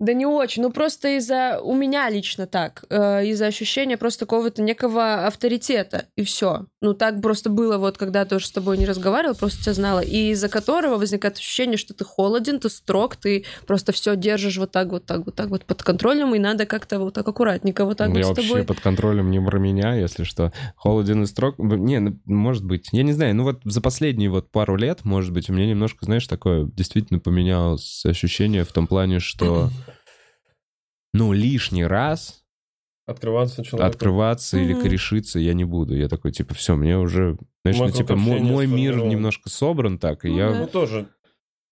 Да не очень, ну просто из-за... У меня лично так. э, из-за ощущения просто какого-то некого авторитета, и все. Ну так просто было вот, когда тоже с тобой не разговаривала, просто тебя знала, и из-за которого возникает ощущение, что ты холоден, ты строг, ты просто все держишь вот так, вот так, вот так, вот под контролем, и надо как-то вот так аккуратненько, вот так
Ну, я
вот с
вообще
тобой.
под контролем не про меня, если что. Холоден и строг. Не, ну, может быть. Я не знаю, ну вот за последние вот пару лет, может быть, у меня немножко, знаешь, такое действительно поменялось ощущение в том плане, что ну лишний раз
Открываться человеку.
открываться или
Мгм.
корешиться я не буду. Я такой, типа, все, мне уже, знаешь, ну,
Вокруг
типа, мой,
общения
мой мир
сформировано.
немножко собран так, и
Ну
я
да.
Ну, тоже.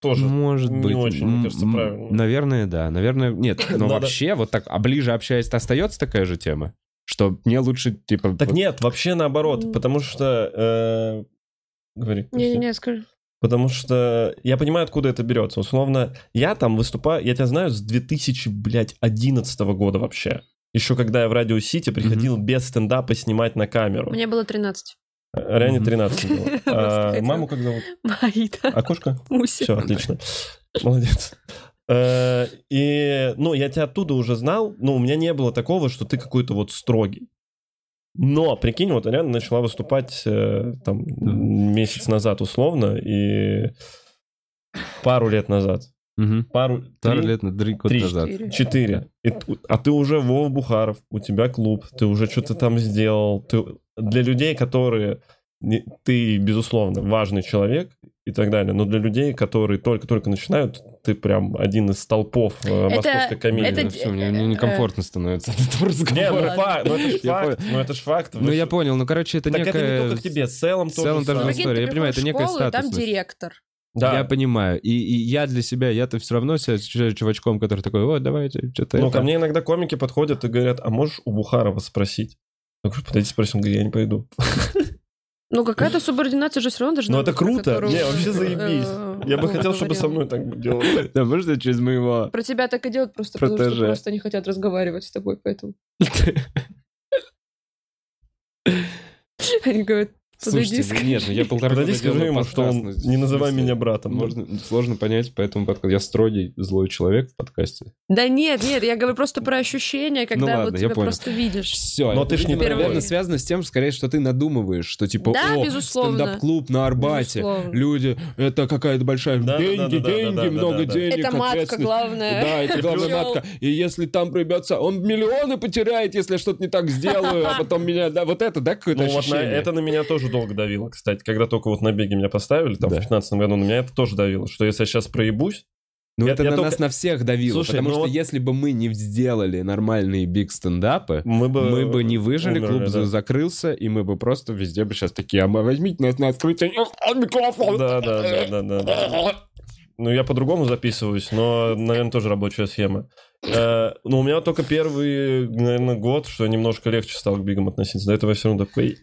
Тоже.
Может
не
быть.
очень, мне кажется,
М,
правильно.
Наверное, да. Наверное, нет. Но
Надо-
вообще, вот так, а ближе общаясь, остается такая же тема? Что мне лучше, типа...
Так
вот-
нет, вообще наоборот, потому что... э, Говори. прости.
Не-не-не, скажи.
Потому что я понимаю, откуда это берется. Условно, я там выступаю, я тебя знаю с 2011 года вообще. Еще когда я в Радио Сити приходил без стендапа снимать на камеру.
Мне было 13.
Э, Рене
Мгм.
13 было.
Просто
А,
хотела.
Маму как зовут?
Маита,
Окошко?
Муся.
Все, отлично. Молодец. Э, И, ну, я тебя оттуда уже знал, но у меня не было такого, что ты какой-то вот строгий. Но, прикинь, вот реально начала выступать э, там месяц назад условно и пару лет назад.
Мгм.
Пару,
Пару
три,
лет, три года
три,
назад.
четыре. И ту- а ты уже Вова Бухаров, у тебя клуб, ты уже что-то там сделал. Ты, для людей, которые... не- ты, безусловно, важный человек и так далее, но для людей, которые только-только начинают, ты прям один из столпов э, московской комедии.
это-
Ну, всё, мне, мне некомфортно становится от этого
Не, ну,
разговора.
факт, ну это ж
Я
факт, ну это ж факт.
Ну,
Вы
я
ж-
понял, ну, короче, это
так
некая...
это не только к тебе, в целом,
в целом
тоже
даже
самое.
Прикинь, история. Я понимаю, это некая
Там
статусность.
директор.
Да.
Я понимаю. И, и я для себя, я-то все равно себя ощущаю чувачком, который такой, вот, давайте, что-то...
Ну, ко мне иногда комики подходят и говорят, а можешь у Бухарова спросить? Я говорю, подойди спросим, говорю, я не пойду.
Ну, какая-то субординация же все равно должна
Ну, это
быть, про
круто.
которую,
Не, вообще
э,
заебись.
э,
Я бы
Вова
хотел, чтобы
говорила.
со мной так делали.
Да, А можно через моего...
Про тебя так и делают просто потому, что
Протеже.
просто не хотят разговаривать с тобой, поэтому... Они говорят, подойди,
Слушайте, ну, нет, ну, я полтора
Подойди,
года
скажи
делал
ему, что
подкаст,
он
ну,
не называй
в смысле,
меня братом.
Можно, сложно понять, поэтому подка- я строгий, злой человек в подкасте.
Да нет, нет, я говорю просто про ощущения, когда
Ну ладно,
вот
я
тебя
понял.
просто видишь.
Все.
Но ты ж не
наверное,
впервые.
связано с тем, скорее, что ты надумываешь, что типа,
Да,
о,
безусловно.
стендап-клуб на Арбате,
Безусловно.
люди, это какая-то большая...
Да, да,
деньги,
да, да, да,
деньги,
да, да,
много
да.
денег,
Это матка
ответственность.
главная.
Да, это главная
Чел.
матка. И если там прибется, он миллионы потеряет, если я что-то не так сделаю, а потом меня... Да, вот это, да, какое-то
Ну, вот на-
ощущение?
это на меня тоже долго давило, кстати. Когда только вот на беге меня поставили, там,
Да.
в 15 году, на меня это тоже давило, что если я сейчас проебусь...
Ну,
Я-
это
я
на
только-
нас на всех давило,
Слушай,
потому
ну
что
вот-
если бы мы не сделали нормальные биг-стендапы,
Мы бы,
мы бы не выжили,
умерли,
клуб
да.
за- закрылся, и мы бы просто везде бы сейчас такие, а мы возьмите нас на открытие, а, а, микрофон.
Да, да, да, да, да, да. Ну, я по-другому записываюсь, но, наверное, тоже рабочая схема. Э, ну, у меня вот только первый, наверное, год, что немножко легче стал к бигам относиться. До этого я все равно такой...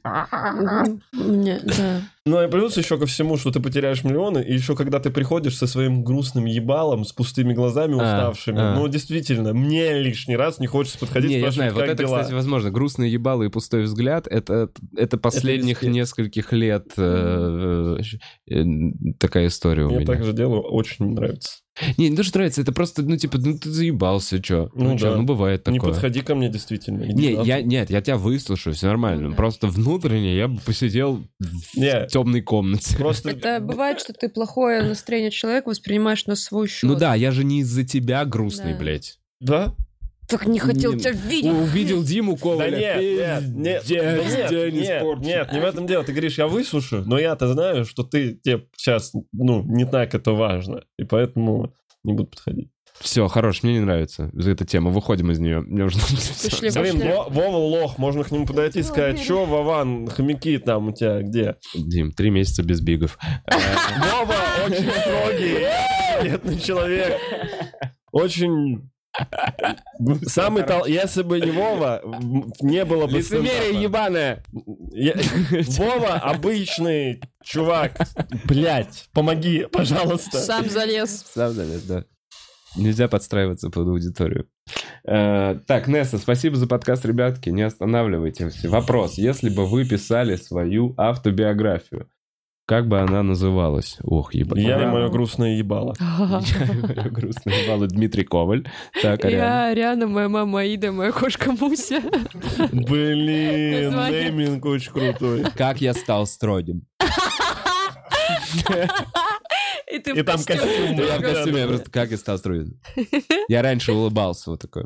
Не, да.
Ну и плюс еще ко всему, что ты потеряешь миллионы, и еще когда ты приходишь со своим грустным ебалом, с пустыми глазами, уставшими,
а.
ну действительно, мне лишний раз не хочется подходить,
Не, я
спрашивать,
знаю, вот
как
это,
дела.
кстати, возможно, грустные ебалы и пустой взгляд, это, это последних
пиздец.
нескольких лет э, э, такая история у
я
меня.
так же делаю, очень нравится.
Не, не то, что нравится, это просто, ну, типа, ну, ты заебался, чё? Ну,
Ну
чё,
да.
ну, бывает
Не
такое.
подходи ко мне, действительно. иди
Не,
нахуй.
я, нет, я тебя выслушаю, все нормально.
Ну да.
Просто внутренне я бы посидел в
Не.
темной комнате.
Просто...
Это бывает, что ты плохое настроение человека воспринимаешь на свой счет.
Ну да, я же не из-за тебя грустный,
Да.
блядь.
Да?
Так не хотел
Не- ну,
тебя
О,
видеть.
Увидел Диму
Да
Коваля.
нет, нет, нет, да
Пиздец,
нет,
день
нет,
испорчен.
нет, не в этом дело. Ты говоришь, я выслушаю, но я-то знаю, что ты тебе сейчас, ну, не так это важно, и поэтому не буду подходить.
Все, хорош, мне не нравится эта тема. Выходим из нее. Мне уже...
Пошли,
Блин,
пошли.
Во- Вова лох, можно к нему подойти и сказать, что, Вован, хомяки там у тебя где?
Дим, три месяца без бигов.
Вова очень строгий, бедный человек. Очень... Самый тал... Если бы не Вова, м, не было бы стендапа.
ебаное!
Я- Вова обычный чувак. Блять, помоги, пожалуйста.
Сам залез.
Сам залез, да. Нельзя подстраиваться под аудиторию. Э, Так, Несса, спасибо за подкаст, ребятки. Не останавливайтесь. Вопрос. Если бы вы писали свою автобиографию, как бы она называлась? Ох, ебать.
Я и мое грустное ебало.
Я и моё грустное ебало. Дмитрий Коваль. Так, Ариана.
Я Ариана, моя мама Аида, моя кошка Муся.
Блин,
Название.
нейминг очень крутой.
Как я стал строгим.
И ты
И там костюм.
Ну, Я в
да,
костюме,
да,
я
да.
просто как я стал строгим. Я раньше улыбался вот такой.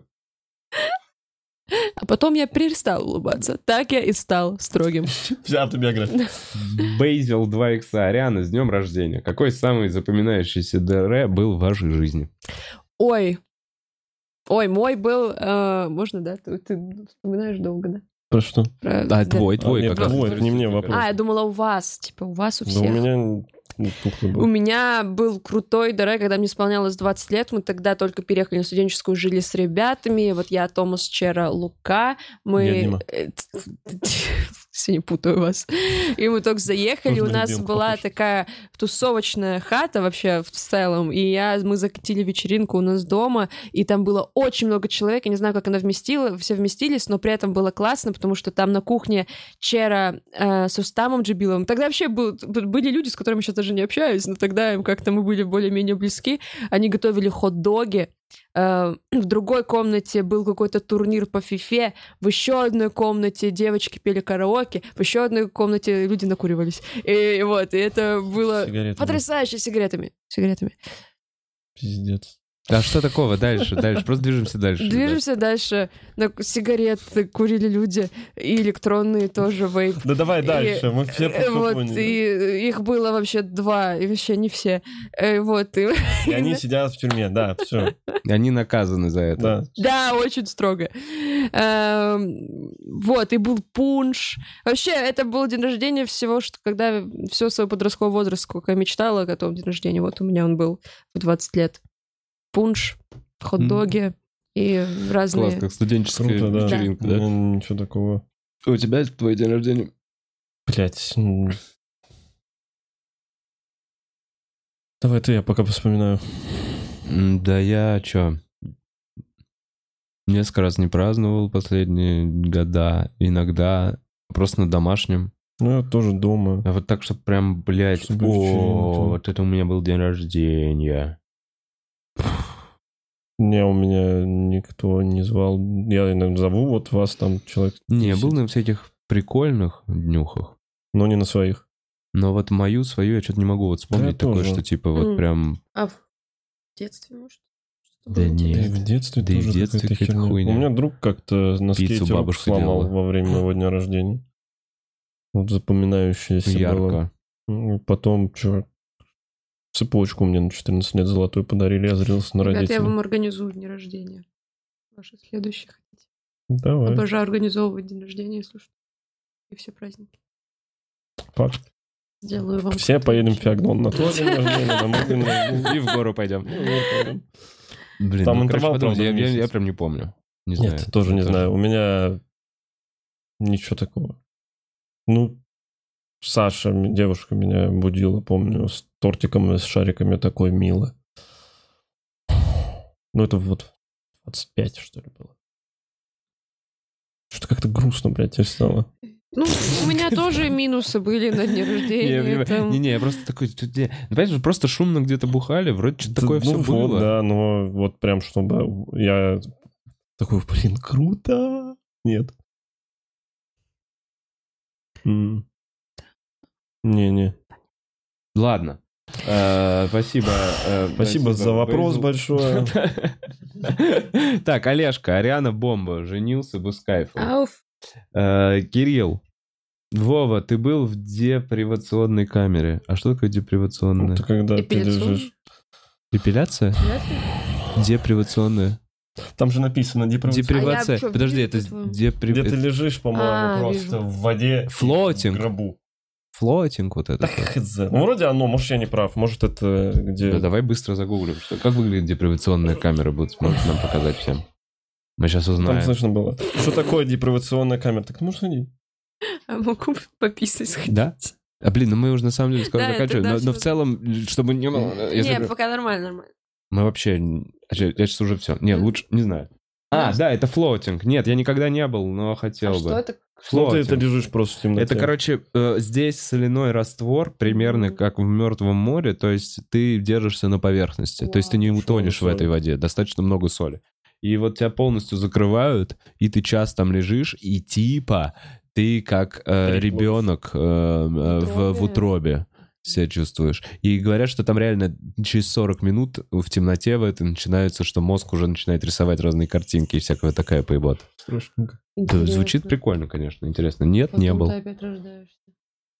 А потом я перестал улыбаться. Так я и стал строгим.
Вся автобиография.
Бейзил 2Х Ариана, с днем рождения. Какой самый запоминающийся ДР был в вашей жизни?
Ой. Ой, мой был... э, можно, да? Ты, ты вспоминаешь долго, да?
Про что?
Про- А,
Да,
да.
А, твой, твой
А, нет,
как раз.
твой, это не мне вопрос.
А, я думала, у вас. Типа, у вас у
Да Ну, у
всех.
меня Ну, тухлый был.
У меня был крутой дыре, когда мне исполнялось 20 лет. Мы тогда только переехали на студенческую, жили с ребятами. Вот я, Томас, Чера,
Я
Лука. Мы...
Дима.
э, Все не путаю вас. И мы только заехали.
Нужно
У нас
ребенку
была
помочь.
такая тусовочная хата вообще в целом. И я, мы закатили вечеринку у нас дома. И там было очень много человек. Я не знаю, как она вместила. Все вместились, но при этом было классно, потому что там на кухне Чера э, с Устамом Джибиловым. Тогда вообще был, б- были люди, с которыми сейчас даже не общаюсь, но тогда им как-то мы были более-менее близки. Они готовили хот-доги. Э, в другой комнате был какой-то турнир по фифе. В еще одной комнате девочки пели караоке. В еще одной комнате люди накуривались. И, вот, и это было
Сигаретами.
потрясающе сигаретами. Сигаретами.
ну,
Пиздец.
А что такого? Дальше, дальше. Просто движемся дальше.
Движемся дальше. На сигареты курили люди. И электронные тоже вейп.
Да давай
И-
дальше, мы все
Э,
всё
Вот,
поняли.
и их было вообще два, и вообще не все. Э, Вот, и...
И они сидят в тюрьме, да, все,
да. Они наказаны за это.
да.
Да, очень строго. Эм, Вот, и был пунш. Вообще, это был день рождения всего, что когда все свой подростковый возраст, сколько я мечтала о том день рождения, вот у меня он был в 20 лет. Пунш, хот-доги и
Класс,
разные...
как студенческая
Круто, да.
э, вечеринка, да?
Ну, Ничего такого.
У тебя твой день рождения?
Блять. Давай ты, я пока вспоминаю.
М, Да я чё? Несколько раз не праздновал последние года. Иногда просто на домашнем.
Ну, я тоже дома.
А вот так, что прям, блядь,
Чтобы
о,
вечеринка».
вот это у меня был день рождения.
Не, у меня никто не звал. Я наверное, зову вот вас там человек,
Не, я
Десять.
был на всяких прикольных днюхах.
но не на своих.
Но вот мою, свою я что-то не могу вот
Да я
вспомнить такое,
тоже.
что типа вот
М.
прям...
А в детстве, может?
Да было
Да
интересно?
и в детстве
Да и в
тоже
детстве
какая-то
какая-то
херня.
хуйня.
У меня друг как-то на
Пиццу
скейте руку
бабушка
сломал
делала.
во время моего дня рождения. Вот запоминающееся было.
Ярко.
Ну, Потом, что, цепочку мне на 14 лет золотую подарили, я зрелся
Ну,
на
Ребята, я
родителей.
вам организую дни рождения. Ваши следующие хотите.
А?
Давай,
Обожаю организовывать день рождения, если что. И все праздники.
факт.
Сделаю вам.
Все
коктейль.
поедем в Феогдон на твой день рождения, на мой день рождения.
И в гору пойдем.
Ну, вот, пойдем.
Блин,
Там
ну, короче,
интервал,
потом,
правда,
я,
в
я-
месяц.
я прям не помню. Не знаю.
Нет, тоже не знаю. У меня ничего такого. Ну, Саша, м- девушка меня будила, помню, с тортиком и с шариками такой мило. Ну, это вот 25, что ли, было. Что-то как-то грустно, блядь, теперь стало.
Ну, у меня тоже минусы были на дне
Не, я
рождения.
понимаю.
там.
Не-не, я просто такой... тут я- Ну, Понимаешь, просто шумно где-то бухали, вроде что-то такое
ну,
все
вот,
было.
Да, но вот прям чтобы я такой, блин, круто. Нет. М. Не-не.
Ладно. Э, Спасибо. э,
Спасибо за вопрос
Бейзл.
большое.
Так, Олежка, Ариана Бомба, женился бы с
А.
кайфом.
Ауф.
Э, Кирилл, Вова, ты был в депривационной камере. А что такое депривационная?
Это когда Ну, ты
Эпиляционная?
лежишь.
Депиляция? Депривационная.
Там же написано депривация.
Депривация.
А чё,
Подожди,
вижу,
это
по-твоему?
Где ты
депривация.
лежишь, по-моему,
А,
просто
вижу.
в воде. и
Флотинг.
В гробу.
Флотинг вот это.
Так, хз. Ну, вроде оно, может, я не прав. Может, это
Да,
где...
э, давай быстро загуглим. Что, как выглядит депривационная камера, будет сможете нам показать всем. Мы сейчас
Там
узнаем.
слышно было. Что такое депривационная камера? Так ты можешь найти?
А могу пописать сходить.
Да? А блин, ну мы уже на самом деле скоро
Да, это
заканчиваем. Но,
да,
но
всё.
в целом, чтобы не было. э, если
Не,
бы-
пока нормально, нормально.
Мы вообще... а чё, Я сейчас уже все. Не, лучше... Не знаю. А, да, это флотинг. Нет, я никогда не был, но хотел бы.
Что это?
Ну, ты
Флотинг.
это лежишь просто в темноте.
Это, короче, э, здесь соляной раствор, примерно как в Мертвом море, то есть ты держишься на поверхности, то есть ты не
Вау.
утонешь в
Много
этой
соли.
воде, достаточно много соли. И вот тебя полностью закрывают, и ты час там лежишь, и типа ты как э,
Ребенок.
ребенок э, э, в, в утробе себя чувствуешь. И говорят, что там реально через 40 минут в темноте в это начинается, что мозг уже начинает рисовать разные картинки и всякая такая поебота.
Страшненько.
Да, звучит прикольно, конечно, интересно. Нет, не был.
ты опять рождаешься.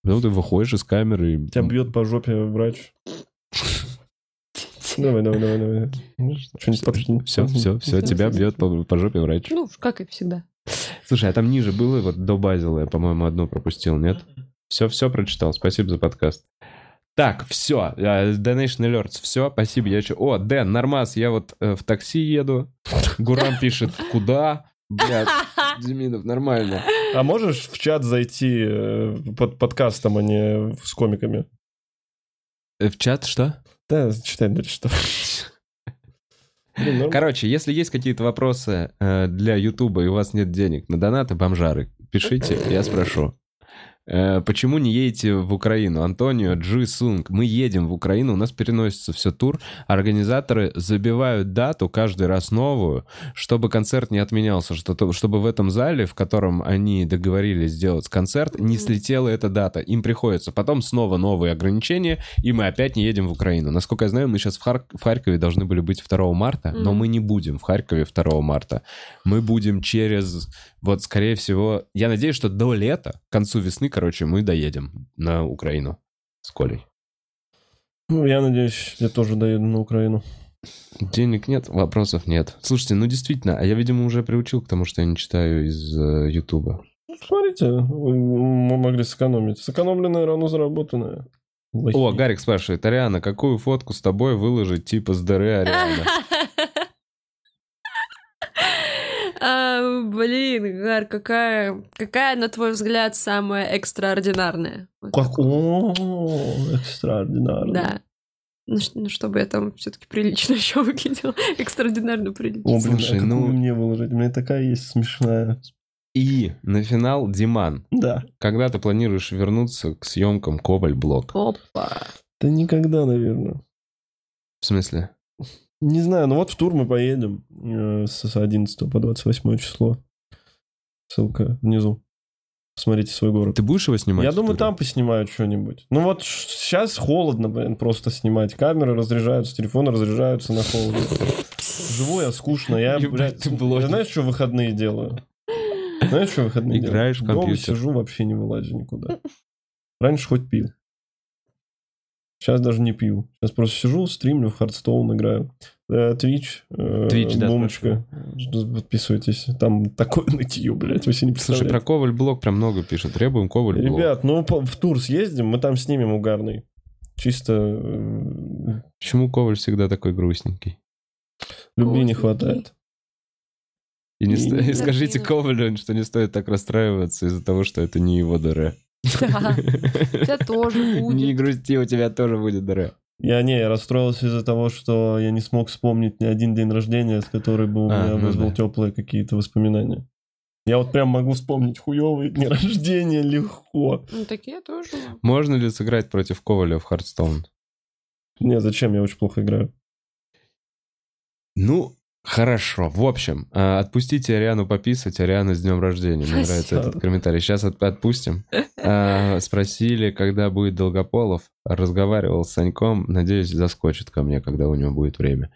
Потом Ну, ты выходишь из камеры и...
Тебя бьет по жопе врач. Давай, давай, давай, давай.
ну,
Что-нибудь подкинь.
Все, все, все, тебя бьет по, по жопе врач.
Ну, как и всегда.
Слушай, а там ниже было, вот до Базила я, по-моему, одну пропустил, нет? Все, все прочитал, спасибо за подкаст. Так, все, э, Donation Alerts, все, спасибо, я еще... О, Дэн, нормас, я вот э, в такси еду, Гурам пишет, куда? Блядь, Демидов, нормально.
А можешь в чат зайти э, под подкастом, а не с комиками?
Э, В чат что?
Да, читай дальше что. Блин, ну, норм.
Короче, если есть какие-то вопросы э, для Ютуба и у вас нет денег на донаты, бомжары, пишите, я спрошу. Э, Почему не едете в Украину? Антонио Джи Сунг. Мы едем в Украину, у нас переносится все тур. Организаторы забивают дату каждый раз новую, чтобы концерт не отменялся, что то- чтобы в этом зале, в котором они договорились сделать концерт, не слетела эта дата. Им приходится. Потом снова новые ограничения, и мы опять не едем в Украину. Насколько я знаю, мы сейчас в, Хар- в Харькове должны были быть 2 марта, но
Мгм.
мы не будем в Харькове 2 марта. Мы будем через, вот, скорее всего, я надеюсь, что до лета, к концу весны, короче, мы доедем на Украину с Колей.
Ну, я надеюсь, я тоже доеду на Украину.
Денег нет, вопросов нет. Слушайте, ну действительно, а я, видимо, уже приучил к тому, что я не читаю из э, Ютуба.
Ну, Смотрите, вы м- могли сэкономить. Сэкономленное равно заработанное. Лохи.
О, Гарик спрашивает, Ариана, какую фотку с тобой выложить типа с дыры Ариана?
А, Блин, Гар, какая, какая, на твой взгляд, самая экстраординарная? Вот.
Как? О, экстраординарно.
Да. Ну, ш- ну, чтобы я там все-таки прилично еще выглядела. Экстраординарно прилично.
О, блин,
Слушай,
а какую
ну-
мне выложить? У меня такая есть смешная.
И на финал Диман.
Да.
Когда ты планируешь вернуться к съемкам Коваль Блок?
Опа.
Да никогда, наверное.
В смысле?
Не знаю, ну вот в тур мы поедем э, с с 11 по 28 число. Ссылка внизу. Посмотрите свой город.
Ты будешь его снимать?
Я
в
думаю,
туре?
там поснимают что-нибудь. Ну вот сейчас холодно, блин, просто снимать. Камеры разряжаются, телефоны разряжаются на холоде. Живу я скучно. Я,
Ебать,
блядь,
ты блогер.
знаешь, что в выходные делаю? Знаешь, что в выходные делаю?
Играешь в
Дома
компьютер.
сижу, вообще не вылазю никуда. Раньше хоть пил. Сейчас даже не пью. Сейчас просто сижу, стримлю в Хардстоун, играю. Э, Twitch, э,
Твич, да,
Бумочка. Подписывайтесь. Там такое нытье, блядь, вы себе не
Слушай,
представляете.
про Коваль Блок прям много пишут. Требуем Коваль Блок.
Ребят, ну по- в тур съездим, мы там снимем угарный. Чисто э,
Почему Коваль всегда такой грустненький?
любви не
Грустненький.
хватает.
И, не
И-
сто- и
Да,
скажите
блин.
Ковалю, что не стоит так расстраиваться из-за того, что это не его дыре.
Да. тебя тоже
Не
будет.
грусти, у тебя тоже будет дыре.
Я не, я расстроился из-за того, что я не смог вспомнить ни один день рождения, с который бы у
А,
меня
ну
вызвал
да.
теплые какие-то воспоминания. Я вот прям могу вспомнить хуевые дни рождения легко.
Ну, такие тоже.
Можно ли сыграть против Коваля в Хардстоун?
Не, зачем, я очень плохо играю.
Ну, хорошо. В общем, а, отпустите Ариану пописать. Ариана с днем рождения. Мне нравится
Спасибо.
этот комментарий. Сейчас от- отпустим. А, Спросили, когда будет Долгополов. Разговаривал с Саньком. Надеюсь, заскочит ко мне, когда у него будет время.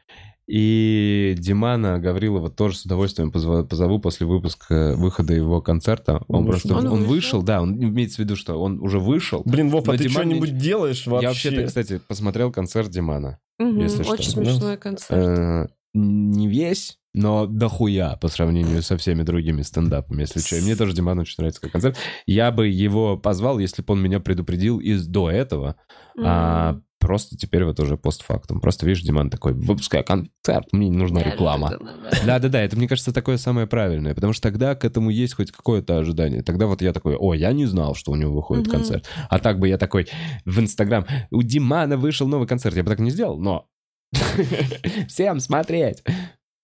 И Димана Гаврилова тоже с удовольствием позва- позову после выпуска выхода его концерта. Он,
Он
просто
вышел.
он,
Он
вышел.
вышел?
да, он имеется в виду, что он уже вышел.
Блин, Вов,
Но
а ты
Диман
что-нибудь делаешь вообще?
Я вообще-то, кстати, посмотрел концерт Димана.
Мгм,
Если что.
Очень
Ну,
смешной концерт.
Э, не весь, но дохуя по сравнению со всеми другими стендапами, если что. И мне тоже Диман очень нравится как концерт. Я бы его позвал, если бы он меня предупредил из до этого. А,
М.
просто теперь вот уже постфактум. Просто видишь, Диман такой, выпускай концерт, мне не нужна
Да,
реклама.
да, да, да, да.
Да-да-да, это, мне кажется, такое самое правильное, потому что тогда к этому есть хоть какое-то ожидание. Тогда вот я такой, о, я не знал, что у него выходит
Мгм.
концерт. А так бы я такой в Инстаграм, у Димана вышел новый концерт. Я бы так не сделал, но всем смотреть.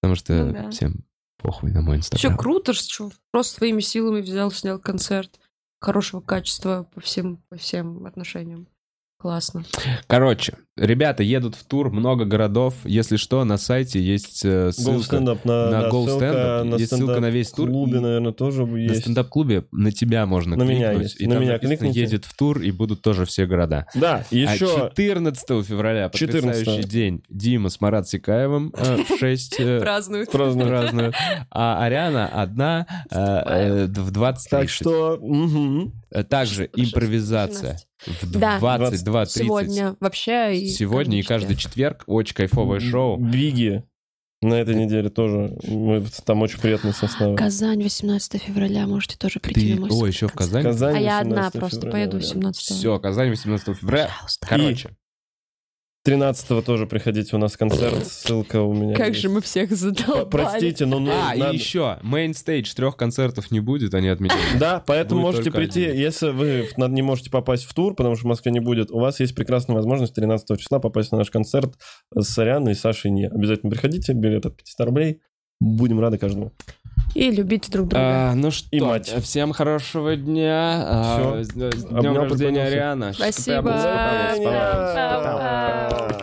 Потому
Ну
что
да.
всем похуй на мой
Все
Инстаграм.
круто, что просто своими силами взял, снял концерт хорошего качества по всем, по всем отношениям. Классно.
Короче, ребята едут в тур, много городов. Если что, на сайте есть э,
Go
ссылка.
Stand Up на,
на
да,
Go
ссылка
Stand Up.
на
Есть ссылка на весь тур.
клубе,
И-
наверное, тоже
На
есть.
стендап-клубе на тебя можно
На меня
кликнуть,
есть.
И
На
там
меня
написано
кликните.
«Едет в тур», и будут тоже все города.
Да, еще...
А 14 февраля, потрясающий
14.
день, Дима с Марат Сикаевым э, в 6
Празднуют.
празднуют, а Ариана одна э, э, в 20
Так что... мгм.
Также импровизация в
Да.
22.30.
Сегодня вообще.
Сегодня и каждый четверг. Очень кайфовое шоу.
Биги. На этой неделе тоже. Мы в- там очень приятный состав.
Казань, 18 февраля, можете тоже
Ты...
прийти на мой
О,
суд.
еще в Казань?
Казань
А я одна
18
просто
февраля,
поеду
да.
17
Все, Казань 18 февраля.
Пожалуйста.
Короче,
13-го тоже приходите, у нас концерт, ссылка у меня
Как
есть.
же мы всех
П-
задолбали.
Простите, но ну,
А,
надо-
и еще, мейнстейдж трех концертов не будет, они отменили.
Да, поэтому
Будет
можете
только
прийти,
один.
если вы в- на- не можете попасть в тур, потому что в Москве не будет, у вас есть прекрасная возможность 13 числа попасть на наш концерт с Соряной и Сашей Не. Обязательно приходите, билет от 500 рублей. Будем рады каждому.
И любите друг друга.
А, ну что,
И мать.
всем хорошего дня. А,
Всё.
с- с днем
Обнял,
рождения
поклонился.
Ариана.
Спасибо.
Понравилось, понравилось.
Па-па.